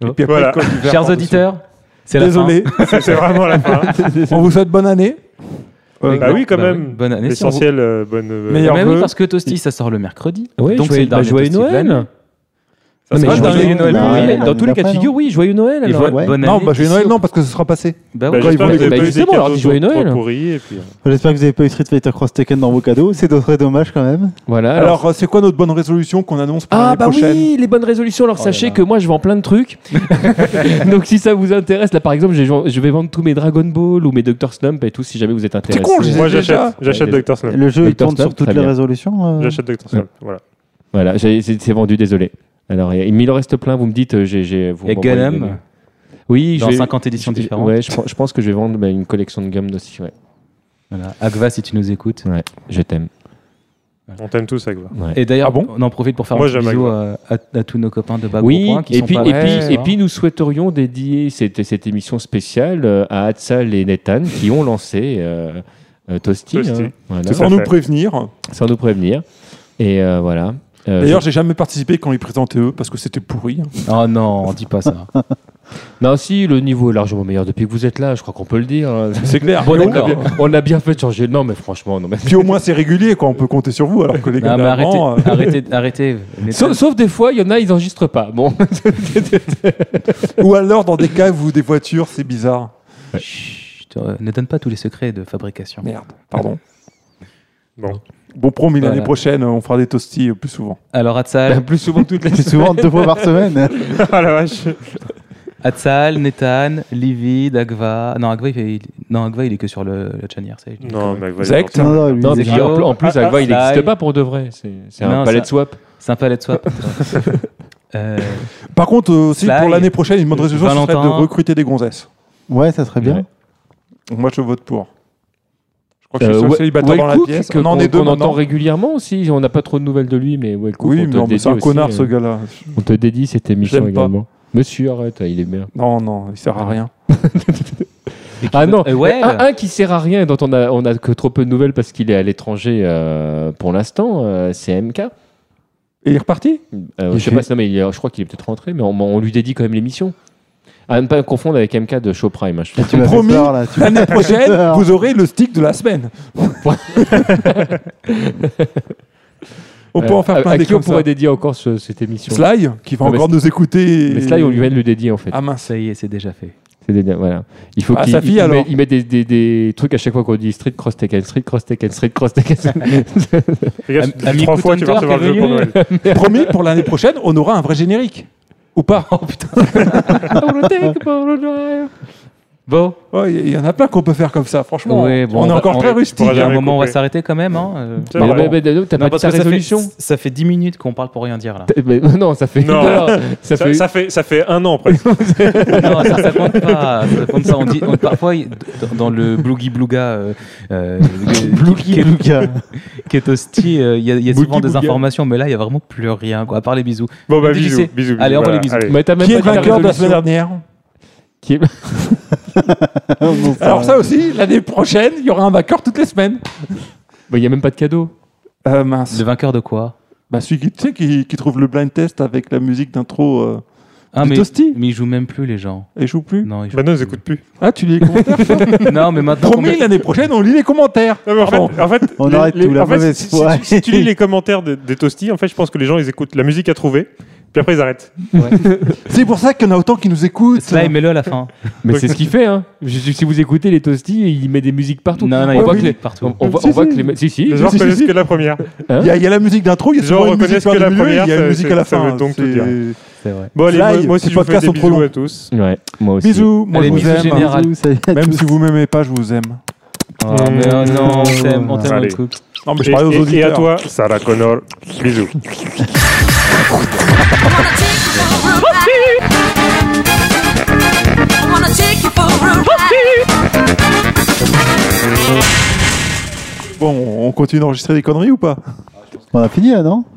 [SPEAKER 5] Et puis après,
[SPEAKER 4] Voilà.
[SPEAKER 5] il colle du verre
[SPEAKER 1] Chers
[SPEAKER 5] par-dessus.
[SPEAKER 1] auditeurs, c'est la fin.
[SPEAKER 5] Désolé,
[SPEAKER 4] C'est c'est vraiment la fin.
[SPEAKER 5] on vous souhaite bonne année.
[SPEAKER 1] Oui,
[SPEAKER 4] bah
[SPEAKER 1] non,
[SPEAKER 4] oui, quand
[SPEAKER 1] bah
[SPEAKER 4] même.
[SPEAKER 1] Bonne année. Bah si on vous-
[SPEAKER 4] L'essentiel, euh, bonne. euh,
[SPEAKER 5] Meilleur
[SPEAKER 1] Mais
[SPEAKER 5] vœu.
[SPEAKER 1] oui, parce que Toasty, ça sort le mercredi.
[SPEAKER 2] Ouais,
[SPEAKER 1] donc
[SPEAKER 2] joyeux-
[SPEAKER 1] c'est le
[SPEAKER 2] bah,
[SPEAKER 1] dernier
[SPEAKER 2] joyeux
[SPEAKER 1] Toasty de
[SPEAKER 2] Noël.
[SPEAKER 1] l'année.
[SPEAKER 4] Ça, c'est
[SPEAKER 2] mais
[SPEAKER 1] Ah,
[SPEAKER 4] pas
[SPEAKER 2] joyeux
[SPEAKER 4] dingue.
[SPEAKER 1] joyeux Noël,
[SPEAKER 2] Noël,
[SPEAKER 1] oui.
[SPEAKER 2] mais
[SPEAKER 3] Non,
[SPEAKER 2] dans tous les
[SPEAKER 3] on est
[SPEAKER 2] cas de
[SPEAKER 3] pas,
[SPEAKER 2] figure, oui, joyeux Noël.
[SPEAKER 1] Et
[SPEAKER 2] alors.
[SPEAKER 1] bonne,
[SPEAKER 3] ouais.
[SPEAKER 1] bonne
[SPEAKER 5] Non,
[SPEAKER 1] année.
[SPEAKER 5] bah, joyeux Noël, non, parce que ce sera passé.
[SPEAKER 1] Bah
[SPEAKER 4] Bah,
[SPEAKER 1] oui.
[SPEAKER 2] Quand ils
[SPEAKER 4] J'espère
[SPEAKER 2] vont-
[SPEAKER 4] que vous
[SPEAKER 2] bah,
[SPEAKER 4] avez pas eu
[SPEAKER 2] justement,
[SPEAKER 4] des
[SPEAKER 2] alors,
[SPEAKER 4] cartes
[SPEAKER 2] joyeux
[SPEAKER 4] autour
[SPEAKER 2] Noël.
[SPEAKER 4] trois pourris, et puis, euh,
[SPEAKER 3] J'espère que vous n'avez pas eu Street Fighter Cross Tekken dans vos cadeaux. C'est très dommage quand même.
[SPEAKER 2] Voilà. alors-
[SPEAKER 5] Alors, euh, c'est quoi notre bonne résolution qu'on annonce pour
[SPEAKER 2] Ah
[SPEAKER 5] l'année
[SPEAKER 2] bah
[SPEAKER 5] prochaine
[SPEAKER 2] oui, les bonnes résolutions. Alors
[SPEAKER 1] Oh là
[SPEAKER 2] sachez
[SPEAKER 1] là.
[SPEAKER 2] que moi je vends plein de trucs. Donc si ça vous intéresse, là par exemple, j'ai- je vais vendre tous mes Dragon Ball ou mes Dr Slump et tout si jamais vous êtes intéressé.
[SPEAKER 5] con, j'ai-
[SPEAKER 4] Moi,
[SPEAKER 5] déjà.
[SPEAKER 4] j'achète j'achète
[SPEAKER 2] Ouais,
[SPEAKER 4] Dr. Snap.
[SPEAKER 3] Le jeu il
[SPEAKER 2] Doctor
[SPEAKER 3] tourne sur
[SPEAKER 2] Stone,
[SPEAKER 3] toutes
[SPEAKER 2] très
[SPEAKER 3] les
[SPEAKER 2] bien.
[SPEAKER 3] résolutions. euh,
[SPEAKER 4] J'achète Dr. Snap. Voilà.
[SPEAKER 2] Voilà, j'ai- c'est c'est vendu, désolé. Alors il m'il en reste plein, vous me dites euh, j'ai j'ai vous
[SPEAKER 1] Et
[SPEAKER 2] m'envoyez
[SPEAKER 1] Ganem,
[SPEAKER 2] des- Oui,
[SPEAKER 1] dans
[SPEAKER 2] je vais-
[SPEAKER 1] 50 éditions
[SPEAKER 2] je-
[SPEAKER 1] différentes.
[SPEAKER 2] Ouais, je, pense- je pense que je vais vendre bah, une collection de gommes aussi, ouais.
[SPEAKER 1] Voilà. Agva, si tu nous écoutes.
[SPEAKER 2] Ouais, je t'aime.
[SPEAKER 4] On t'aime tous avec vous.
[SPEAKER 2] Ouais.
[SPEAKER 1] Et d'ailleurs,
[SPEAKER 5] Ah bon
[SPEAKER 1] on en profite pour faire
[SPEAKER 4] Moi,
[SPEAKER 1] un petit
[SPEAKER 4] j'aime
[SPEAKER 1] bisou à, à- à tous nos copains de Bagro
[SPEAKER 2] Oui,
[SPEAKER 1] Coin qui
[SPEAKER 2] et
[SPEAKER 1] sont
[SPEAKER 2] puis,
[SPEAKER 1] pas euh,
[SPEAKER 2] et,
[SPEAKER 1] là ce
[SPEAKER 2] puis, et
[SPEAKER 1] soir.
[SPEAKER 2] puis nous souhaiterions dédier cette, cette émission spéciale euh, à Hatsal et Nathan qui ont lancé euh, euh, Toasty,
[SPEAKER 4] Toasty.
[SPEAKER 2] hein. Voilà.
[SPEAKER 4] Tout à
[SPEAKER 5] Sans nous
[SPEAKER 4] fait.
[SPEAKER 5] prévenir.
[SPEAKER 2] sans nous prévenir. Et euh, voilà. Euh,
[SPEAKER 5] D'ailleurs, j'ai jamais participé quand ils présentaient eux parce que c'était pourri. hein.
[SPEAKER 1] Oh non, dis pas ça.
[SPEAKER 2] je- non, si, le niveau est largement meilleur depuis que vous êtes là, je crois qu'on peut le dire. hein.
[SPEAKER 5] C'est clair.
[SPEAKER 2] Bon,
[SPEAKER 5] Mais
[SPEAKER 2] on, a bien, on a bien fait de changer. Non, mais franchement, non. mais-
[SPEAKER 5] Puis au moins, c'est régulier, quoi. On peut compter sur vous, alors que les gars,
[SPEAKER 1] Non, mais arrêtez,
[SPEAKER 5] d'avant, euh,
[SPEAKER 1] arrêtez, arrêtez.
[SPEAKER 2] Sauf, sauf des fois, il y en a, ils enregistrent pas. Bon,
[SPEAKER 5] euh, ou alors dans des cas où des voitures, c'est bizarre.
[SPEAKER 1] Chut, euh, ne donne pas tous les secrets de fabrication.
[SPEAKER 5] Merde, pardon.
[SPEAKER 4] Bon.
[SPEAKER 5] Bon, promis,
[SPEAKER 1] Voilà.
[SPEAKER 5] l'année prochaine, on fera des toasties euh, plus souvent.
[SPEAKER 1] Alors, Atsal,
[SPEAKER 2] Euh, plus souvent toutes les. Oh
[SPEAKER 3] C'est souvent deux fois par semaine.
[SPEAKER 4] Ah la vache.
[SPEAKER 1] Atsal, Nathan, Livid, Agva. Non, Agva, il, fait- il- non, Agva, il est que sur le, le chanière. ça, il-
[SPEAKER 4] Non, mais vas-y,
[SPEAKER 5] Zect.
[SPEAKER 4] j'en sais
[SPEAKER 3] Non, non, lui,
[SPEAKER 2] Non, mais
[SPEAKER 3] il-
[SPEAKER 2] en plus- en plus, Agva, il
[SPEAKER 1] Ah,
[SPEAKER 2] n'existe
[SPEAKER 1] ah,
[SPEAKER 2] pas pour de vrai. C'est c'est
[SPEAKER 1] Non,
[SPEAKER 2] un
[SPEAKER 1] ça-
[SPEAKER 2] palette swap.
[SPEAKER 1] C'est un palais de swap. putain. Euh,
[SPEAKER 5] Par contre, euh, aussi,
[SPEAKER 1] Sly.
[SPEAKER 5] pour l'année prochaine, une bonne résolution, ce serait de
[SPEAKER 1] Valentin.
[SPEAKER 5] recruter des gonzesses.
[SPEAKER 3] Ouais, ça serait bien.
[SPEAKER 2] Ouais.
[SPEAKER 5] Donc, moi, je vote pour. Je crois que je suis
[SPEAKER 2] Euh,
[SPEAKER 5] le seul
[SPEAKER 2] Wel-
[SPEAKER 5] célibataire dans la
[SPEAKER 2] Wellcook,
[SPEAKER 5] pièce.
[SPEAKER 2] que-
[SPEAKER 5] on en est
[SPEAKER 2] qu'on-
[SPEAKER 5] deux
[SPEAKER 2] qu'on entend
[SPEAKER 5] maintenant.
[SPEAKER 2] régulièrement aussi. On n'a pas trop de nouvelles de lui, mais Wellcook,
[SPEAKER 5] Oui,
[SPEAKER 2] on te
[SPEAKER 5] non, mais
[SPEAKER 2] dédie
[SPEAKER 5] c'est un
[SPEAKER 2] aussi,
[SPEAKER 5] connard,
[SPEAKER 2] euh,
[SPEAKER 5] ce gars-là.
[SPEAKER 2] On te dédie cette émission
[SPEAKER 5] J'aime pas.
[SPEAKER 2] également. Monsieur, arrête, il est bien.
[SPEAKER 5] Non, non, il sert à rien.
[SPEAKER 1] et qui
[SPEAKER 2] Ah
[SPEAKER 1] veut-
[SPEAKER 2] non,
[SPEAKER 1] euh, ouais,
[SPEAKER 2] un, un qui sert à rien et dont on a, on a que trop peu de nouvelles parce qu'il est à l'étranger euh, pour l'instant, euh, c'est MK.
[SPEAKER 5] Et il est reparti
[SPEAKER 2] Euh,
[SPEAKER 3] Il
[SPEAKER 2] je sais
[SPEAKER 3] fait-
[SPEAKER 2] pas si- non, mais il est- je crois qu'il est peut-être rentré, mais on, on lui dédie quand même l'émission. À ne pas confondre avec MK de Show Prime. hein, je
[SPEAKER 3] Et
[SPEAKER 2] trouve.
[SPEAKER 3] tu m'as fait
[SPEAKER 5] Promis.
[SPEAKER 3] peur, là. Tu...
[SPEAKER 5] L'année prochaine,
[SPEAKER 3] Peur.
[SPEAKER 5] vous aurez le stick de la semaine. on peut en
[SPEAKER 2] Euh,
[SPEAKER 5] faire
[SPEAKER 2] à-
[SPEAKER 5] plein
[SPEAKER 2] à
[SPEAKER 5] des
[SPEAKER 2] qui on
[SPEAKER 5] comme ça.
[SPEAKER 2] pourrait dédier encore ce- cette émission
[SPEAKER 5] Sly, qui va
[SPEAKER 2] Non, mais
[SPEAKER 5] encore nous écouter.
[SPEAKER 2] Mais Sly, on lui vient de le dédier en fait.
[SPEAKER 5] Ah mince.
[SPEAKER 1] ça y est, c'est déjà fait.
[SPEAKER 2] C'est des- voilà. Il faut
[SPEAKER 5] Ah,
[SPEAKER 2] qu'il
[SPEAKER 5] sa fille,
[SPEAKER 2] il,
[SPEAKER 5] alors.
[SPEAKER 2] met, il met des, des- des trucs à chaque fois qu'on dit Street Cross Tekken, Street Cross Tekken, Street Cross Tekken.
[SPEAKER 4] Fais gaffe,
[SPEAKER 1] Am-
[SPEAKER 4] c'est
[SPEAKER 1] Ami
[SPEAKER 4] trois fois tu
[SPEAKER 1] Counter
[SPEAKER 4] vas recevoir
[SPEAKER 1] qui
[SPEAKER 4] le
[SPEAKER 1] est
[SPEAKER 4] jeu pour
[SPEAKER 1] venu.
[SPEAKER 4] Noël.
[SPEAKER 5] Promis, pour l'année prochaine, on aura un vrai générique. Ou pas
[SPEAKER 1] Bon,
[SPEAKER 5] Oh, Il y, y en a plein qu'on peut faire comme ça, franchement.
[SPEAKER 1] Ouais, bon,
[SPEAKER 5] on est
[SPEAKER 1] on va-
[SPEAKER 5] encore
[SPEAKER 1] on-
[SPEAKER 5] très
[SPEAKER 1] tu
[SPEAKER 5] rustique. hein.
[SPEAKER 1] il y a un
[SPEAKER 4] jamais
[SPEAKER 1] moment, on va
[SPEAKER 4] couper.
[SPEAKER 1] s'arrêter quand même. Hein. euh.
[SPEAKER 4] C'est
[SPEAKER 2] Mais-
[SPEAKER 4] vrai.
[SPEAKER 2] mais- mais- mais- T'as
[SPEAKER 1] Non,
[SPEAKER 2] pas dit
[SPEAKER 1] parce
[SPEAKER 2] ta
[SPEAKER 1] que ça fait-
[SPEAKER 2] résolution
[SPEAKER 1] Ça fait 10 minutes qu'on parle pour rien dire là.
[SPEAKER 2] T'as- mais- Non, ça fait une
[SPEAKER 4] Non.
[SPEAKER 2] heure. Ça
[SPEAKER 4] Ça,
[SPEAKER 2] fait-
[SPEAKER 4] ça fait, ça fait un an presque.
[SPEAKER 1] non, ça, ça compte pas. Ça compte pas. On dit, on- parfois, il- dans- dans le Bloogie Blouga, euh, euh, qui, est-
[SPEAKER 3] Lucas.
[SPEAKER 1] qui est hostie, euh, il y a, il y a souvent
[SPEAKER 5] Bloogie
[SPEAKER 1] des
[SPEAKER 5] Blouga.
[SPEAKER 1] informations, mais là, il n'y a vraiment plus rien, quoi, à part les bisous.
[SPEAKER 4] Bon, bah,
[SPEAKER 1] Dès qu'il
[SPEAKER 4] bisous.
[SPEAKER 1] sait.
[SPEAKER 4] bisous, bisous,
[SPEAKER 1] Allez, envoie les
[SPEAKER 4] voilà,
[SPEAKER 1] bisous.
[SPEAKER 4] allez.
[SPEAKER 2] Mais t'as même
[SPEAKER 5] Qui est le
[SPEAKER 2] pas dit ta
[SPEAKER 5] vainqueur de la
[SPEAKER 2] résolution.
[SPEAKER 5] semaine dernière
[SPEAKER 2] Qui est-
[SPEAKER 3] Non, ça
[SPEAKER 5] Alors
[SPEAKER 3] va.
[SPEAKER 5] ça aussi, l'année prochaine, il y aura un vainqueur toutes les semaines.
[SPEAKER 2] Bah, Il n'y a même pas de cadeau.
[SPEAKER 5] Euh, mince.
[SPEAKER 1] Le vainqueur de quoi
[SPEAKER 5] Bah, celui qui, tu sais, qui, qui trouve le blind test avec la musique d'intro euh,
[SPEAKER 1] ah,
[SPEAKER 5] du
[SPEAKER 1] mais,
[SPEAKER 5] Toasty,
[SPEAKER 1] mais ils jouent même plus, les gens.
[SPEAKER 5] et joue plus.
[SPEAKER 1] Non, ils jouent
[SPEAKER 4] Bah, non, ils
[SPEAKER 1] plus.
[SPEAKER 4] écoutent plus.
[SPEAKER 5] Ah, tu lis les commentaires
[SPEAKER 1] Non, mais maintenant. qu'on
[SPEAKER 5] Promis,
[SPEAKER 1] met-
[SPEAKER 5] l'année prochaine, on lit les commentaires.
[SPEAKER 4] Non, mais en,
[SPEAKER 5] Pardon.
[SPEAKER 4] fait, en fait,
[SPEAKER 3] On arrête tout, la
[SPEAKER 4] en fait,
[SPEAKER 3] mauvaise
[SPEAKER 4] si, si-
[SPEAKER 3] foi.
[SPEAKER 4] si- si tu lis les commentaires de- des Toasty, en fait, je pense que les gens, ils écoutent la musique à trouver, puis après, ils arrêtent.
[SPEAKER 5] C'est pour ça qu'il y en a autant qui nous écoutent.
[SPEAKER 1] Sly, mets-le à la fin.
[SPEAKER 2] Mais
[SPEAKER 4] Oui.
[SPEAKER 2] c'est ce qu'il fait. Hein. Je- Si vous écoutez les Toasty, il met des musiques partout.
[SPEAKER 1] Non, non,
[SPEAKER 2] on
[SPEAKER 1] ils
[SPEAKER 2] voit
[SPEAKER 1] oui.
[SPEAKER 2] que les.
[SPEAKER 1] partout.
[SPEAKER 2] On, on voit,
[SPEAKER 5] Si,
[SPEAKER 2] on voit
[SPEAKER 5] si.
[SPEAKER 2] que les. Si, si.
[SPEAKER 4] Les gens
[SPEAKER 5] si, si,
[SPEAKER 4] reconnaissent
[SPEAKER 5] si.
[SPEAKER 4] que la première.
[SPEAKER 5] Il y, a- il y a la musique d'intro, il y a
[SPEAKER 4] Genre,
[SPEAKER 5] souvent
[SPEAKER 4] on
[SPEAKER 5] une
[SPEAKER 4] connaît
[SPEAKER 5] musique
[SPEAKER 4] que
[SPEAKER 5] vers
[SPEAKER 4] la
[SPEAKER 5] le milieu,
[SPEAKER 4] première,
[SPEAKER 5] il y a une
[SPEAKER 4] ça-
[SPEAKER 5] musique
[SPEAKER 4] ça-
[SPEAKER 5] à la
[SPEAKER 4] ça
[SPEAKER 5] fin.
[SPEAKER 4] veut donc tout
[SPEAKER 5] c'est-
[SPEAKER 4] dire.
[SPEAKER 1] C'est vrai.
[SPEAKER 4] Bon, allez,
[SPEAKER 5] Fly,
[SPEAKER 4] moi, moi aussi,
[SPEAKER 5] ces
[SPEAKER 4] je vous fais
[SPEAKER 5] podcasts
[SPEAKER 4] des
[SPEAKER 5] sont trop
[SPEAKER 4] bisous
[SPEAKER 5] longs.
[SPEAKER 4] à tous.
[SPEAKER 2] Ouais, moi aussi.
[SPEAKER 5] Bisous, moi
[SPEAKER 1] Allez,
[SPEAKER 5] je vous
[SPEAKER 1] bisous
[SPEAKER 5] aime.
[SPEAKER 1] généraux.
[SPEAKER 3] Bisous, salut à
[SPEAKER 5] Même
[SPEAKER 3] tous.
[SPEAKER 5] si vous m'aimez pas, je vous aime.
[SPEAKER 1] Oh, mais oh, non, on t'aime, on t'aime,
[SPEAKER 4] Allez.
[SPEAKER 1] on te coupe.
[SPEAKER 5] Non, mais je
[SPEAKER 4] Et-
[SPEAKER 5] parlais aux
[SPEAKER 4] et-
[SPEAKER 5] auditeurs.
[SPEAKER 4] et à toi, Sarah Connor, bisous.
[SPEAKER 7] I wanna take you for a ride.
[SPEAKER 5] Bon, on continue d'enregistrer des conneries ou pas
[SPEAKER 3] On a fini là, non